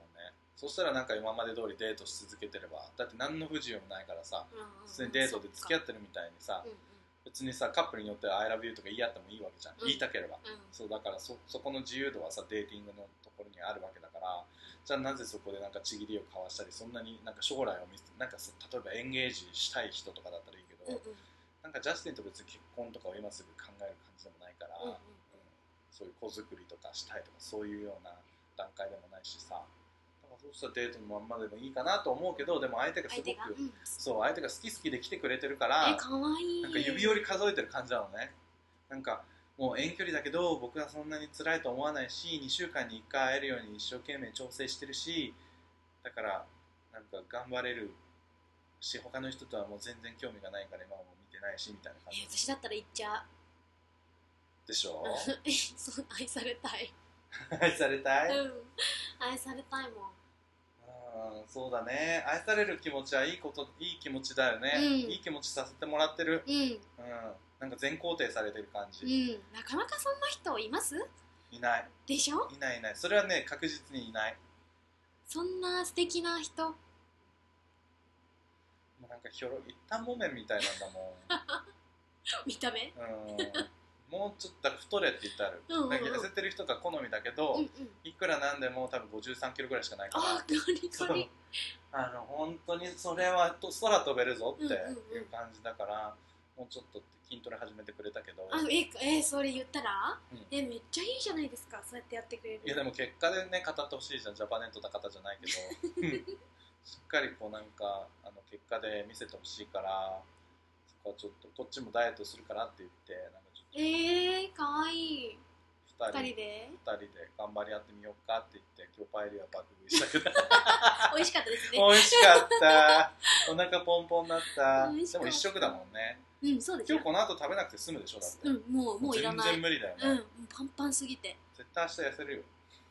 B: そしたらなんか今まで通りデートし続けてればだって何の不自由もないからさ
C: うんうんうん
B: 普通にデートで付き合ってるみたいにさ
C: うんうん
B: 別にさカップルによっては「I love you」とか言い合ってもいいわけじゃん、
C: うん
B: 言いたければ
C: うん
B: そうだからそそこの自由度はさデーティングのところにあるわけだからじゃあなぜそこでなんかちぎりを交わしたりそんなになんか将来を見せなんかさ例えばエンゲージしたい人とかだったらいいけど、
C: うんうん
B: なんかジャスティンと別に結婚とかを今すぐ考える感じでもないから、
C: うんうん
B: うんそういう子作りとかしたいとかそういうような段階でもないしさだからそうしたらデートのまんまでもいいかなと思うけどでも相手がす
C: 相
B: ごく
C: 手が、うん、
B: そう相手が好き好きで来てくれてるか
C: え
B: ら
C: かわいい
B: なんか指折り数えてる感じなのねなんかもう遠距離だけど僕はそんなに辛いと思わないし2週間に1回会えるように一生懸命調整してるしだからなんか頑張れるし他の人とはもう全然興味がないから今はもう見てないしみたいな感じ
C: え私だったら言っちゃう
B: でし ょ
C: そう愛されたい
B: 愛されたい、
C: うん愛されたいもん
B: あうん、そうだね愛される気持ちはいいこといい気持ちだよね、
C: うん
B: いい気持ちさせてもらってる、
C: うん
B: うん、なんか全肯定されてる感じ、
C: うんなかなかそんな人います
B: いない
C: でしょ
B: いないいないそれはね確実にいない
C: そんな素敵な人
B: もうなんかひょろ一旦もめみたいなんだ
C: 見た目
B: もん、うん、もうちょっとだから太れって言ってある
C: うんうんうん
B: なんか痩せてる人が好みだけど、
C: うんうん
B: いくらなんでも多分53キロぐらいしかないから
C: ああガリ
B: そ
C: ガ
B: う
C: リ
B: あの本当にそれはと空飛べるぞって
C: うんうん
B: いううん感じだから、もうちょっとって筋トレ始めてくれたけど
C: あええそれ言ったら、
B: うん
C: えめっちゃいいじゃないですかそうやってやってくれる
B: いやでも結果でね語ってほしいじゃんジャパネットな方じゃ ないけどうんしっかりこうなんかあの結果で見せてほしいからそこはちょっとこっちもダイエットするからって言ってなんかちょっ
C: えー、かわいい
B: と
C: 2
B: 二
C: 人
B: 人
C: で
B: 二人で頑張り合ってみようかって言って今日パエリア爆食いした けど
C: 美味しかったですね
B: 美味しかったお腹ポンポンになった
C: 美味しか
B: で
C: った
B: も一食だもんね
C: うんそうです
B: 今
C: よ
B: 日この後食べなくて済むでしょだって、
C: うんもうもういらな
B: 全
C: い
B: 然無理だよね、
C: うんパンパンすぎて
B: 絶対明日痩せるよ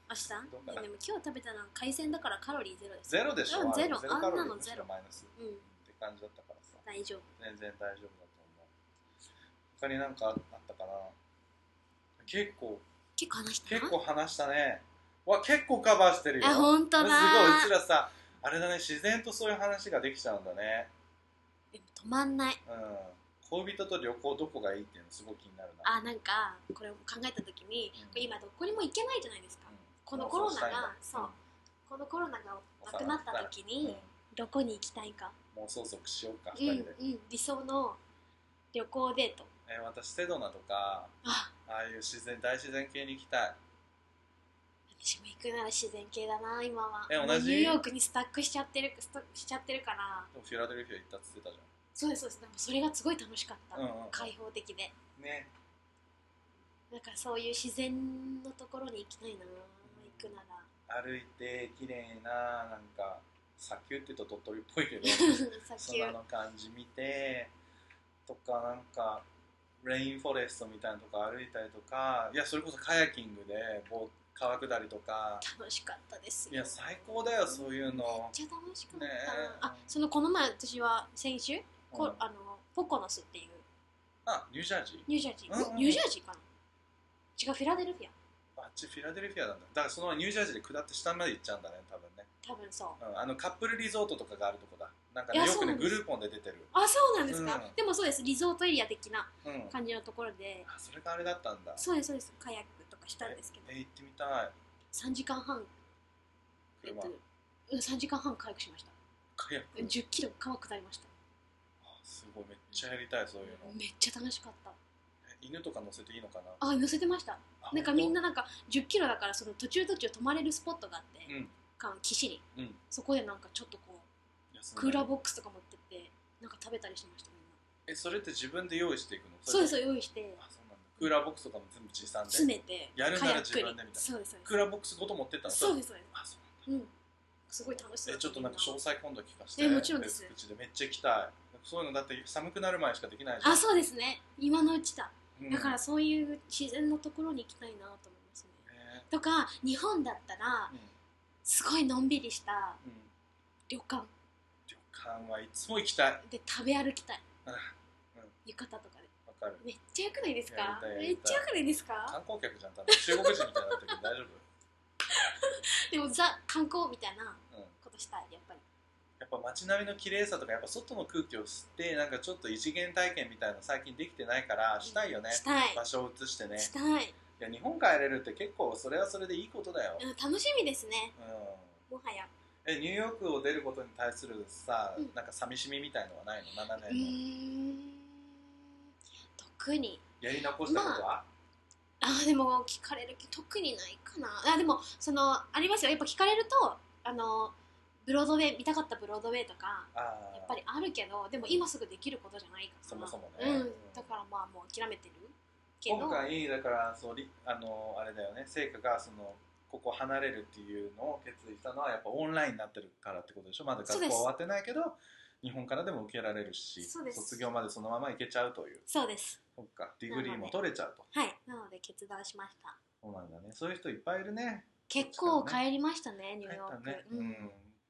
C: 明日
B: どうかな
C: でも今日食べたのは海鮮だからカロリーゼロです
B: ゼロでしょ、
C: うん
B: あれ
C: ゼロ
B: ゼロカロリ
C: あんな
B: ー
C: の
B: むし
C: ゼ
B: ろ
C: ロ
B: マイナス
C: うん
B: って感じだったからさ
C: 大丈夫
B: 全然大丈夫だと思う他になんかあったかな結構
C: 結構話した
B: 結構話したねわ結構カバーしてるよ
C: あ本当だ
B: すごいうちらさあれだね自然とそういう話ができちゃうんだね
C: でも止まんない
B: うん恋人と旅行どこがいいっていうのすごい気になるな
C: あなんかこれを考えた時に
B: うん
C: これ今どこにも行けないじゃないですか、
B: うん
C: このコロナが
B: そう
C: そうこのコロナがなくなった時
B: したいんだ
C: にどこに行きたいか、
B: うんもうそろそろしようか
C: うん
B: 二
C: う
B: 人
C: ん
B: で、
C: 理想の旅行デート
B: えー私セドナとか
C: あ
B: ああいう自然大自然系に行きたい
C: 私も行くなら自然系だな今は
B: え
C: もう
B: 同じ
C: ニューヨークにスタックしちゃってるストしちゃってるから
B: でもフィラデルフィア行ったっつってたじ
C: そうですそうですでもそれがすごい楽しかった、
B: ゃん、うんうん、
C: 開放的で
B: ね
C: なんかそういう自然のところに行きたいな行くな ら
B: 歩いて綺麗ななんか砂丘って言うと鳥取っぽいけど
C: 砂丘
B: 砂の感じ見てとかなんかレインフォレストみたいなとこ歩いたりとかいやそれこそカヤキングでボー川下りとか
C: 楽しかったです
B: いや最高だよそういう
C: めっ
B: の、
C: ちゃ楽しかった、
B: ねえ
C: あそのこの前私は先週、
B: う
C: こ
B: ん
C: あのポコノスっていう
B: あニュージャージー
C: ニュージャージー、
B: うんうん
C: ニュージャージーかな違うフィラデルフィア
B: あっちフィラデルフィアなんだだからその前ニュージャージーで下って下まで行っちゃうんだね多分ね、
C: 多分そう
B: うん、あのカップルリゾートとかがあるとこだなんか
C: い
B: ね
C: や
B: よくね
C: そうなん
B: グ
C: です
B: ルーポンで出てる
C: あそうなんですか、
B: うん
C: でもそうですリゾートエリア的な
B: うんあ
C: 感じのところで
B: それがあれだったんだ
C: そうですそうですカヤックとかしたんですけど
B: え行ってみたい
C: 3時間半、えっ
B: 車
C: と、うん3時間半回復しました
B: カヤック
C: 1 0キロ川下りました
B: あすごいめっちゃやりたいそういうの
C: めっちゃ楽しかった
B: え犬とか乗せていいのかな
C: あ乗せてました
B: あ
C: なんかみん
B: な
C: ななんか1 0キロだからその途中途中泊まれるスポットがあって、
B: うん
C: かキシリ
B: うん
C: そこでなんかちょっとこうクーラーボックスとか持ってってなんか食べたりしてましたみんな
B: えそれって自分で用意していくの
C: そうです
B: れ
C: そう用意して
B: ともあそうなんだクーラーボックスとかも全部持参
C: 詰
B: で
C: めて
B: やるなら
C: カヤックに
B: 自分でみたいな
C: そうですそう
B: クーラーボックスごと持ってった
C: で
B: の
C: すそうですそうで
B: あそうなんだ
C: すうんすごい楽しそう
B: えちょっとなんか詳
C: み
B: 細今度聞かせて
C: えもちろんです
B: 別口でめっちゃ行きたいそういうのだって寒くなる前しかできないじゃん
C: あそうですね今のうちだ
B: うん
C: だからそういう自然のところに行きたいなと思いますね
B: ね
C: とか日本だったら
B: うん
C: すごいのんびりした
B: うん
C: 旅館
B: 旅館はいつも行きたい
C: で食べ歩きたい
B: あうん
C: 浴衣とかで
B: わかる
C: めっちゃ良くないです
B: やり
C: か
B: たいやりたい
C: めっちゃ良くないですか
B: 観光客じゃん多分中国人みたいになってるけど大丈
C: でもザ観光みたいな
B: 夫うん
C: ことしたいやっぱり
B: やっぱ街並みの綺麗さとかやっぱ外の空気を吸ってなんかちょっと異次元体験みたいなの最近できてないからしたいよね、
C: したい
B: 場所を移してね
C: したい、
B: いや日本帰れるって結構それはそれでいいことだよ、
C: うん、楽しみですね
B: うん、
C: もはや
B: えニューヨークを出ることに対するさ、
C: うん
B: なんか寂しみみたいのはないの7年
C: う
B: の、
C: ーん特に
B: やり残したことは、
C: あーでも聞かれる特にないかなあでもそのありますよやっぱ聞かれるとあのブロードウェイ見たかったブロードウェイとか
B: あー、
C: やっぱりあるけどでも今すぐできることじゃないから
B: そもそもね
C: うん、だからまあもう諦めてるけど
B: 今回だからそうりあのあれだよね成果がそのここ離れるっていうのを決意したのはやっぱオンラインになってるからってことでしょまだ学
C: そう
B: 校
C: です
B: 終わってないけど日本からでも受けられるし
C: そうです
B: 卒業までそのまま行けちゃうという
C: そうです
B: そっかディグリーも取れちゃうと
C: はいなので決断しました
B: そうなんだねそういう人いっぱいいるね
C: 結構帰りましたねニュー
B: 入っ
C: ヨー
B: た
C: ク、
B: ね
C: う
B: うんん、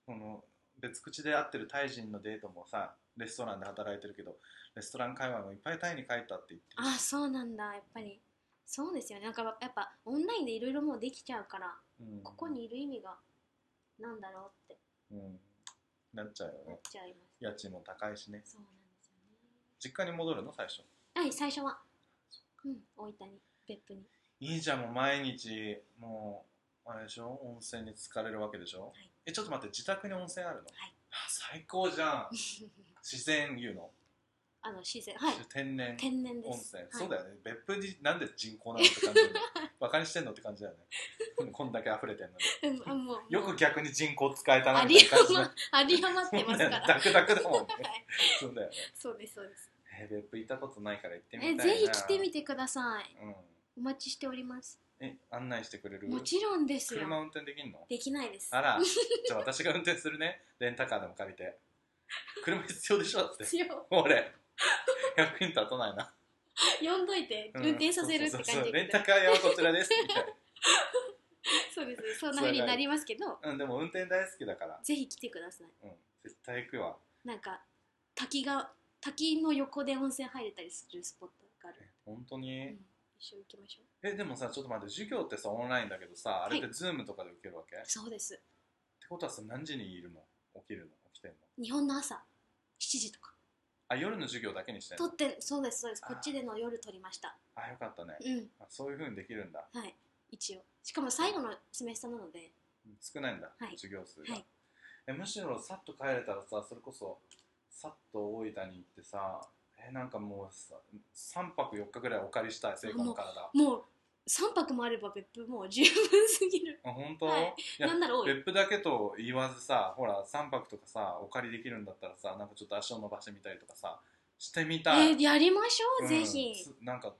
B: この別口で会ってるタイ人のデートもさレストランで働いてるけどレストラン会話もいっぱいタイに帰ったって言ってる
C: あそうなんだやっぱりそうですよねなんかやっぱオンラインでいろいろもうできちゃうから
B: うん
C: ここにいる意味がなんだろうって
B: うんなっちゃうよ
C: な
B: ね
C: っちゃいます
B: 家賃も高いしね
C: そうなんですよね
B: 実家に戻るの最初
C: はい最初はうん大分に別府に
B: いいじゃんもう毎日もうあれでしょ温泉に浸かれるわけでしょ、
C: い
B: えちょっと待って自宅に温泉あるの、
C: はい
B: あ最高じゃん自然湯の、
C: あの自然はい
B: 天然
C: 天然です
B: 温泉、
C: はい、
B: そうだよね別府になんで人口なのって感じ だよねバカにしてんのって感じだよねこんだけ溢れてんの に
C: うんあもう
B: よく逆に人口使えたな
C: 有
B: みたいな感じ
C: 山有り余ってますか
B: だよね
C: ら
B: ダク ダクだもんね
C: はい
B: そうだよね、
C: そうですそうです
B: えー別府行ったことないから行ってみた
C: え
B: いな
C: ぜひ来てみてください
B: うん
C: お待ちしております
B: え案内してくれる
C: もちろんですよ
B: 車運転できんの
C: できないです
B: あらじゃあ私が運転するねレンタカーでも借りて車必要でしょだって
C: 一応
B: 俺役に立たないな
C: 呼んどいて
B: うん
C: 運転させるって感じ
B: そうそうそう
C: で
B: レンタカー屋はこちらですみたい
C: そうですそんなふうになりますけど
B: な、うん、でも運転大好きだから、
C: ぜひ来てください
B: うん、絶対行くわ
C: なんか滝が滝の横で温泉入れたりするスポットがある、
B: え本当に、
C: うん一緒に行きましょう
B: えでもさちょっと待って授業ってさオンラインだけどさあれってズームとかで受けるわけ、っ
C: そうです
B: てことはさ何時にいるの起きるの起きてんの
C: 日本の朝7時とか
B: あ夜の授業だけにしてん
C: 撮
B: の
C: ってそうですそうです
B: あー
C: こっちでの夜撮りました
B: あよかったね、
C: うん
B: あそういうふうにできるんだ
C: はい一応しかも最後のセメスタなので
B: うん少ないんだ、
C: はい
B: 授業数が、
C: はい
B: えむしろさっと帰れたらさそれこそさっと大分に行ってさえなんかもうさ3泊4日ぐらいお借りしたい聖子の体あ
C: もう3泊もあれば別府もう十分すぎる
B: 本当、
C: はい
B: いや
C: なんなら多い
B: 別府だけと言わずさほら3泊とかさお借りできるんだったらさなんかちょっと足を伸ばしてみたりとかさしてみ
C: え
B: たい、
C: ーやりましょう、
B: うん
C: ぜひ
B: すなんか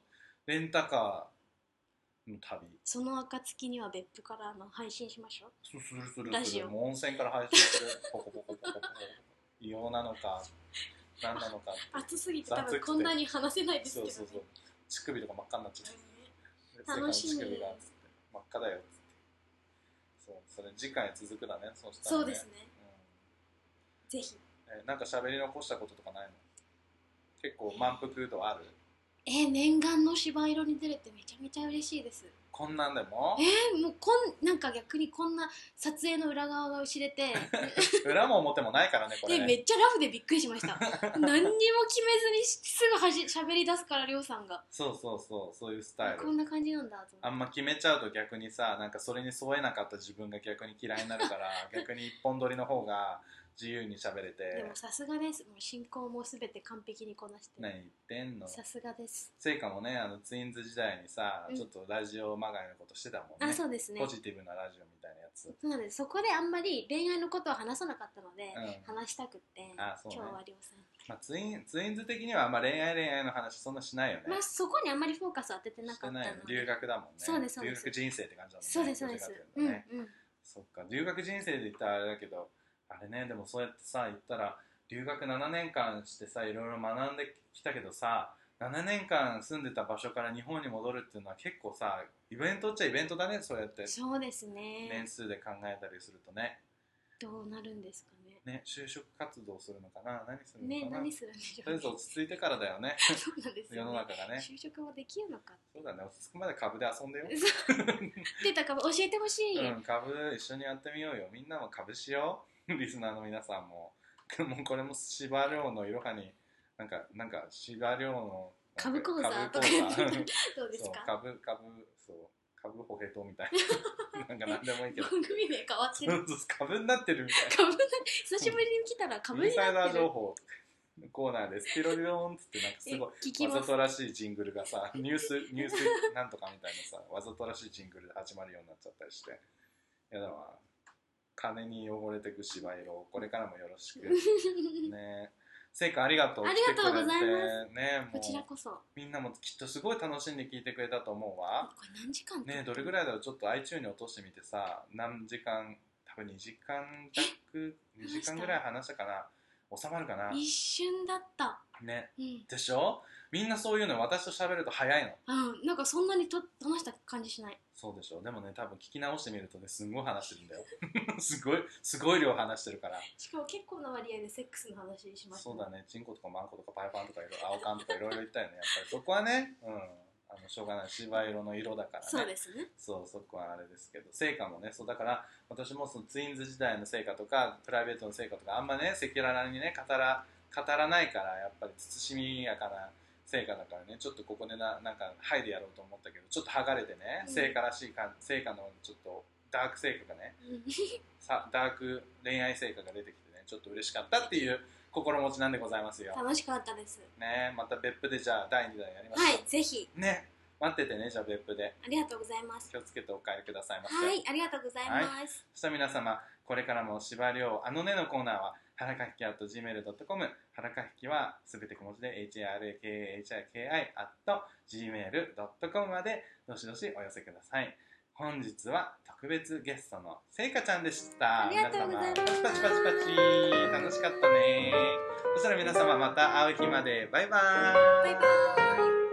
B: レンタカーの旅
C: その暁には別府からあの配信しましょう
B: すするする
C: ラ
B: す
C: ジ
B: る
C: オ
B: もう温泉から配信するポコポコポコポコ異様なの か何なのかって
C: 暑すぎて多分こんなに話せないで
B: そ
C: すけ
B: う
C: どね
B: そうそう乳首とか真っ赤になっちゃって
C: 楽しみ
B: 世界の乳首がつって真っ赤だよっつってそうそれ次回続くだねそうしたら、ね、
C: そうですねぜひ
B: うん、えなんか喋り残したこととかないの結構満腹度ある
C: えー念願の芝色に出れてめちゃめちゃ嬉しいです
B: こんなんでも
C: えーもうこんなんか逆にこんな撮影の裏側が知れて
B: 裏も表もないからねこれ
C: でめ
B: ね
C: っちゃラフでびっくりしました 何にも決めずにすぐはじ喋り出すからりょうさんが
B: そうそうそうそういうスタイル
C: こんな感じなんだと
B: あ
C: 思って
B: んま決めちゃうと逆にさなんかそれに添えなかった自分が逆に嫌いになる から逆に一本撮りの方が自由に喋れ
C: で
B: て
C: もさすがですもう進行もすべて完璧にこなして
B: 何言ってんの
C: さすがです
B: せいかもねあのツインズ時代にさ、
C: うん
B: ちょっとラジオまがいのことしてたもん
C: あ
B: ね
C: そうですね
B: ポジティブなラジオみたいなやつ
C: そうなんですそこであんまり恋愛のことは話さなかったので、
B: うん
C: 話したくって、
B: あそうね
C: 今日はりょうさん
B: まあ、ツインツインズ的にはあんま恋愛恋愛の話そんなしないよね、
C: まあそこにあんまりフォーカス当ててな
B: し
C: か
B: て
C: った
B: ない
C: ので
B: よね留学だもんね
C: そうですそう
B: 留
C: です
B: 学人生って感じだもんね
C: そうですそうで
B: ど
C: す
B: ちらかと
C: う
B: い
C: ん
B: う
C: う
B: と
C: ん
B: ねそっか留学人生で言ったらあれだけどあれねでもそうやってさ言ったら留学7年間してさいろいろ学んできたけどさ7年間住んでた場所から日本に戻るっていうのは結構さイベントっちゃイベントだねそうやって
C: そうですね
B: 年数で考えたりするとね
C: どうなるんですかね
B: ね就職活動するのかな何するの
C: ね
B: かな、
C: 何するんでし
B: と
C: ょ
B: りあえ
C: うね
B: ず落ち着いてからだよね
C: そうなんです
B: 世
C: よ
B: の
C: ね
B: 中がね
C: 就職もできるのか
B: そうだね落ち着くまで株で遊んでよ、
C: 出たかも教えてほしい、
B: うん、株一緒にやってみようよみんなも株しよう リスナーの皆さんも もうこれも芝涼のいろはになんかなんか芝涼のなんか
C: 株講座とか
B: 株
C: や
B: 講座
C: ってたら
B: うん
C: どうです
B: そう
C: か
B: 株株そう株ほへとみたい ななんか何でもいいけど
C: 番組名変わって
B: そ
C: る
B: うそう株になってるみた
C: 株な久しぶりに来たら
B: い
C: 株
B: なイン
C: に
B: サイ
C: な
B: ダ
C: っ
B: ー
C: てる
B: 情報コーナーですピロリローンっつってなんかすごい
C: え聞き
B: わざ
C: ます
B: とらしいジングルがさ ニュースニュースなんとかみたいなさわざとらしいジングルで始まるようになっちゃったりしてやだわ金に汚れてく芝居をこれからもよろし くねせいかありがとう
C: ありがとうござ
B: 来
C: います
B: てくれてね
C: こちら
B: もう
C: こそこ
B: みんなもきっとすごい楽しんで聞いてくれたと思うわ
C: れ何時間
B: ねどれぐ
C: い
B: らいだろうちょっと iTune に落としてみてさ何時間多分2時間弱2時間ぐらい話したかな収まるかな
C: 一瞬だった
B: ね
C: うん
B: でしょみんなそういうの私と喋ると早いの
C: うん、なんかそんなにと話した感じしない
B: そうでしょでもね多分聞き直してみるとねすんごい話してるんだよ すごいすごい量話してるから
C: しかも結構な割合でセックスの話しました
B: そうだねチンコとかマンコとかパイパンとかいろいろ青缶とかいろいろ言ったよねやっぱりそこはねうんあのしょうがない芝色の色だからね
C: そうですね
B: そうそこはあれですけど成果もねそうだから私もそのツインズ時代の成果とかプライベートの成果とかあんまね赤裸々にね語ら語らないからやっぱり慎みやかな成果だからねちょっとここでななんか剥いでやろうと思ったけどちょっと剥がれてね
C: うん
B: 成果らしいか成果のちょっとダーク成果がね
C: うん
B: さダーク恋愛成果が出てきてねちょっと嬉しかったっていう心持ちなんでございますよ、
C: 楽しかったです
B: ねまた別府でじゃあ第2弾やりましょう、
C: はいぜひ
B: ね待っててねじゃあ別府で
C: ありがとうございます
B: 気をつけてお帰りくださいませ、
C: はいありがとうございます、
B: そして皆様これからも司馬遼あのねのコーナーは腹かき at gmail.com 腹かきはすべて小文字で haraki hiki at gmail.com までどしどしお寄せください本日は特別ゲストのせいかちゃんでした
C: ありがとうございます
B: 皆様パチパチパチパチ楽しかったねそしたら皆様また会う日までバイバーイ
C: バイバーイ